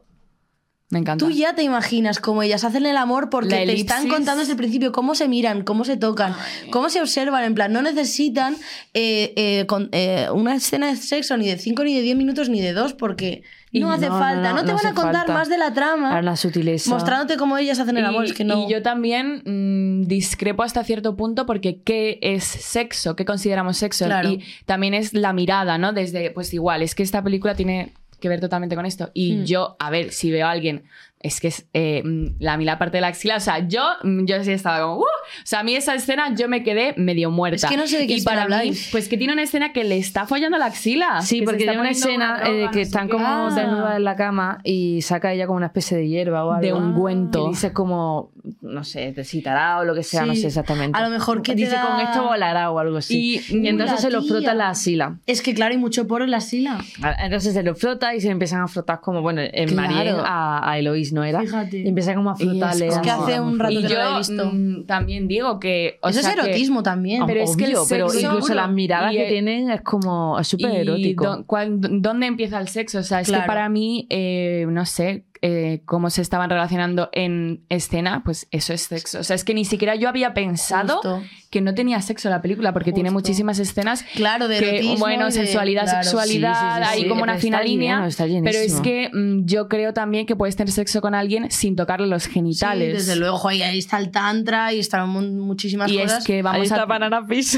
D: Me encanta.
C: Tú ya te imaginas cómo ellas hacen el amor porque
D: La
C: te están
D: elipsis.
C: contando desde el principio cómo se miran, cómo se tocan, cómo se observan. En plan, no necesitan eh, eh, con- eh, una escena de sexo ni de 5, ni de 10 minutos, ni de 2, porque
E: Y
C: no hace
E: no, no,
C: falta. No,
E: no,
C: te
E: no
C: van a
E: hace
C: contar
E: falta.
C: más de la
E: Ahora
C: trama
E: la sutileza.
C: mostrándote cómo ellas hacen el amor.
D: Y,
C: es que no.
D: y yo también mm, discrepo hasta cierto punto porque ¿qué es sexo? ¿Qué consideramos sexo?
C: Claro.
D: Y también es la mirada, ¿no? Desde, pues igual, es que esta película tiene que ver totalmente con esto. Y
C: Mm.
D: yo, a ver, si veo a alguien, es que es eh, mm, la, a mí la parte de la axila, o sea, yo, mm, yo sí estaba como, "Uh". o sea, a mí esa escena yo me quedé medio muerta.
C: Es que no sé de qué
D: y
C: escena
D: para mí,
C: habláis.
D: pues que tiene una escena que le está follando la axila.
E: Sí,
D: que se
E: porque
D: está
E: tiene una
D: poniendo
E: escena eh,
D: droga,
E: que
D: no sé
E: están
D: qué.
E: como
C: Ah.
E: desnudas en la cama y saca ella como una especie de hierba o algo.
D: de
E: Y
D: ungüento.
E: dices como, no sé, te citará o lo que sea, no
C: Sí.
E: sé exactamente.
C: A lo mejor que te
E: Dice,
C: da-
E: con esto volará o algo así.
D: Y-
E: Y,
D: ¡Uh,
E: entonces
C: la
E: se lo
C: tía!
E: frota la axila. Ah,
C: Es que claro, hay mucho poro en la sila.
E: Entonces se lo frota y se empiezan a frotar como, bueno, en
C: Claro.
E: Mariel a, a Eloís, ¿no era?
C: Fíjate.
E: Y empiezan como a
D: Y es
E: frotarle.
D: como-
C: Es que
E: así,
C: hace
E: era muy
C: un rato
E: fuerte.
D: Y
C: que no la
D: yo
C: he visto.
D: mm, también digo que. o
C: Eso
D: sea,
C: es
D: que-
C: erotismo también.
D: Pero es que el
E: Obvio, pero
D: sexo-
E: incluso las miradas
D: Y
E: que
D: el-
E: tienen es como es súper
D: ¿Y
E: erótico.
D: dó- cuán- ¿Dónde empieza el sexo? O sea, es
C: Claro.
D: que para mí, eh, no sé, eh, cómo se estaban relacionando en escena, pues eso es sexo. O sea, es que ni siquiera yo había pensado
C: Justo.
D: que no tenía sexo la película, porque tiene
C: Justo.
D: muchísimas escenas
C: Claro, de
D: que,
C: erotismo
D: bueno,
C: y de-
D: sensualidad,
C: claro.
D: sexualidad,
E: Sí, sí, sí,
D: hay
E: sí,
D: como
E: pero
D: una
E: está
D: fina
E: lleno,
D: línea.
E: está
D: pero es
E: llenísimo.
D: que mm, yo creo también que puedes tener sexo con alguien sin tocarle los
C: Sí,
D: genitales.
C: desde luego, jo, y ahí está el tantra y están mu- muchísimas
D: Y
C: cosas.
D: es que vamos a.
E: Banana Fish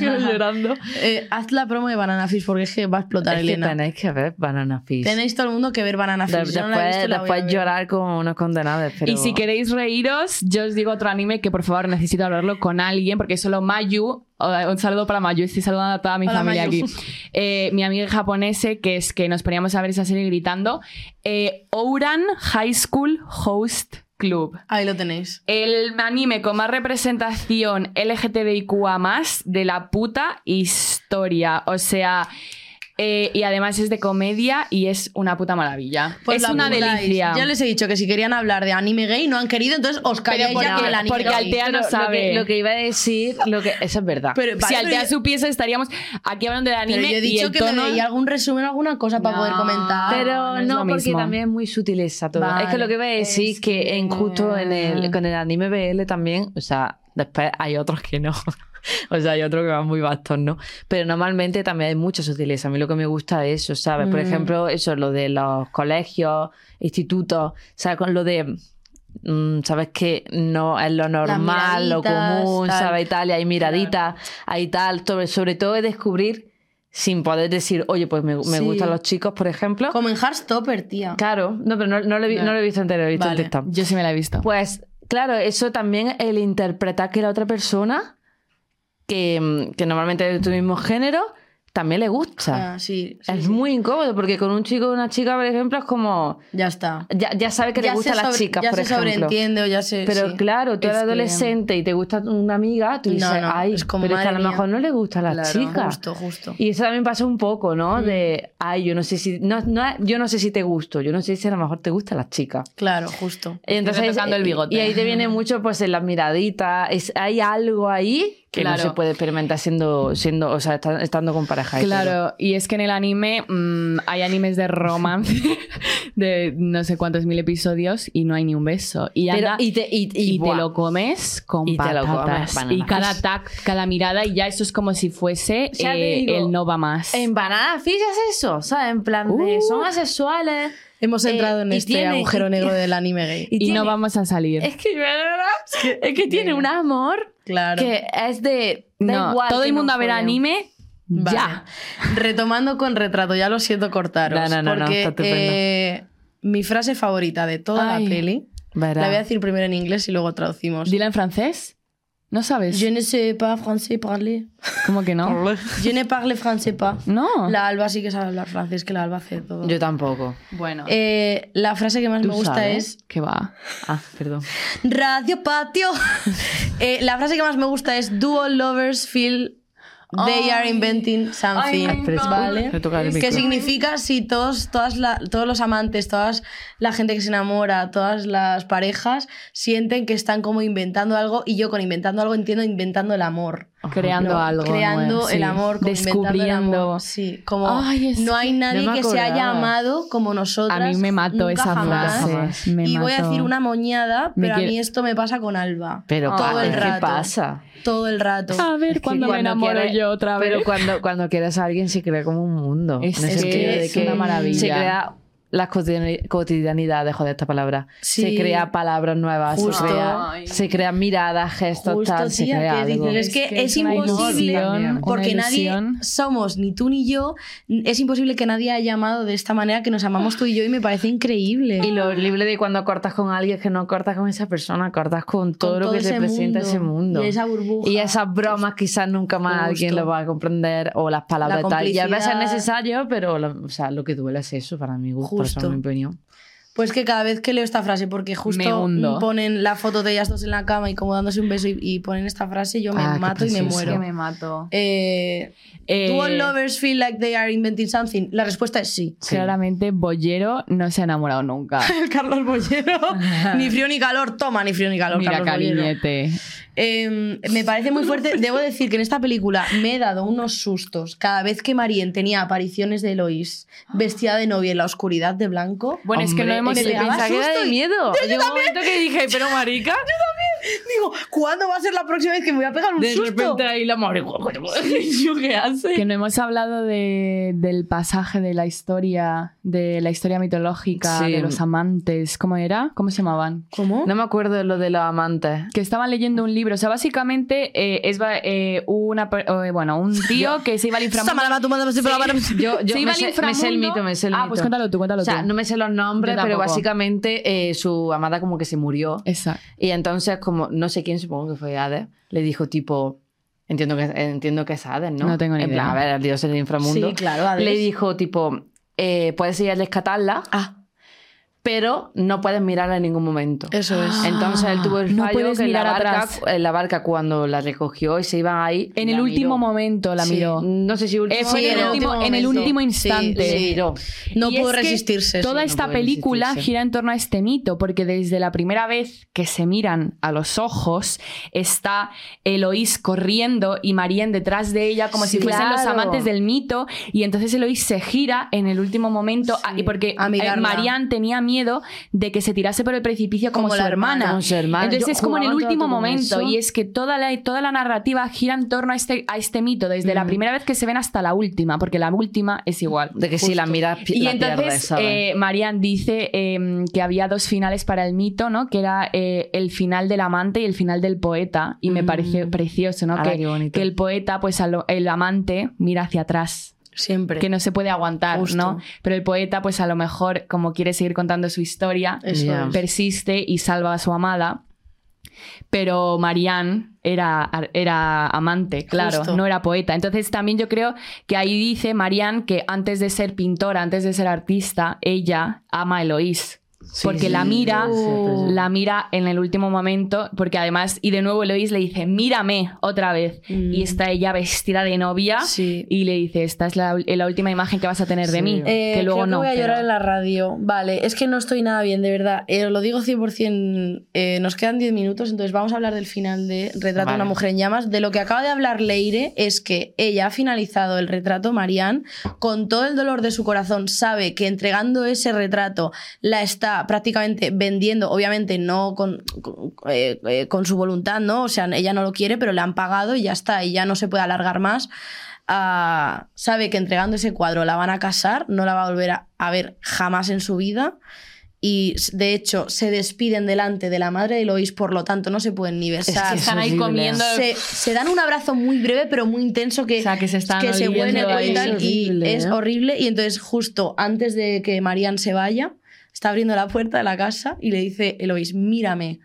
E: llorando.
C: Eh, haz la promo de Banana Fish porque es que va a explotar,
E: Es que
C: Elena.
E: tenéis que ver Banana Fish.
C: Tenéis todo el mundo que ver Banana
E: De-
C: Fish.
E: después
C: Yo no la he visto, la voy a
E: después
C: ver.
E: llorar como unos condenados. Pero...
D: Y si queréis reíros, yo os digo otro anime que por favor necesito hablarlo con alguien, porque solo Mayu, eh, un saludo para Mayu, estoy saludando a toda mi
C: Hola,
D: familia
C: Mayu.
D: aquí. Eh, mi amiga japonesa, que es que nos poníamos a ver esa serie gritando, eh, Ouran High School Host Club.
C: Ahí lo tenéis.
D: El anime con más representación LGTBIQA más de la puta historia. O sea, eh, y además es de comedia y es una puta maravilla.
C: Pues
D: es
C: la
D: una
C: apuntáis.
D: delicia.
C: Yo les he dicho que si querían hablar de anime gay no han querido, entonces os calláis
D: porque-
C: ya que el anime
D: porque
C: gay.
D: Altea no
E: Pero Lo
D: sabe.
E: que, lo que iba a decir, lo que, eso es verdad.
C: Pero, vale,
D: si
C: pero
D: Altea
C: yo-
D: supiese, estaríamos aquí hablando de anime.
C: pero yo he
D: y
C: dicho
D: el
C: que
D: tono...
C: me veía algún resumen, alguna cosa para
D: No,
C: poder comentar.
E: Pero
D: no es
E: no,
D: lo
E: porque
D: mismo.
E: también es muy sutileza todo.
C: Vale.
E: es que lo que voy a decir
D: Es
E: es que en, justo en el,
D: que-
E: con el anime BL también, o sea, después hay otros que no. o sea, hay otros que van muy bastón, ¿no? Pero normalmente también hay mucha sutileza. A mí lo que me gusta es eso, ¿sabes? Por
C: Mm.
E: ejemplo, eso, lo de los colegios, institutos, ¿sabes? Con lo de... mm, Sabes que no es lo normal, lo
C: miraditas,
E: común,
C: tal.
E: ¿sabes? Y tal, y hay miraditas, hay tal, sobre, sobre todo es descubrir sin poder decir, oye, pues me, me
C: Sí.
E: gustan los chicos, por ejemplo.
C: Como en Heartstopper, tía.
E: Claro, no, pero no, no lo, he, vi-
C: Ya.
E: no lo he visto entero, lo he visto
C: Vale.
E: en TikTok.
D: Yo sí me la he visto.
E: Pues claro, eso también el interpretar que la otra persona, que, mm, que normalmente es de tu mismo género, también le gusta.
C: Ah, sí, sí,
E: es
C: sí.
E: muy incómodo porque con un chico o una chica, por ejemplo, es como.
C: Ya está.
E: Ya, ya sabe que
C: ya
E: le gustan
C: se
E: las
C: sobre-
E: chicas,
C: ya
E: por
C: se
E: ejemplo.
C: sobreentiende o ya se...
E: Pero
C: sí.
E: claro, tú
D: Es
E: eres
D: que-
E: adolescente y te gusta una amiga, tú
C: No,
E: dices,
C: no,
E: ay,
C: es como,
E: pero es que a
C: madre
E: lo
C: mía".
E: mejor no le gusta a la
C: Claro,
E: chica.
C: Justo, Mm. justo.
E: Y eso también pasa un poco, ¿no? De, ay, yo no sé si, no, no, yo no sé si te gusto, yo no sé si a lo mejor te gusta las chicas.
C: Claro, justo.
E: Y Entonces,
D: tocando el bigote.
E: Y ahí te viene mucho, pues, en las miraditas. Es, hay algo ahí que
D: Claro.
E: no se puede experimentar siendo, siendo o sea, esta- estando con pareja. ¿eh? y todo.
D: Claro, y es que en el anime mm, hay animes de romance de no sé cuántos mil episodios y no hay ni un beso. Y,
E: Pero-
D: anda-
E: y te, y, y-
D: y te
E: buah.
D: lo comes con
E: Y te lo comes,
D: patatas.
E: banana.
D: y cada tac, cada mirada, y ya eso es como si fuese
E: Ya
D: eh,
E: te digo,
D: el no va más.
E: En Banana Fish es eso, ¿sabes? En plan de,
D: Uh.
E: son asexuales.
C: Hemos
E: Eh,
C: entrado en
E: y
C: este
E: tiene-
C: agujero
E: y-
C: negro del anime gay.
D: y
E: tiene-
D: no vamos a salir.
E: Es que, es que tiene un amor
C: Claro.
E: que es de... da
D: No,
E: igual
D: todo
E: que
D: el
E: no
D: mundo a ver
E: follen.
D: anime.
C: Vale.
D: Ya.
C: Retomando con retrato, ya lo siento cortaros.
E: No, no, no, no,
C: porque
E: está estupendo.
C: eh, mi frase favorita de toda
D: Ay.
C: la peli,
E: Verá.
C: la voy a decir primero en inglés y luego traducimos.
D: Dila en francés. ¿No sabes?
C: Je ne sais pas français parler.
D: ¿Cómo que no?
C: Je ne parle français pas.
D: No.
C: La Alba sí que sabe hablar francés, que la Alba hace todo.
E: Yo tampoco.
D: Bueno,
C: Eh, la frase que más
E: ¿Tú
C: me gusta
E: sabes?
C: es
D: ¿qué va?
E: Ah, perdón.
C: Radio Patio. Eh, la frase que más me gusta es Do all lovers feel they are inventing something.
D: Ay,
E: me
C: ¿Vale?
E: encanta. Tocar el
C: ¿Qué
E: micro.
C: significa si todos, todas la- todos los amantes, todas la gente que se enamora, todas las parejas sienten que están como inventando algo? Y yo con inventando algo entiendo inventando el amor.
D: Creando
C: No,
D: algo.
C: creando
D: nuevo,
C: el
D: sí.
C: amor, como inventando el
D: Descubriendo.
C: amor. Sí, como
D: Ay, es
C: no hay
D: que-
C: nadie
E: no me
C: que se haya
E: acordaba.
C: amado como nosotras.
D: A mí me mató
C: nunca
D: esa
C: jamás.
D: frase. Me
C: y voy a
D: mató.
C: decir una moñada,
D: Me
C: pero a
D: quiere-
C: mí esto me pasa con Alba.
E: Pero
C: todo
E: pa-
C: el
E: ¿qué
C: rato.
E: pasa?
C: Todo el rato.
D: A ver, cuando me enamoro
E: quiere-
D: yo otra vez.
E: Pero cuando, cuando quieres a alguien se crea como un mundo.
D: Es
E: En el
D: que
E: sentido de
D: es una maravilla.
E: Se crea las cotidiani- cotidianidades, joder, esta palabra.
C: Sí.
E: Se crea palabras nuevas,
C: Justo.
E: se crea, se crean miradas, gestos,
C: Justo,
E: tal, se
C: tía,
E: crea
C: que
E: algo.
C: dices, es que es imposible porque nadie somos, ni tú ni yo, n- es imposible que nadie haya amado de esta manera que nos amamos tú y yo y me parece increíble.
E: Y lo horrible de cuando cortas con alguien es que no cortas con esa persona, cortas con todo
C: Con
E: lo que
C: todo
E: te
C: ese
E: presenta ese mundo.
C: Y esa burbuja.
E: Y esas bromas quizás nunca más
C: Justo.
E: alguien lo va a comprender o las palabras
C: La
E: tal. Y a veces es
C: complicidad.
E: necesario, pero lo, o sea, lo que duele es eso para mi gusto,
C: Justo.
E: para mi opinión.
C: Pues que cada vez que leo esta frase, porque
D: Me
C: justo
D: hundo.
C: ponen la foto de ellas dos en la cama y como dándose un beso y, y ponen esta frase, yo me
E: Ah, qué
C: mato y me
E: preciosa.
C: muero.
D: me mato.
C: Eh, ¿Do all lovers feel like they are inventing something? La respuesta es sí.
E: Sí.
D: Claramente, Bollero no se ha enamorado nunca.
C: El Carlos Bollero. ni frío ni calor. Toma, ni frío ni calor,
D: Mira,
C: Carlos Bollero.
D: cariñete.
C: Eh, me parece muy fuerte. Debo decir que en esta película me he dado unos sustos cada vez que Marien tenía apariciones de Eloís vestida de novia en la oscuridad de blanco.
D: Bueno, es que no
E: Hombre,
D: hemos
E: me
C: llegado
E: pensaba
C: a
E: que era
C: susto
E: de
C: y-
E: miedo. Llegó un momento que dije, pero marica,
C: Digo, ¿cuándo va a ser la próxima vez que me voy a pegar un
E: de
C: susto?
E: repente ahí la madre. ¿Yo qué hace?
D: que no hemos hablado de- del pasaje de la historia, de la historia mitológica,
E: Sí.
D: de los amantes. ¿Cómo era? ¿Cómo se llamaban?
C: ¿Cómo?
E: No me acuerdo de lo de los amantes.
D: Que estaban leyendo un libro. O sea, básicamente eh, es va- eh, una, per- eh, bueno, un tío que se iba al inframundo.
E: Yo, yo
D: Se
E: me,
D: iba al
E: sé, me sé el
D: inframundo.
E: mito, me sé el
D: Ah,
E: mito.
D: pues cuéntalo tú, cuéntalo
E: O sea,
D: tú.
E: no me sé los nombres,
D: Yo
E: pero
D: tampoco.
E: básicamente eh, su amada como que se murió.
D: Exacto.
E: Y entonces, como no sé quién, supongo que fue Hades, le dijo tipo, entiendo que, entiendo que es Hades, ¿no?
D: No tengo ni
E: en
D: idea.
E: Plan, a ver, el dios del inframundo.
C: Sí, claro, Hades.
E: Le dijo tipo, eh, puedes ir a rescatarla,
C: Ah,
E: pero no puedes mirarla en ningún momento.
C: eso
D: "Ah".
C: es.
E: Entonces él tuvo el
D: No
E: fallo
D: puedes
E: que en la,
D: mirar
E: barca,
D: atrás.
E: en la barca cuando la recogió y se iban ahí.
D: En
E: la
D: el último
E: miró.
D: momento la
C: Sí.
D: miró.
E: No sé si último
D: Eh, fue
C: Sí,
D: en,
C: en
D: el
C: el
D: último,
C: último
D: en el
C: momento.
D: último
C: Sí,
D: instante.
E: se miró.
C: No
D: Y
C: pudo
D: es que
C: resistirse. sí.
D: Toda
E: no
D: esta
E: pudo
D: película
E: resistirse.
D: gira en torno a este mito, porque desde la primera vez que se miran a los ojos, está Eloís corriendo y Marien detrás de ella, como
E: Sí,
D: si fuesen los
E: claro.
D: amantes del mito, y entonces Eloís se gira en el último momento, a- y porque
C: a mirarla.
D: Marian tenía miedo de que se tirase por el precipicio como,
C: Como
D: su
C: la
D: hermana.
C: hermana.
E: Con su hermana.
D: Entonces
E: Yo
D: es como en el
E: jugaba todo el
D: último
E: rato con
D: momento
E: eso.
D: y es que toda la, toda la narrativa gira en torno a este, a este mito, desde
E: Mm.
D: la primera vez que se ven hasta la última, porque la última es igual.
E: De que si la miras, pi-
D: Y
E: la pierdes,
D: entonces
E: ¿sabes?
D: eh, Marian dice eh, que había dos finales para el mito, ¿no? Que era eh, el final del amante y el final del poeta. Y me
E: Mm.
D: pareció precioso, ¿no?
E: Ala,
D: Que,
E: Ah, qué bonito.
D: que el poeta, pues a lo- el amante mira hacia atrás.
C: Siempre.
D: Que no se puede aguantar,
C: Justo.
D: ¿no? Pero el poeta, pues a lo mejor, como quiere seguir contando su historia,
C: Eso
E: Ya.
C: es.
D: persiste y salva a su amada. Pero Marianne era, era amante, claro,
C: Justo.
D: no era poeta. Entonces también yo creo que ahí dice Marianne que antes de ser pintora, antes de ser artista, ella ama a Eloís.
E: Sí,
D: porque
E: sí,
D: la
E: sí,
D: mira,
E: sí, sí, sí.
D: la mira en el último momento, porque además, y de nuevo Eloís le dice, mírame otra vez.
C: Mm.
D: Y está ella vestida de novia
E: Ah,
C: Sí.
D: y le dice, esta es la, la última imagen que vas a tener de
E: Sí.
D: mí.
C: Eh,
D: que luego
C: creo que
D: no.
C: voy a llorar
D: pero-
C: en la radio. Vale, es que no estoy nada bien, de verdad. Eh, os lo digo 100%. eh, nos quedan 10 minutos, entonces vamos a hablar del final de Retrato de
E: Vale.
C: una mujer en llamas. De lo que acaba de hablar Leire es que ella ha finalizado el retrato Marianne con todo el dolor de su corazón. Sabe que entregando ese retrato la está prácticamente vendiendo, obviamente no con, con- eh, eh, con su voluntad, ¿no? O sea, ella no lo quiere, pero le han pagado y ya está, y ya no se puede alargar más. Ah, sabe que entregando ese cuadro la van a casar, no la va a volver a, a ver jamás en su vida. Y s- de hecho, se despiden delante de la madre de Lois, por lo tanto, no se pueden ni besar.
E: que
D: están ahí
E: horrible.
D: comiendo.
C: se, se dan un abrazo muy breve, pero muy intenso que
D: O sea, que se están
C: que se
D: oliendo
C: huelen el cuello y
D: ahí.
C: tal, y
E: Horrible,
C: es
E: ¿eh?
C: horrible. Y entonces, justo antes de que Marian se vaya, está abriendo la puerta de la casa y le dice Eloís, mírame.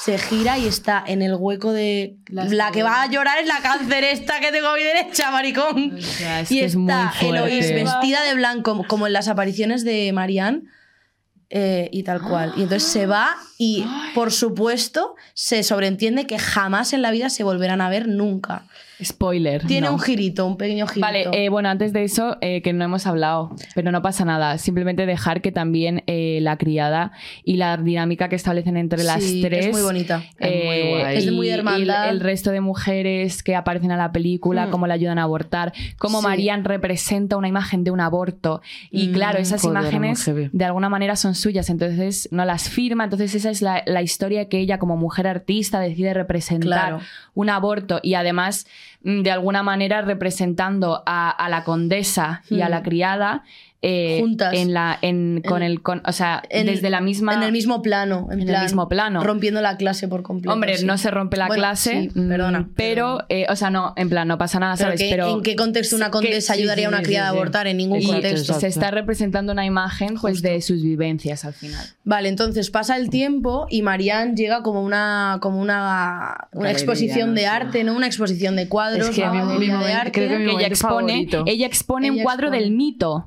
C: se gira y está en el hueco de... La, que va a llorar es la cáncer esta que tengo a mi derecha, maricón.
D: O sea, es
C: y
D: que es muy
C: está Eloís
D: fuerte.
C: vestida de blanco, como en las apariciones de Marianne. eh, y tal cual. Y entonces se va y, por supuesto, se sobreentiende que jamás en la vida se volverán a ver nunca.
D: Spoiler.
C: Tiene
D: no.
C: un girito, un pequeño girito.
D: Vale, eh, bueno, antes de eso, eh, que no hemos hablado, pero no pasa nada. Simplemente dejar que también eh, la criada y la dinámica que establecen entre las
C: Sí,
D: tres. eh,
C: Es muy bonita.
E: Es muy guay.
C: Es de muy
D: y- y el-
C: hermandad. Mm.
D: el, resto de mujeres que aparecen a la película, cómo la ayudan a abortar, cómo
C: Sí.
D: Marianne representa una imagen de un aborto. Y
C: Mm,
D: claro, esas
E: joder,
D: imágenes
E: amor, qué bien.
D: de alguna manera son suyas, entonces no las firma. Entonces, esa es la, la historia que ella, como mujer artista, decide representar
C: Claro.
D: un aborto. Y además, mm, de alguna manera, representando a, a la condesa y a
C: Mm.
D: la criada. eh,
C: Juntas.
D: En la, en, con
C: En-
D: el, con- o sea,
C: en-
D: desde la misma.
C: En el mismo plano. En,
D: en el
C: plan,
D: mismo plano.
C: Rompiendo la clase por completo.
D: Hombre,
C: sí.
D: no se rompe la
C: Bueno,
D: clase,
C: sí, perdona,
D: mm, Pero, eh, o sea, no, en plan, no pasa nada,
C: Pero
D: ¿sabes?
C: que-
D: pero
C: ¿En qué contexto una
D: Sí,
C: condesa
D: que- sí,
C: ayudaría
E: sí,
C: a una
E: sí,
C: criada
E: sí,
C: a abortar? En ningún
D: y
E: Exacto,
C: contexto.
D: se está representando una imagen pues, de sus vivencias al final.
C: Vale, entonces pasa el tiempo y Marianne lega como una, como una, una
E: Galería,
C: exposición
E: no
C: de
E: sé.
C: arte, ¿no? Una exposición de cuadros,
E: Es que
C: una
E: mi- mi
C: galería de
D: ¿eh?
E: momento-
C: arte.
E: creo que mi
D: Que ella
E: momento
D: expone,
E: favorito.
D: ella expone un
C: Ella
D: cuadro
C: expone.
D: del mito.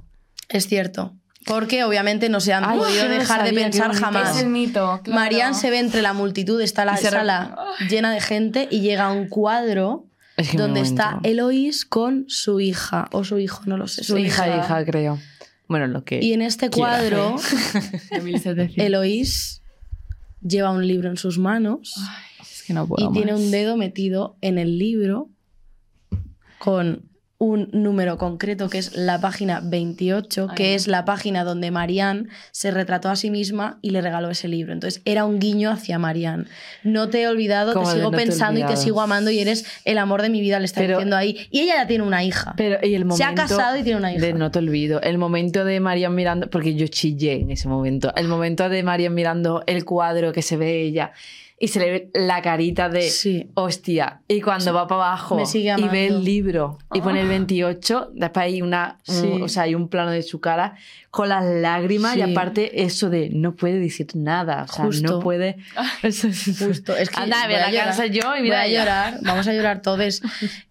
C: Es cierto. Porque obviamente no se han
E: Ay,
C: podido
E: yo no
C: dejar de
E: sabía, qué
C: pensar
E: bonito.
C: jamás.
E: Es el
D: mito.
C: Marianne se ve entre la multitud, está la
D: Y se re-
C: sala llena de gente y llega un cuadro
E: Es que mi
C: donde está
E: momento.
C: Eloís con su hija o su hijo, no lo sé.
E: Su hija, hija, creo. Bueno, lo que.
C: Y en este
E: Quiera.
C: cuadro,
D: ve.
C: Eloís lleva un libro en sus manos
D: Es que no
C: y
D: puedo.
C: tiene
D: más.
C: un dedo metido en el libro con un número concreto que es la página 28, que
D: Ay.
C: es la página donde Marianne se retrató a sí misma y le regaló ese libro. Entonces era un guiño hacia Marianne. No te he olvidado, te
E: Como de
C: sigo
E: no te he
C: pensando y te
E: olvidado.
C: sigo amando y eres el amor de mi vida, le está
E: Pero-
C: diciendo ahí. Y ella ya tiene una hija.
E: Pero, y el momento
C: Se ha casado y tiene una hija.
E: De, no te olvido. El momento de Marian mirando, porque yo chillé en ese momento. El momento de Marian mirando el cuadro que se ve ella y se le ve la carita de
C: Sí.
E: hostia. Y cuando va para abajo
C: Me sigue
E: y ve
C: amando. Ah.
E: el libro y pone el 28, después hay, una, un-
C: Sí.
E: o sea, hay un plano de su cara con las lágrimas
C: Sí.
E: y aparte eso de no puede decir nada. O sea,
C: Justo.
E: no puede.
C: Justo. Es que
E: Anda,
C: voy
E: ve
C: a
E: la
C: llorar.
E: casa yo y
C: Voy
E: mira
C: a
E: ella.
C: llorar, vamos a llorar todos.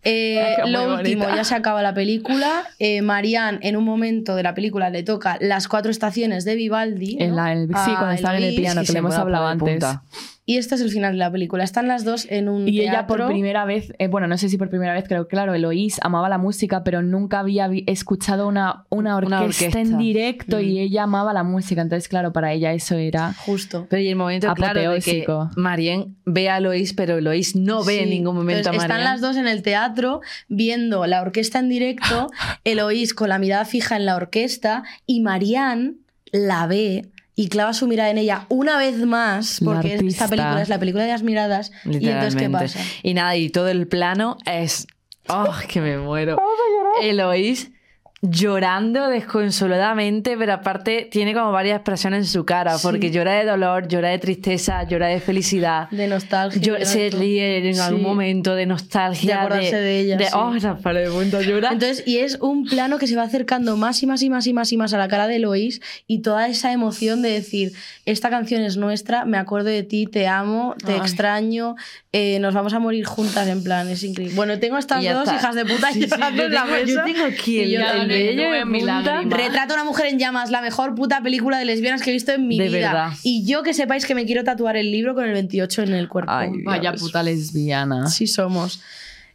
C: Eh,
E: Qué
C: lo
E: muy
C: último,
E: bonita.
C: ya se acaba la película. Eh, Marianne, en un momento de la película, le toca las cuatro estaciones de Vivaldi. ¿no?
D: En la- el- sí,
C: a
D: cuando estaba en el
C: Eloís,
D: piano,
C: y
D: que
C: se
D: le hemos
C: pone a
D: hablado
C: poner
D: antes.
C: punta. Y este es el final de la película. Están las dos en un.
D: Y ella por
C: teatro.
D: primera vez, eh, bueno, no sé si por primera vez, creo, claro, Eloís amaba la música, pero nunca había vi- escuchado una, una, orquesta
E: Una
D: en
E: orquesta.
D: directo
C: Mm.
D: y ella amaba la música. Entonces, claro, para ella eso era.
C: Justo.
E: Pero y el momento claro de que
D: Apoteósico.
E: Marien ve a Lois, pero Lois no ve en
C: Sí.
E: ningún momento
C: Entonces,
E: a Marien.
C: Están las dos en el teatro viendo la orquesta en directo, Eloís con la mirada fija en la orquesta y Marianne la ve y clava su mirada en ella una vez más,
D: La
C: porque
D: artista.
C: esta película es la película de las miradas. Y entonces, ¿qué
E: Literalmente.
C: pasa?
E: Y nada, y todo el plano es. ¡Oh, que me muero! Eloís llorando desconsoladamente, pero aparte tiene como varias expresiones en su cara, porque llora de dolor, llora de tristeza, llora de felicidad.
C: De nostalgia.
E: Yo-
C: de
E: se
C: todo.
E: ríe en algún
C: Sí.
E: momento de nostalgia.
C: De acordarse de ella, sí.
E: ¡Oh, la pared de punta llora!
C: Entonces, y es un plano que se va acercando más y más y más y más y más a la cara de Eloís y toda esa emoción de decir, esta canción es nuestra, me acuerdo de ti, te amo, te extraño, eh, nos vamos a morir juntas en plan, es increíble. Bueno, tengo a estas
E: Y ya
C: dos
E: está.
C: hijas de puta
E: Sí, sí,
C: llorando
E: yo
C: en la
E: tengo- yo
C: mesa.
E: tengo aquí el-
C: y yo-
E: el
C: Ya, no,
E: vello
D: no
E: de
D: en mi
E: punta.
D: lágrima.
C: Retrato a una mujer en llamas, la mejor puta película de lesbianas que he visto en mi
E: De
C: vida.
E: verdad.
C: Y yo que sepáis que me quiero tatuar el libro con el 28 en el cuerpo.
E: Ay,
D: Vaya puta lesbiana.
C: Sí somos.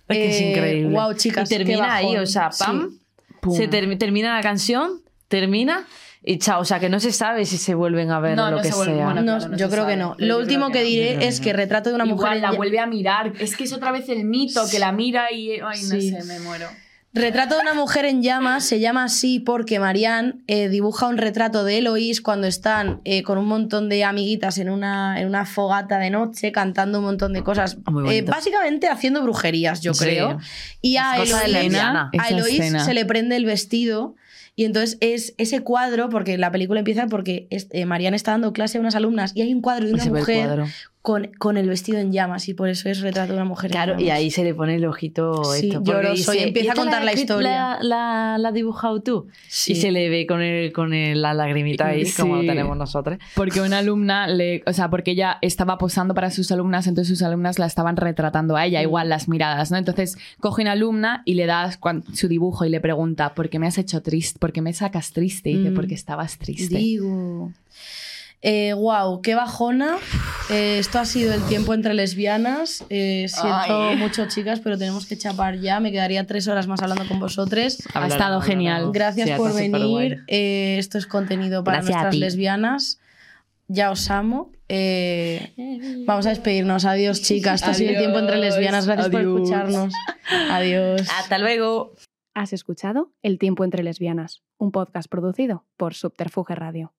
E: Es que es increíble.
C: Wow, chicas.
E: Y
C: qué
E: termina ahí,
C: bajón.
E: o sea, pam.
C: Sí.
D: Pum.
E: Se termi- termina la canción, termina y chao. O sea, que no se sabe si se vuelven a ver
D: No,
E: o lo
D: no
E: que
D: se vuelven-
E: sea.
D: bueno,
C: No,
D: claro, no
C: yo
D: se
C: creo que
D: sabe,
C: no.
D: pero
C: Lo
D: yo
C: último
D: creo que
C: que
D: no.
C: diré
E: creo que
C: es
E: no.
C: que retrato de una mujer.
D: Igual
C: en
D: la
C: lla-
D: vuelve a mirar. Es que es otra vez el mito que la mira y. Ay, no
C: Sí.
D: sé, me muero.
C: Retrato de una mujer en llamas se llama así porque Marianne eh, dibuja un retrato de Eloís cuando están eh, con un montón de amiguitas en una, en una fogata de noche cantando un montón de cosas.
E: Ah, Muy
C: Eh,
E: bonito.
C: básicamente haciendo brujerías, yo
E: Sí.
C: creo. Y a
E: cosa de
C: Eloís,
E: lesbiana,
C: a
D: esa
C: Eloís
D: escena.
C: se le prende el vestido. Y entonces es ese cuadro, porque la película empieza porque es- eh, Marianne está dando clase a unas alumnas y hay un cuadro de
E: Pues
C: una
E: Se ve el
C: mujer
E: cuadro.
C: con, con el vestido en llamas y por eso es retrato de una mujer. en
E: Claro, y
C: llamas.
E: ahí se le pone el ojito
C: Sí,
E: esto.
C: lloroso, y
E: dice,
C: empieza a
E: "¿Y esta
C: contar la
E: escri-
C: historia".
E: La, la- la has dibujado tú.
C: Sí.
E: Y se le ve con, el, con el- la lagrimita ahí,
D: Sí.
E: como tenemos nosotros.
D: Porque una alumna le, o sea, porque ella estaba posando para sus alumnas, entonces sus alumnas la estaban retratando a
C: Mm.
D: ella, igual las miradas, ¿no? Entonces coge una alumna y le da cuan- su dibujo y le pregunta, ¿por qué me has hecho triste? ¿Por qué me sacas triste? Y dice,
C: Mm.
D: porque estabas triste.
C: Digo. Eh, wow, qué bajona. Eh, esto ha sido el tiempo entre lesbianas. Eh, siento mucho, chicas, pero tenemos que chapar ya. Me quedaría tres horas más hablando con vosotros.
D: Ha estado genial.
C: Gracias
E: Sí, ha
C: por
E: estado superguay.
C: venir. Eh, esto es contenido para
D: Gracias a
C: nuestras
D: ti.
C: lesbianas. Ya os amo. Eh, vamos a despedirnos. Adiós, chicas. Esto ha sido el tiempo entre
D: Adiós.
C: lesbianas. Gracias por
D: Adiós.
C: escucharnos. Adiós.
E: Hasta luego.
F: Has escuchado El tiempo entre lesbianas, un podcast producido por Subterfuge Radio.